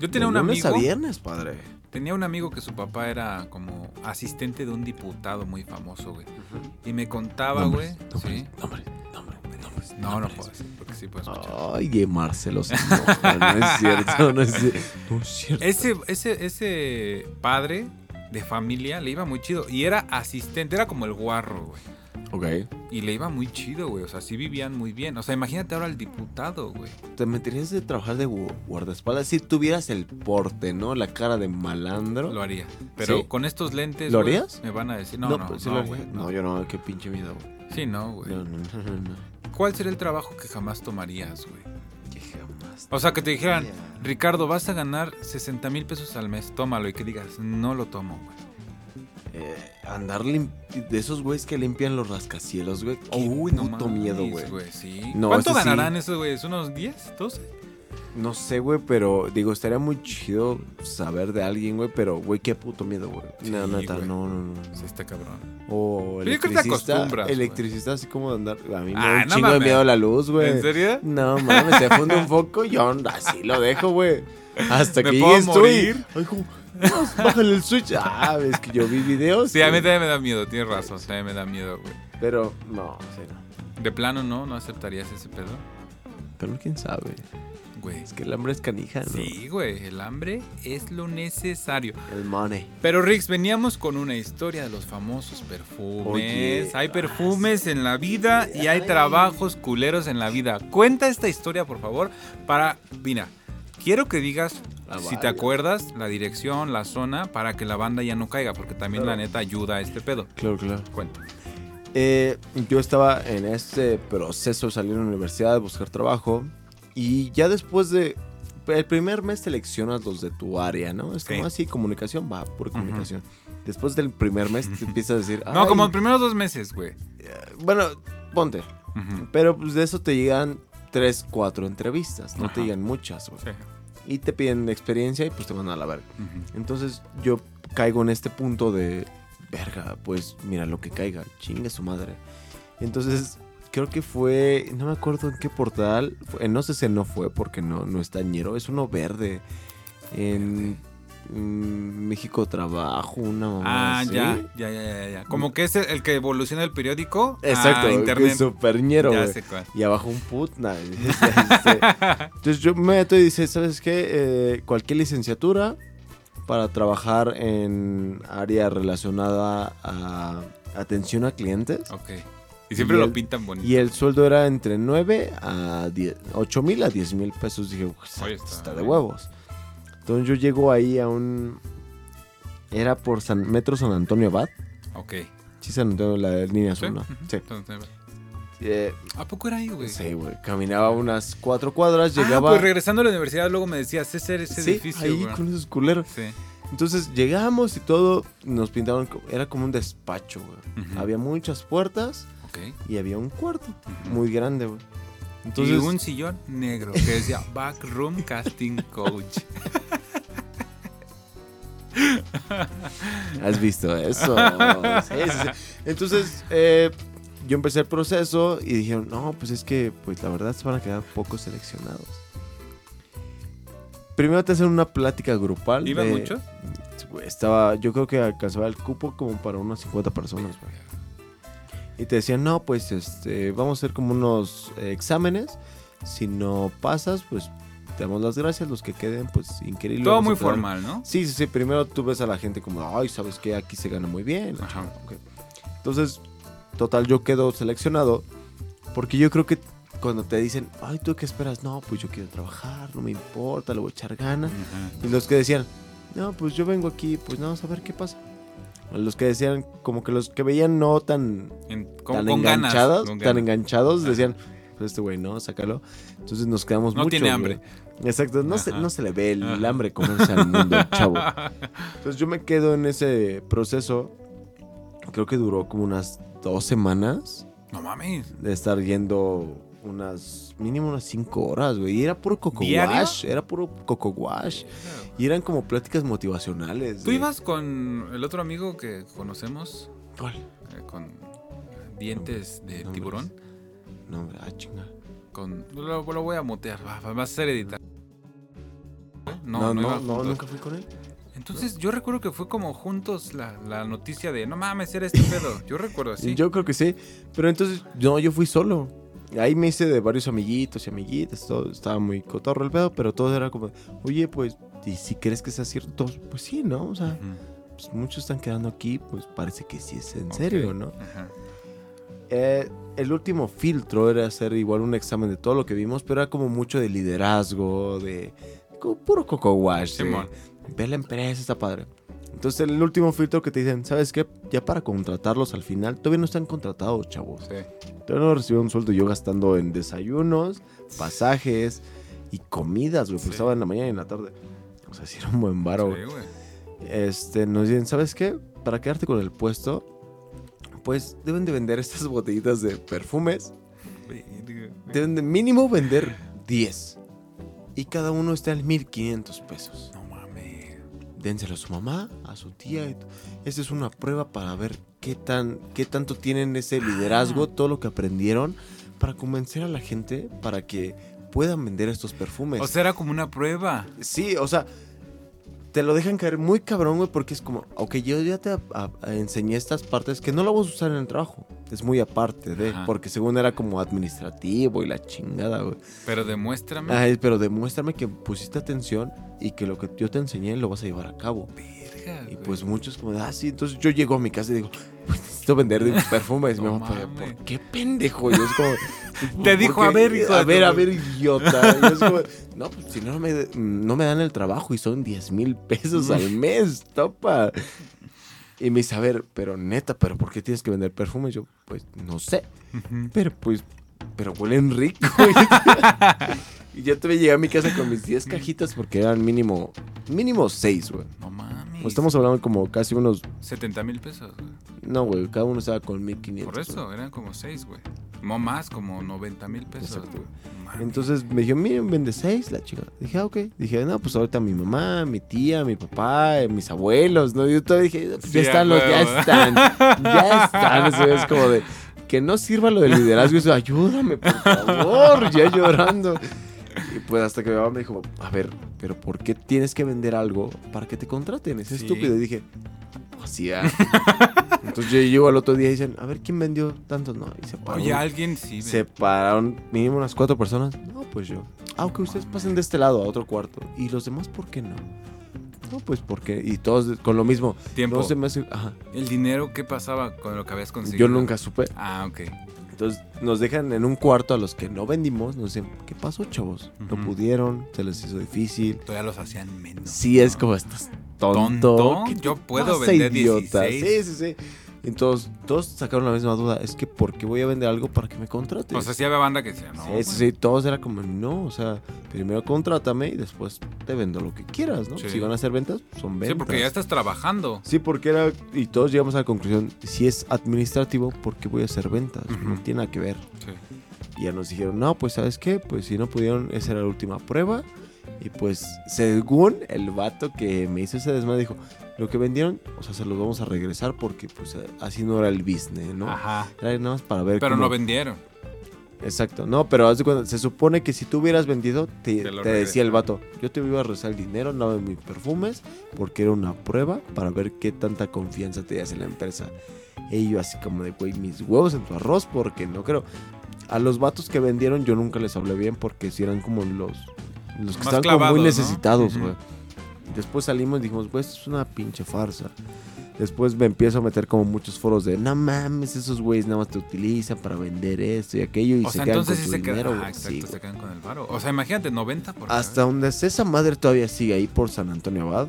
Speaker 1: Yo
Speaker 2: De
Speaker 1: tenía un
Speaker 2: lunes
Speaker 1: amigo.
Speaker 2: a viernes, padre.
Speaker 1: Tenía un amigo que su papá era como asistente de un diputado muy famoso, güey. Y me contaba, Ah, güey.
Speaker 2: Nombres,
Speaker 1: Sí.
Speaker 2: nombres, nombres, nombres, nombres,
Speaker 1: No, no
Speaker 2: nombres. Oh.
Speaker 1: puedo decir, porque sí puedo escuchar.
Speaker 2: Ay, Marcelo Sinoja, no es cierto, no es cierto. No es cierto.
Speaker 1: Ese, ese, ese padre de familia le iba muy chido. Y era asistente, era como el guarro, güey.
Speaker 2: Ok.
Speaker 1: Y le iba muy chido, güey. O sea, sí vivían muy bien. O sea, imagínate ahora al diputado, güey.
Speaker 2: ¿Te meterías de trabajar de gu- guardaespaldas si tuvieras el porte, ¿no? La cara de malandro.
Speaker 1: Lo haría. Pero
Speaker 2: Sí.
Speaker 1: con estos lentes.
Speaker 2: ¿Lo
Speaker 1: güey,
Speaker 2: harías?
Speaker 1: Me van a decir. No, no,
Speaker 2: pues, sí
Speaker 1: no,
Speaker 2: lo haría.
Speaker 1: güey.
Speaker 2: No, yo no, qué pinche miedo. güey.
Speaker 1: Sí, no, güey.
Speaker 2: No, no, no, no, no.
Speaker 1: ¿Cuál sería el trabajo que jamás tomarías, güey?
Speaker 2: Que jamás.
Speaker 1: O sea, que te dijeran,
Speaker 2: Ya.
Speaker 1: Ricardo, vas a ganar 60 mil pesos al mes, tómalo. Y que digas, no lo tomo, güey.
Speaker 2: Eh, andar lim- de esos güeyes que limpian los rascacielos, güey. Qué
Speaker 1: Uy, no
Speaker 2: puto
Speaker 1: mames,
Speaker 2: miedo, güey.
Speaker 1: sí.
Speaker 2: No,
Speaker 1: ¿Cuánto
Speaker 2: eso sí.
Speaker 1: ganarán esos güeyes? ¿Unos 10? ¿12?
Speaker 2: No sé, güey, pero digo, estaría muy chido saber de alguien, güey, pero güey, qué puto miedo, güey.
Speaker 1: Sí,
Speaker 2: no, neta,
Speaker 1: güey.
Speaker 2: no, no, no.
Speaker 1: Sí, está cabrón.
Speaker 2: O
Speaker 1: Pero yo creo que te
Speaker 2: electricista,
Speaker 1: acostumbras, güey.
Speaker 2: electricista así como de andar. A mí me
Speaker 1: Ah,
Speaker 2: da un
Speaker 1: no
Speaker 2: chingo de
Speaker 1: mames.
Speaker 2: miedo la luz, güey.
Speaker 1: ¿En serio?
Speaker 2: No mames, se funde un foco y yo así lo dejo, güey. Hasta
Speaker 1: ¿Me
Speaker 2: que
Speaker 1: puedo
Speaker 2: llegues tú y-
Speaker 1: morir?
Speaker 2: Ay, hijo, Dios, bájale el switch. Ah, ves que yo vi videos.
Speaker 1: Sí, a mí
Speaker 2: güey.
Speaker 1: también me da miedo, tienes razón, también me da miedo, güey.
Speaker 2: Pero no, o sea, no.
Speaker 1: De plano, ¿no? ¿No aceptarías ese pedo?
Speaker 2: Pero quién sabe.
Speaker 1: Güey.
Speaker 2: Es que el hambre es canija, ¿no?
Speaker 1: Sí, güey, el hambre es lo necesario.
Speaker 2: El money.
Speaker 1: Pero Rix, veníamos con una historia de los famosos perfumes.
Speaker 2: Oye, Ah,
Speaker 1: hay perfumes en la vida y hay trabajos culeros en la vida. Cuenta esta historia, por favor, para... Mira, quiero que digas,
Speaker 2: Ah,
Speaker 1: si te
Speaker 2: vaya.
Speaker 1: acuerdas, la dirección, la zona, para que la banda ya no caiga, porque también
Speaker 2: Claro.
Speaker 1: la neta ayuda a este pedo.
Speaker 2: Claro, claro.
Speaker 1: Cuenta.
Speaker 2: Eh, yo estaba en este proceso de salir de la universidad, buscar trabajo. Y ya después de. El primer mes seleccionas los de tu área, ¿no? Es como
Speaker 1: Sí.
Speaker 2: así, comunicación, va, por comunicación. Después del primer mes te empiezas a decir.
Speaker 1: No,
Speaker 2: "Ay,
Speaker 1: como los primeros dos meses, güey.
Speaker 2: Bueno, ponte.
Speaker 1: Ujú.
Speaker 2: Pero pues de eso te llegan tres, cuatro entrevistas. No
Speaker 1: Ajá.
Speaker 2: te llegan muchas, güey.
Speaker 1: Sí.
Speaker 2: Y te piden experiencia y pues te van a la verga.
Speaker 1: Ujú.
Speaker 2: Entonces yo caigo en este punto de, verga, pues mira lo que caiga, chingue su madre. Entonces, creo que fue, no me acuerdo en qué portal, fue- en no sé si no fue porque no, no es ñero, es uno verde. En mm, México Trabajo, una mamá.
Speaker 1: Ah,
Speaker 2: así.
Speaker 1: ya, ya, ya, ya, ya. Como que es el, el que evoluciona el periódico
Speaker 2: Exacto,
Speaker 1: a Ah, internet.
Speaker 2: super ñero,
Speaker 1: ya
Speaker 2: güey.
Speaker 1: sé cuál.
Speaker 2: Y abajo un putna. este, Entonces yo me meto y dice, ¿sabes qué? Eh, cualquier licenciatura para trabajar en área relacionada a atención a clientes.
Speaker 1: Ok. Y siempre
Speaker 2: Y
Speaker 1: lo
Speaker 2: el-
Speaker 1: pintan bonito.
Speaker 2: Y el sueldo era entre 9 a 10, 8 mil a 10 mil pesos. Dije, "Pues,
Speaker 1: Oye,
Speaker 2: está,
Speaker 1: está
Speaker 2: de
Speaker 1: bien".
Speaker 2: huevos. Entonces yo llego ahí a un... Era por San, Metro San Antonio Abad.
Speaker 1: Ok.
Speaker 2: Sí, San Antonio, la línea
Speaker 1: Sí,
Speaker 2: azul, ¿no?
Speaker 1: ujú.
Speaker 2: Sí.
Speaker 1: Entonces,
Speaker 2: Eh,
Speaker 1: ¿A poco era ahí, güey?
Speaker 2: Sí, güey. Caminaba unas cuatro cuadras,
Speaker 1: Ah,
Speaker 2: llegaba.
Speaker 1: pues regresando a la universidad luego me decías, ese, ese
Speaker 2: Sí,
Speaker 1: edificio,
Speaker 2: ahí
Speaker 1: güey.
Speaker 2: con esos culeros.
Speaker 1: Sí.
Speaker 2: Entonces llegamos y todo, nos pintaron, co- era como un despacho, güey.
Speaker 1: Ujú.
Speaker 2: Había muchas puertas
Speaker 1: Ok.
Speaker 2: y había un cuarto
Speaker 1: Ujú.
Speaker 2: muy grande, güey. Entonces,
Speaker 1: y un sillón negro que decía Backroom Casting Coach.
Speaker 2: has visto eso. Sí, sí, sí. Entonces, eh, yo empecé el proceso y dijeron, no, pues es que, pues la verdad se van a quedar pocos seleccionados. Primero te hacen una plática grupal.
Speaker 1: ¿Iban
Speaker 2: de-
Speaker 1: muchos?
Speaker 2: Estaba, yo creo que alcanzaba el cupo como para unas 50 personas, güey. Y te decían, no, pues este, vamos a hacer como unos eh, exámenes. Si no pasas, pues te damos las gracias. Los que queden, pues increíble.
Speaker 1: Todo
Speaker 2: vamos a
Speaker 1: muy
Speaker 2: quedar-
Speaker 1: formal, ¿no?
Speaker 2: Sí, sí, sí. Primero tú ves a la gente como, ay, sabes que aquí se gana muy bien. la
Speaker 1: Ajá.
Speaker 2: chingada, ok". Entonces, total, yo quedo seleccionado. Porque yo creo que cuando te dicen, ay, ¿tú qué esperas? No, pues yo quiero trabajar, no me importa, le voy a echar ganas.
Speaker 1: Ujú.
Speaker 2: Y los que decían, no, pues yo vengo aquí, pues vamos a ver qué pasa. Los que decían, como que los que veían no tan,
Speaker 1: En- con,
Speaker 2: tan
Speaker 1: con ganas.
Speaker 2: enganchados, tan
Speaker 1: con ganas.
Speaker 2: enganchados, decían, pues este güey no, sácalo. Entonces nos quedamos
Speaker 1: No
Speaker 2: mucho.
Speaker 1: tiene
Speaker 2: güey.
Speaker 1: hambre.
Speaker 2: Exacto, no se,
Speaker 1: Ajá.
Speaker 2: no se le ve el
Speaker 1: Ajá.
Speaker 2: hambre como es al mundo, chavo. Entonces yo me quedo en ese proceso, creo que duró como unas dos semanas
Speaker 1: No mames.
Speaker 2: de estar yendo unas, mínimo unas cinco horas, güey. Y era puro coco
Speaker 1: ¿Diario?
Speaker 2: wash, era puro coco wash. Y eran como pláticas motivacionales.
Speaker 1: Tú
Speaker 2: de-
Speaker 1: ibas con el otro amigo que conocemos,
Speaker 2: ¿Cuál?
Speaker 1: eh, con dientes de
Speaker 2: Nombres.
Speaker 1: tiburón.
Speaker 2: No, hombre, ah, chinga.
Speaker 1: Con, lo, lo voy a motear, va, va va a ser editar.
Speaker 2: No, no,
Speaker 1: iba
Speaker 2: no,
Speaker 1: juntos.
Speaker 2: nunca fui con él.
Speaker 1: Entonces yo recuerdo que fue como juntos la, la noticia de no mames, era este pedo. Yo recuerdo así.
Speaker 2: Yo creo que sí. Pero entonces, no, yo fui solo. Ahí me hice de varios amiguitos y amiguitas. Todo, estaba muy cotorro el pedo, pero todo era como, oye, pues, ¿y si crees que sea cierto? Pues sí, ¿no? O sea,
Speaker 1: Ujú.
Speaker 2: pues, muchos están quedando aquí, pues parece que sí es en
Speaker 1: Ok.
Speaker 2: serio, ¿no?
Speaker 1: Ajá.
Speaker 2: Eh, el último filtro era hacer igual un examen de todo lo que vimos, pero era como mucho de liderazgo, de como puro coco wash. de,
Speaker 1: Simón.
Speaker 2: Ve la empresa, está padre. Entonces el último filtro que te dicen, ¿sabes qué? Ya para contratarlos al final, todavía no están contratados, chavos.
Speaker 1: Sí.
Speaker 2: Todavía no recibieron un sueldo yo gastando en desayunos, pasajes y comidas, güey. Pues
Speaker 1: Sí.
Speaker 2: estaba en la mañana y en la tarde. O sea, sí era un buen varo, güey
Speaker 1: Sí, güey.
Speaker 2: este, nos dicen, ¿sabes qué? Para quedarte con el puesto, pues deben de vender estas botellitas de perfumes. Deben de mínimo vender 10. Y cada uno está en 1500 pesos.
Speaker 1: No mames.
Speaker 2: Dénselo a su mamá, a su tía. y t- Esta es una prueba para ver qué, tan, qué tanto tienen
Speaker 1: Ah.
Speaker 2: ese liderazgo, todo lo que aprendieron, para convencer a la gente para que puedan vender estos perfumes.
Speaker 1: O sea, era como una prueba.
Speaker 2: Sí, o sea, te lo dejan caer muy cabrón, güey, porque es como, ok, yo ya te a- a- enseñé estas partes que no la vas a usar en el trabajo. Es muy aparte de,
Speaker 1: Ajá.
Speaker 2: porque según era como administrativo y la chingada, güey.
Speaker 1: Pero demuéstrame.
Speaker 2: Ay, pero demuéstrame que pusiste atención y que lo que yo te enseñé lo vas a llevar a cabo.
Speaker 1: Verga,
Speaker 2: Y
Speaker 1: güey.
Speaker 2: pues muchos como, ah, sí, entonces yo llego a mi casa y digo, "Pues, necesito vender de perfumes.
Speaker 1: No
Speaker 2: mi mamá, "Pero,
Speaker 1: mames.
Speaker 2: ¿por qué pendejo? Y es como, "Pues,
Speaker 1: Te
Speaker 2: "¿Por
Speaker 1: dijo, "A
Speaker 2: qué?
Speaker 1: ver, hijo
Speaker 2: A
Speaker 1: de
Speaker 2: ver,
Speaker 1: tu-"
Speaker 2: a ver, idiota. Y es como, no, pues si no, no me, no me dan el trabajo y son 10 mil pesos al
Speaker 1: Mm.
Speaker 2: mes, topa. Y me dice, a ver, pero neta, ¿pero por qué tienes que vender perfumes? Yo, pues, no sé.
Speaker 1: Ujú.
Speaker 2: Pero pues, pero huelen rico. y yo todavía llegué a mi casa con mis 10 cajitas porque eran mínimo, mínimo 6, güey.
Speaker 1: No mames.
Speaker 2: Pues Estamos hablando como casi unos
Speaker 1: 70 mil pesos. güey.
Speaker 2: no, güey, cada uno estaba con 1500.
Speaker 1: Por eso, eran como 6, güey.
Speaker 2: güey.
Speaker 1: No más, como 90 mil pesos.
Speaker 2: Exacto.
Speaker 1: No mames.
Speaker 2: Entonces me dijo, miren, vende seis, la chica. Dije, ah, ok. Dije, no, pues ahorita mi mamá, mi tía, mi papá, eh, mis abuelos, ¿no? Yo todavía dije, "Pues ya
Speaker 1: Sí, a
Speaker 2: están los, ya
Speaker 1: huevo.
Speaker 2: están, ya están. Eso es como de, que no sirva lo del liderazgo. Eso, ayúdame, por favor, ya llorando. Y pues hasta que mi mamá me dijo, a ver, pero ¿por qué tienes que vender algo para que te contraten? Es
Speaker 1: Sí.
Speaker 2: estúpido. Y dije, así ah. Entonces yo llego al otro día y dicen, a ver, ¿quién vendió tantos? No, y se paró
Speaker 1: Oye,
Speaker 2: un-
Speaker 1: alguien sí.
Speaker 2: se pararon mínimo unas cuatro personas. No, pues yo. Aunque ustedes pasen de este lado a otro cuarto. ¿Y los demás por qué no? No, pues porque. Y todos de- con lo mismo.
Speaker 1: Tiempo.
Speaker 2: No se me hace- ajá.
Speaker 1: ¿El dinero qué pasaba con lo que habías conseguido?
Speaker 2: Yo nunca supe.
Speaker 1: Ah, ok.
Speaker 2: Entonces nos dejan en un cuarto a los que no vendimos. Nos dicen, ¿qué pasó, chavos?
Speaker 1: Ujú.
Speaker 2: No pudieron, se les hizo difícil.
Speaker 1: Todavía los hacían menos.
Speaker 2: Sí, es como estás tonto.
Speaker 1: ¿Tonto?
Speaker 2: ¿Qué te
Speaker 1: Yo puedo
Speaker 2: pasa,
Speaker 1: vender
Speaker 2: idiota?
Speaker 1: 16.
Speaker 2: Sí, sí, sí. Entonces, todos sacaron la misma duda. Es que, ¿por qué voy a vender algo para que me contraten?
Speaker 1: O sea, sí había banda que decía, no. pues.
Speaker 2: sí, sí, sí, todos era como, no, o sea, primero contrátame y después te vendo lo que quieras, ¿no?
Speaker 1: Sí.
Speaker 2: Si van a ser ventas, son ventas.
Speaker 1: Sí, porque ya estás trabajando.
Speaker 2: Sí, porque era, y todos llegamos a la conclusión, si es administrativo, ¿por qué voy a hacer ventas?
Speaker 1: Ujú.
Speaker 2: No tiene nada que ver.
Speaker 1: Sí.
Speaker 2: Y ya nos dijeron, no, pues ¿sabes qué? Pues si no pudieron, esa era la última prueba. Y pues, según el vato que me hizo ese desmadre, dijo, lo que vendieron, o sea, se los vamos a regresar porque pues así no era el business, ¿no?
Speaker 1: Ajá.
Speaker 2: Era nada más para ver
Speaker 1: Ah. Pero
Speaker 2: cómo-
Speaker 1: no vendieron.
Speaker 2: Exacto, no, pero haz de cuenta, se supone que si tú hubieras vendido, te,
Speaker 1: Te lo
Speaker 2: te decía el
Speaker 1: regresan.
Speaker 2: vato, yo te iba a rezar el dinero, no de mis perfumes, porque era una prueba para ver qué tanta confianza tenías en la empresa. Y yo así como de, güey, mis huevos en tu arroz, porque no creo. A los vatos que vendieron yo nunca les hablé bien, porque si eran como los, los que
Speaker 1: Más
Speaker 2: estaban como
Speaker 1: clavados,
Speaker 2: muy
Speaker 1: ¿no?
Speaker 2: necesitados,
Speaker 1: Ujú.
Speaker 2: güey. Después salimos y dijimos, güey, esto es una pinche farsa. Después me empiezo a meter como muchos foros de, no mames, esos güeyes nada más te utilizan para vender esto y aquello y
Speaker 1: O
Speaker 2: se
Speaker 1: sea,
Speaker 2: quedan con
Speaker 1: entonces sí
Speaker 2: tu
Speaker 1: se
Speaker 2: dinero,
Speaker 1: quedan. Ah,
Speaker 2: güey".
Speaker 1: exacto,
Speaker 2: Sí,
Speaker 1: se
Speaker 2: güey.
Speaker 1: quedan con el varo. O sea, imagínate, 90 por
Speaker 2: Hasta donde esté esa madre todavía sigue ahí por San Antonio Abad.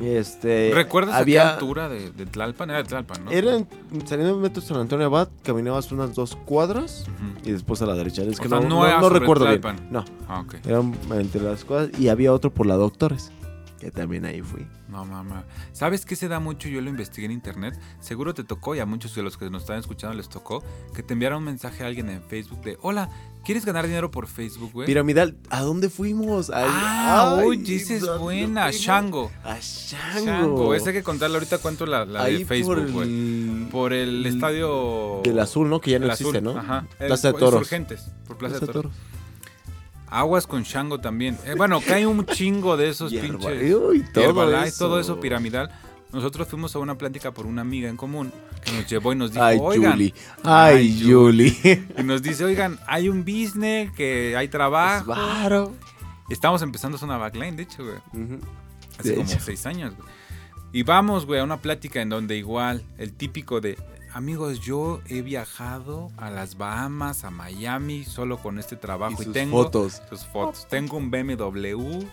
Speaker 2: Este,
Speaker 1: ¿Recuerdas a qué
Speaker 2: había,
Speaker 1: altura de, de Tlalpan? Era de Tlalpan, ¿no?
Speaker 2: Era en- saliendo del metro San Antonio Abad, caminabas unas dos cuadras
Speaker 1: Ujú.
Speaker 2: y después a la derecha. Es
Speaker 1: O
Speaker 2: que
Speaker 1: sea,
Speaker 2: no,
Speaker 1: no
Speaker 2: no-
Speaker 1: era
Speaker 2: no
Speaker 1: sobre
Speaker 2: recuerdo bien.
Speaker 1: Tlalpan.
Speaker 2: No,
Speaker 1: Ah, ok.
Speaker 2: eran entre las cuadras y había otro por la Doctores, que también ahí fui.
Speaker 1: No, mamá. ¿Sabes qué se da mucho? Yo lo investigué en internet. Seguro te tocó y a muchos de los que nos están escuchando les tocó que te enviara un mensaje a alguien en Facebook de: Hola, ¿quieres ganar dinero por Facebook, güey?
Speaker 2: Piramidal, ¿a dónde fuimos? Al-
Speaker 1: Ah,
Speaker 2: ay,
Speaker 1: oye, esa es
Speaker 2: ¿dónde
Speaker 1: buena.
Speaker 2: fuimos?
Speaker 1: Shango.
Speaker 2: A Shango.
Speaker 1: Shango. Esa hay que contarle ahorita cuento la, la de Facebook,
Speaker 2: por
Speaker 1: güey.
Speaker 2: el...
Speaker 1: Por el estadio.
Speaker 2: Del azul, ¿no? Que ya no
Speaker 1: el
Speaker 2: existe,
Speaker 1: azul,
Speaker 2: ¿no?
Speaker 1: Ajá. El-
Speaker 2: Plaza de
Speaker 1: por
Speaker 2: Toros.
Speaker 1: Insurgentes, por Plaza, de
Speaker 2: Plaza
Speaker 1: Toros. Aguas con Shango también. Eh, bueno, cae un chingo de esos
Speaker 2: Hierba-
Speaker 1: pinches.
Speaker 2: Uy, todo
Speaker 1: Herbalife,
Speaker 2: eso.
Speaker 1: todo eso piramidal. Nosotros fuimos a una plática por una amiga en común que nos llevó y nos dijo,
Speaker 2: Ay,
Speaker 1: oigan,
Speaker 2: Julie. Ay,
Speaker 1: Ay,
Speaker 2: Julie.
Speaker 1: y nos dice, oigan, hay un business, que hay trabajo.
Speaker 2: Claro.
Speaker 1: Estamos empezando una backline, de hecho, güey. Hace
Speaker 2: De
Speaker 1: como
Speaker 2: hecho.
Speaker 1: seis años, güey. Y vamos, güey, a una plática en donde igual, el típico de, amigos, yo he viajado a las Bahamas, a Miami, solo con este trabajo. Y,
Speaker 2: sus
Speaker 1: tengo
Speaker 2: fotos.
Speaker 1: sus fotos. Tengo un BMW.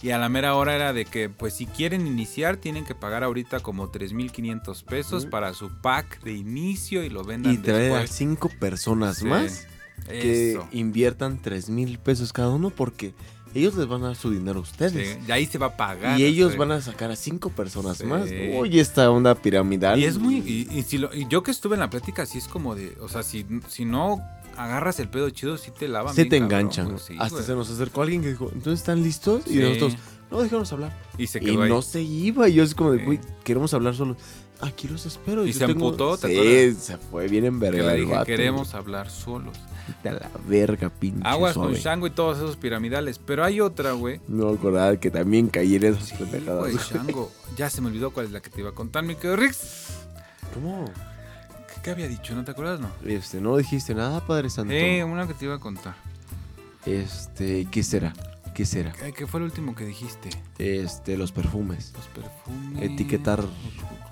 Speaker 1: Y a la mera hora era de que, pues si quieren iniciar, tienen que pagar ahorita como 3.500 pesos
Speaker 2: Ujú.
Speaker 1: para su pack de inicio y lo vendan
Speaker 2: Y traer a
Speaker 1: después.
Speaker 2: cinco personas
Speaker 1: Sí,
Speaker 2: más que
Speaker 1: Eso.
Speaker 2: inviertan tres mil pesos cada uno porque ellos les van a dar su dinero a ustedes.
Speaker 1: Sí, y ahí se va a pagar.
Speaker 2: Y ellos
Speaker 1: sí.
Speaker 2: van a sacar a cinco personas
Speaker 1: Sí.
Speaker 2: más. Uy, esta onda piramidal.
Speaker 1: Y es muy. Y, y si lo- y yo que estuve en la plática, sí es como de. O sea, si, si no agarras el pedo chido, sí te lavan.
Speaker 2: Se
Speaker 1: bien
Speaker 2: te
Speaker 1: cabrón,
Speaker 2: enganchan.
Speaker 1: güey, sí,
Speaker 2: Hasta
Speaker 1: güey.
Speaker 2: se nos acercó alguien que dijo, ¿entonces están listos? Y
Speaker 1: Sí.
Speaker 2: nosotros, no, déjanos hablar.
Speaker 1: Y se
Speaker 2: Y
Speaker 1: quedó ahí.
Speaker 2: no se iba. Y yo es como de,
Speaker 1: Sí.
Speaker 2: güey, queremos hablar solo. Aquí los espero.
Speaker 1: Y
Speaker 2: yo
Speaker 1: se
Speaker 2: tengo-
Speaker 1: emputó, ¿te
Speaker 2: Sí,
Speaker 1: acuerdas?
Speaker 2: se fue bien
Speaker 1: que
Speaker 2: envergado
Speaker 1: le
Speaker 2: el
Speaker 1: dije,
Speaker 2: vato.
Speaker 1: queremos hablar solos.
Speaker 2: Vete a la verga, pinche
Speaker 1: Aguas con
Speaker 2: suave.
Speaker 1: Shango y todos esos piramidales. Pero hay otra, güey.
Speaker 2: No me acordaba que también caí en esas
Speaker 1: Sí,
Speaker 2: pendejadas.
Speaker 1: güey, Shango. Ya se me olvidó cuál es la que te iba a contar, mi querido Rix.
Speaker 2: ¿Cómo?
Speaker 1: ¿Qué, qué había dicho? ¿No te acuerdas? No.
Speaker 2: Este, no dijiste nada, Padre Santo.
Speaker 1: Eh, una que te iba a contar.
Speaker 2: Este, ¿qué será? ¿Qué será?
Speaker 1: ¿Qué, qué fue el último que dijiste?
Speaker 2: Este, los perfumes.
Speaker 1: Los perfumes.
Speaker 2: Etiquetar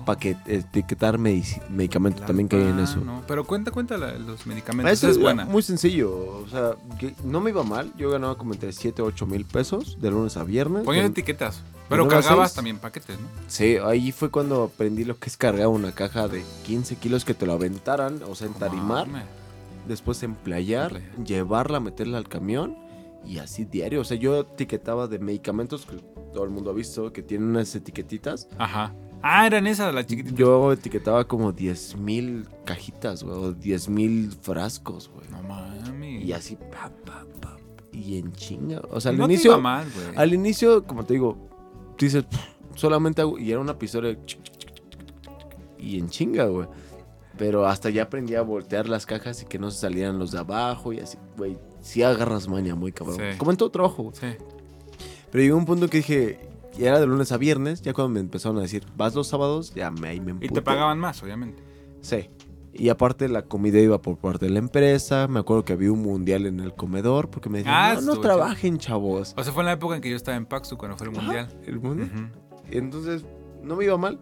Speaker 2: Paquet, etiquetar medic- medicamento,
Speaker 1: La
Speaker 2: también caí en
Speaker 1: pan,
Speaker 2: eso.
Speaker 1: no. Pero cuenta, cuenta la- los medicamentos.
Speaker 2: Eso
Speaker 1: Esa es buena.
Speaker 2: Muy sencillo. O sea, que no me iba mal. Yo ganaba como entre 7 8 mil pesos de lunes a viernes.
Speaker 1: Ponían
Speaker 2: Del-
Speaker 1: etiquetas. Pero
Speaker 2: nueve a
Speaker 1: cargabas
Speaker 2: seis.
Speaker 1: también paquetes, ¿no?
Speaker 2: Sí, ahí fue cuando aprendí lo que es cargar una caja de 15 kilos que te lo aventaran, o sea, entarimar,
Speaker 1: Mames.
Speaker 2: después emplayar,
Speaker 1: Emplayar.
Speaker 2: llevarla, meterla al camión y así diario. O sea, yo etiquetaba de medicamentos que todo el mundo ha visto que tienen unas etiquetitas
Speaker 1: Ajá. Ah, eran esas las chiquititas.
Speaker 2: Yo etiquetaba como 10.000 cajitas, güey, o 10.000 frascos, güey.
Speaker 1: No mames.
Speaker 2: Y así, pa, pa, pa, y en chinga. O sea, al
Speaker 1: Eh. No te
Speaker 2: inicio,
Speaker 1: iba mal, eh. güey.
Speaker 2: al inicio, como te digo, dices, "Pff, solamente hago, y era una pistola, chic, chic, chic, chic, chic, y en chinga, güey. Pero hasta ya aprendí a voltear las cajas y que no se salieran los de abajo y así, güey. Sí agarras maña muy cabrón.
Speaker 1: Sí.
Speaker 2: Como en todo trabajo, güey.
Speaker 1: Sí.
Speaker 2: Pero llegó un punto que dije, y era de lunes a viernes, ya cuando me empezaron a decir, vas los sábados, ya me, ahí me
Speaker 1: Y te
Speaker 2: emputé.
Speaker 1: pagaban más, obviamente.
Speaker 2: Sí. Y aparte la comida iba por parte de la empresa. Me acuerdo que había un mundial en el comedor porque me decían,
Speaker 1: Ah,
Speaker 2: no, no
Speaker 1: estuvo
Speaker 2: trabajen, chavos.
Speaker 1: O sea, fue en la época en que yo estaba en Paxu cuando fue el mundial.
Speaker 2: Ajá, el mundial.
Speaker 1: Ujú.
Speaker 2: Entonces, no me iba mal.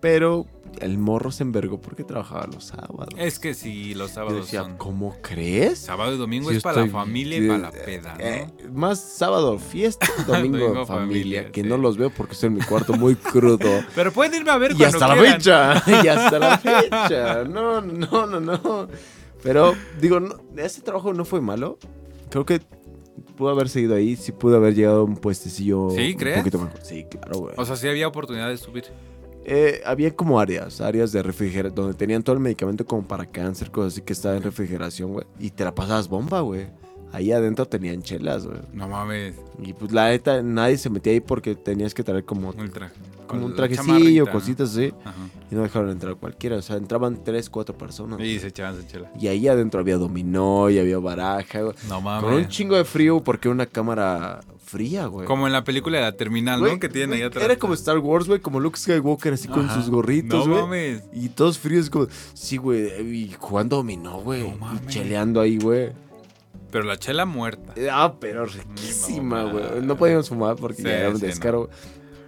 Speaker 2: Pero el morro se envergó porque trabajaba los sábados.
Speaker 1: Es que si los
Speaker 2: Yo
Speaker 1: sábados
Speaker 2: decía,
Speaker 1: son.
Speaker 2: ¿cómo crees?
Speaker 1: Sábado y domingo
Speaker 2: Si
Speaker 1: es para la
Speaker 2: estoy-
Speaker 1: familia
Speaker 2: sí,
Speaker 1: y para la
Speaker 2: eh,
Speaker 1: peda, ¿no?
Speaker 2: eh, más sábado fiesta, domingo, familia,
Speaker 1: Domingo, familia,
Speaker 2: que
Speaker 1: sí.
Speaker 2: no los veo porque estoy en mi cuarto muy crudo.
Speaker 1: Pero pueden irme a ver
Speaker 2: Y
Speaker 1: cuando
Speaker 2: hasta la
Speaker 1: quieran.
Speaker 2: fecha, y hasta la fecha. No, no, no, no. Pero digo, no, ese trabajo no fue malo. Creo que pudo haber seguido ahí, sí pudo haber llegado a un puestecillo
Speaker 1: ¿Sí,
Speaker 2: un
Speaker 1: crees?
Speaker 2: poquito mejor. Sí, claro, güey.
Speaker 1: O sea, sí había oportunidad de subir.
Speaker 2: Eh, había como áreas, áreas de refrigeración, donde tenían todo el medicamento como para cáncer, cosas así que estaba en refrigeración, güey. Y te la pasabas bomba, güey. Ahí adentro tenían chelas, güey.
Speaker 1: No mames,
Speaker 2: Y pues la neta, nadie se metía ahí porque tenías que traer como,
Speaker 1: un traje.
Speaker 2: como un
Speaker 1: La
Speaker 2: trajecillo,
Speaker 1: chamarrita.
Speaker 2: cositas así.
Speaker 1: Ajá.
Speaker 2: Y no dejaron entrar cualquiera, o sea, entraban tres, cuatro personas.
Speaker 1: Y se echaban su chela.
Speaker 2: Y ahí adentro había dominó y había baraja, güey.
Speaker 1: No
Speaker 2: Con un
Speaker 1: mames.
Speaker 2: chingo de frío porque una cámara fría, güey.
Speaker 1: Como en la película de la terminal,
Speaker 2: Güey,
Speaker 1: ¿no? Que tienen ahí atrás.
Speaker 2: Era como Star Wars, güey, como Luke Skywalker así con
Speaker 1: Ajá.
Speaker 2: sus gorritos,
Speaker 1: No
Speaker 2: güey.
Speaker 1: mames.
Speaker 2: Y todos fríos como, sí, güey, y jugando dominó, güey.
Speaker 1: No
Speaker 2: y
Speaker 1: mames.
Speaker 2: cheleando ahí, güey.
Speaker 1: Pero la chela muerta.
Speaker 2: Eh, Ah, pero riquísima,
Speaker 1: mamá.
Speaker 2: güey. No podíamos fumar porque
Speaker 1: Sí,
Speaker 2: ya era un
Speaker 1: sí,
Speaker 2: descaro. güey.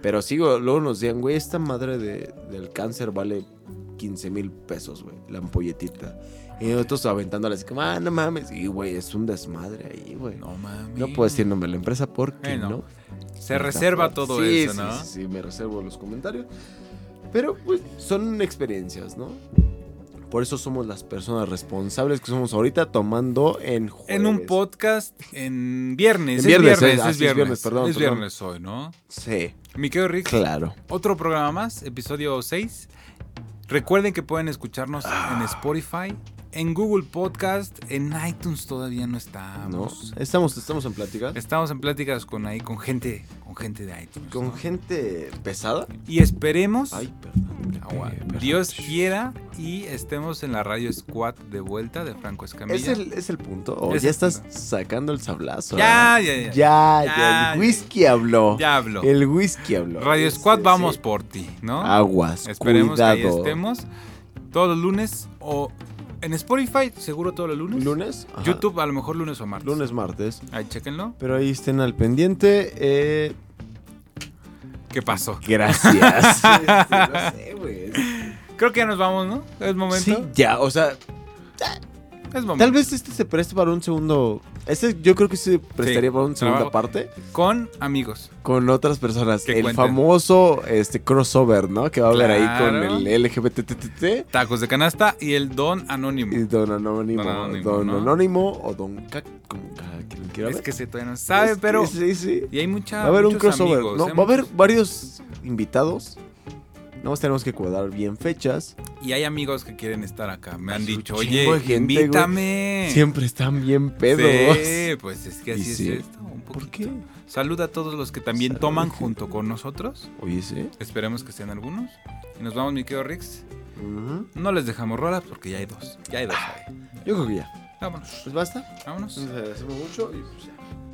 Speaker 2: Pero sí, güey, luego nos decían, güey, esta madre de- del cáncer vale 15 mil pesos, güey, la ampolletita. Y nosotros aventándola así como, ah, no mames. Y, güey, es un desmadre ahí, güey. No,
Speaker 1: No mames.
Speaker 2: puedes decir nombre de la empresa porque
Speaker 1: Eh, no.
Speaker 2: no.
Speaker 1: Se reserva todo
Speaker 2: Sí,
Speaker 1: eso,
Speaker 2: sí,
Speaker 1: ¿no?
Speaker 2: Sí, sí, me reservo los comentarios. Pero, pues, son experiencias, ¿no? Por eso somos las personas responsables que somos ahorita tomando en
Speaker 1: En un
Speaker 2: jueves.
Speaker 1: podcast en viernes.
Speaker 2: En
Speaker 1: es
Speaker 2: viernes,
Speaker 1: viernes,
Speaker 2: eh,
Speaker 1: es,
Speaker 2: así es
Speaker 1: viernes.
Speaker 2: viernes, perdón,
Speaker 1: Es
Speaker 2: perdón.
Speaker 1: viernes hoy, ¿no?
Speaker 2: Sí,
Speaker 1: Mi querido Rick,
Speaker 2: claro.
Speaker 1: otro programa más, episodio 6. Recuerden que pueden escucharnos
Speaker 2: Ah.
Speaker 1: en Spotify, en Google Podcast, en iTunes todavía no
Speaker 2: No,
Speaker 1: estamos.
Speaker 2: estamos, estamos en plática.
Speaker 1: Estamos en pláticas con ahí, con gente, con gente de iTunes.
Speaker 2: Con
Speaker 1: ¿no?
Speaker 2: gente pesada.
Speaker 1: Y esperemos,
Speaker 2: Ay, perdón.
Speaker 1: agua,
Speaker 2: Eh, perdón.
Speaker 1: Dios quiera, y estemos en la radio Squad de vuelta de Franco Escamilla.
Speaker 2: ¿Es el, es el punto. O
Speaker 1: Es
Speaker 2: ya
Speaker 1: el
Speaker 2: estás
Speaker 1: punto.
Speaker 2: sacando el sablazo.
Speaker 1: Ya,
Speaker 2: ¿eh?
Speaker 1: ya, ya.
Speaker 2: Ya,
Speaker 1: Ya,
Speaker 2: ya, El
Speaker 1: ya.
Speaker 2: whisky habló.
Speaker 1: Ya hablo.
Speaker 2: El whisky habló.
Speaker 1: Radio
Speaker 2: Sí,
Speaker 1: Squad,
Speaker 2: sí,
Speaker 1: vamos
Speaker 2: sí.
Speaker 1: por ti, ¿no?
Speaker 2: Aguas.
Speaker 1: Esperemos
Speaker 2: cuidado.
Speaker 1: que ahí estemos todos los lunes o en Spotify, seguro todos los lunes.
Speaker 2: ¿Lunes? Ajá.
Speaker 1: YouTube a lo mejor lunes o martes.
Speaker 2: Lunes, martes.
Speaker 1: Ahí chéquenlo.
Speaker 2: Pero ahí estén al pendiente. Eh,
Speaker 1: ¿Qué pasó?
Speaker 2: gracias. Sí, no sé, güey.
Speaker 1: Creo que ya nos vamos, ¿no? Es momento.
Speaker 2: Sí, ya. O sea,
Speaker 1: Es momento.
Speaker 2: tal vez este se preste para un segundo. Este yo creo que se prestaría
Speaker 1: Sí,
Speaker 2: para una segunda
Speaker 1: trabajo.
Speaker 2: parte.
Speaker 1: Con amigos.
Speaker 2: con otras personas.
Speaker 1: Que
Speaker 2: El
Speaker 1: cuenten.
Speaker 2: famoso este crossover, ¿no? Que va a haber ahí
Speaker 1: Claro.
Speaker 2: con el LGBTTT
Speaker 1: Tacos de canasta y el don
Speaker 2: y
Speaker 1: anónimo.
Speaker 2: Don Anónimo.
Speaker 1: Don
Speaker 2: Don
Speaker 1: Anónimo,
Speaker 2: Anónimo,
Speaker 1: ¿no?
Speaker 2: o Don Cac, como cada quien lo quiera
Speaker 1: Es
Speaker 2: ver.
Speaker 1: que se todavía no sabe,
Speaker 2: Es que
Speaker 1: pero.
Speaker 2: Sí, sí.
Speaker 1: Y hay mucha.
Speaker 2: Va a haber un
Speaker 1: muchos
Speaker 2: crossover.
Speaker 1: amigos,
Speaker 2: no,
Speaker 1: ¿eh?
Speaker 2: va a haber varios invitados. Nada más tenemos que cuadrar bien fechas.
Speaker 1: Y hay amigos que quieren estar acá. Me han
Speaker 2: Hay un
Speaker 1: dicho,
Speaker 2: chingo
Speaker 1: oye,
Speaker 2: de gente,
Speaker 1: invítame.
Speaker 2: Siempre están bien pedos.
Speaker 1: Sí, pues es que
Speaker 2: Y
Speaker 1: así es
Speaker 2: sí.
Speaker 1: esto. Un
Speaker 2: ¿Por
Speaker 1: poquito.
Speaker 2: qué?
Speaker 1: Saluda a todos los que también
Speaker 2: Salud,
Speaker 1: toman
Speaker 2: gente.
Speaker 1: junto con nosotros.
Speaker 2: Oye, sí.
Speaker 1: Esperemos que sean algunos. Y nos vamos, mi querido Rix.
Speaker 2: Ujú.
Speaker 1: No les dejamos rolas porque ya hay dos. Ya hay dos. ahí.
Speaker 2: Yo creo que ya.
Speaker 1: Vámonos,
Speaker 2: Pues basta.
Speaker 1: vámonos.
Speaker 2: Entonces, agradecemos mucho y pues ya.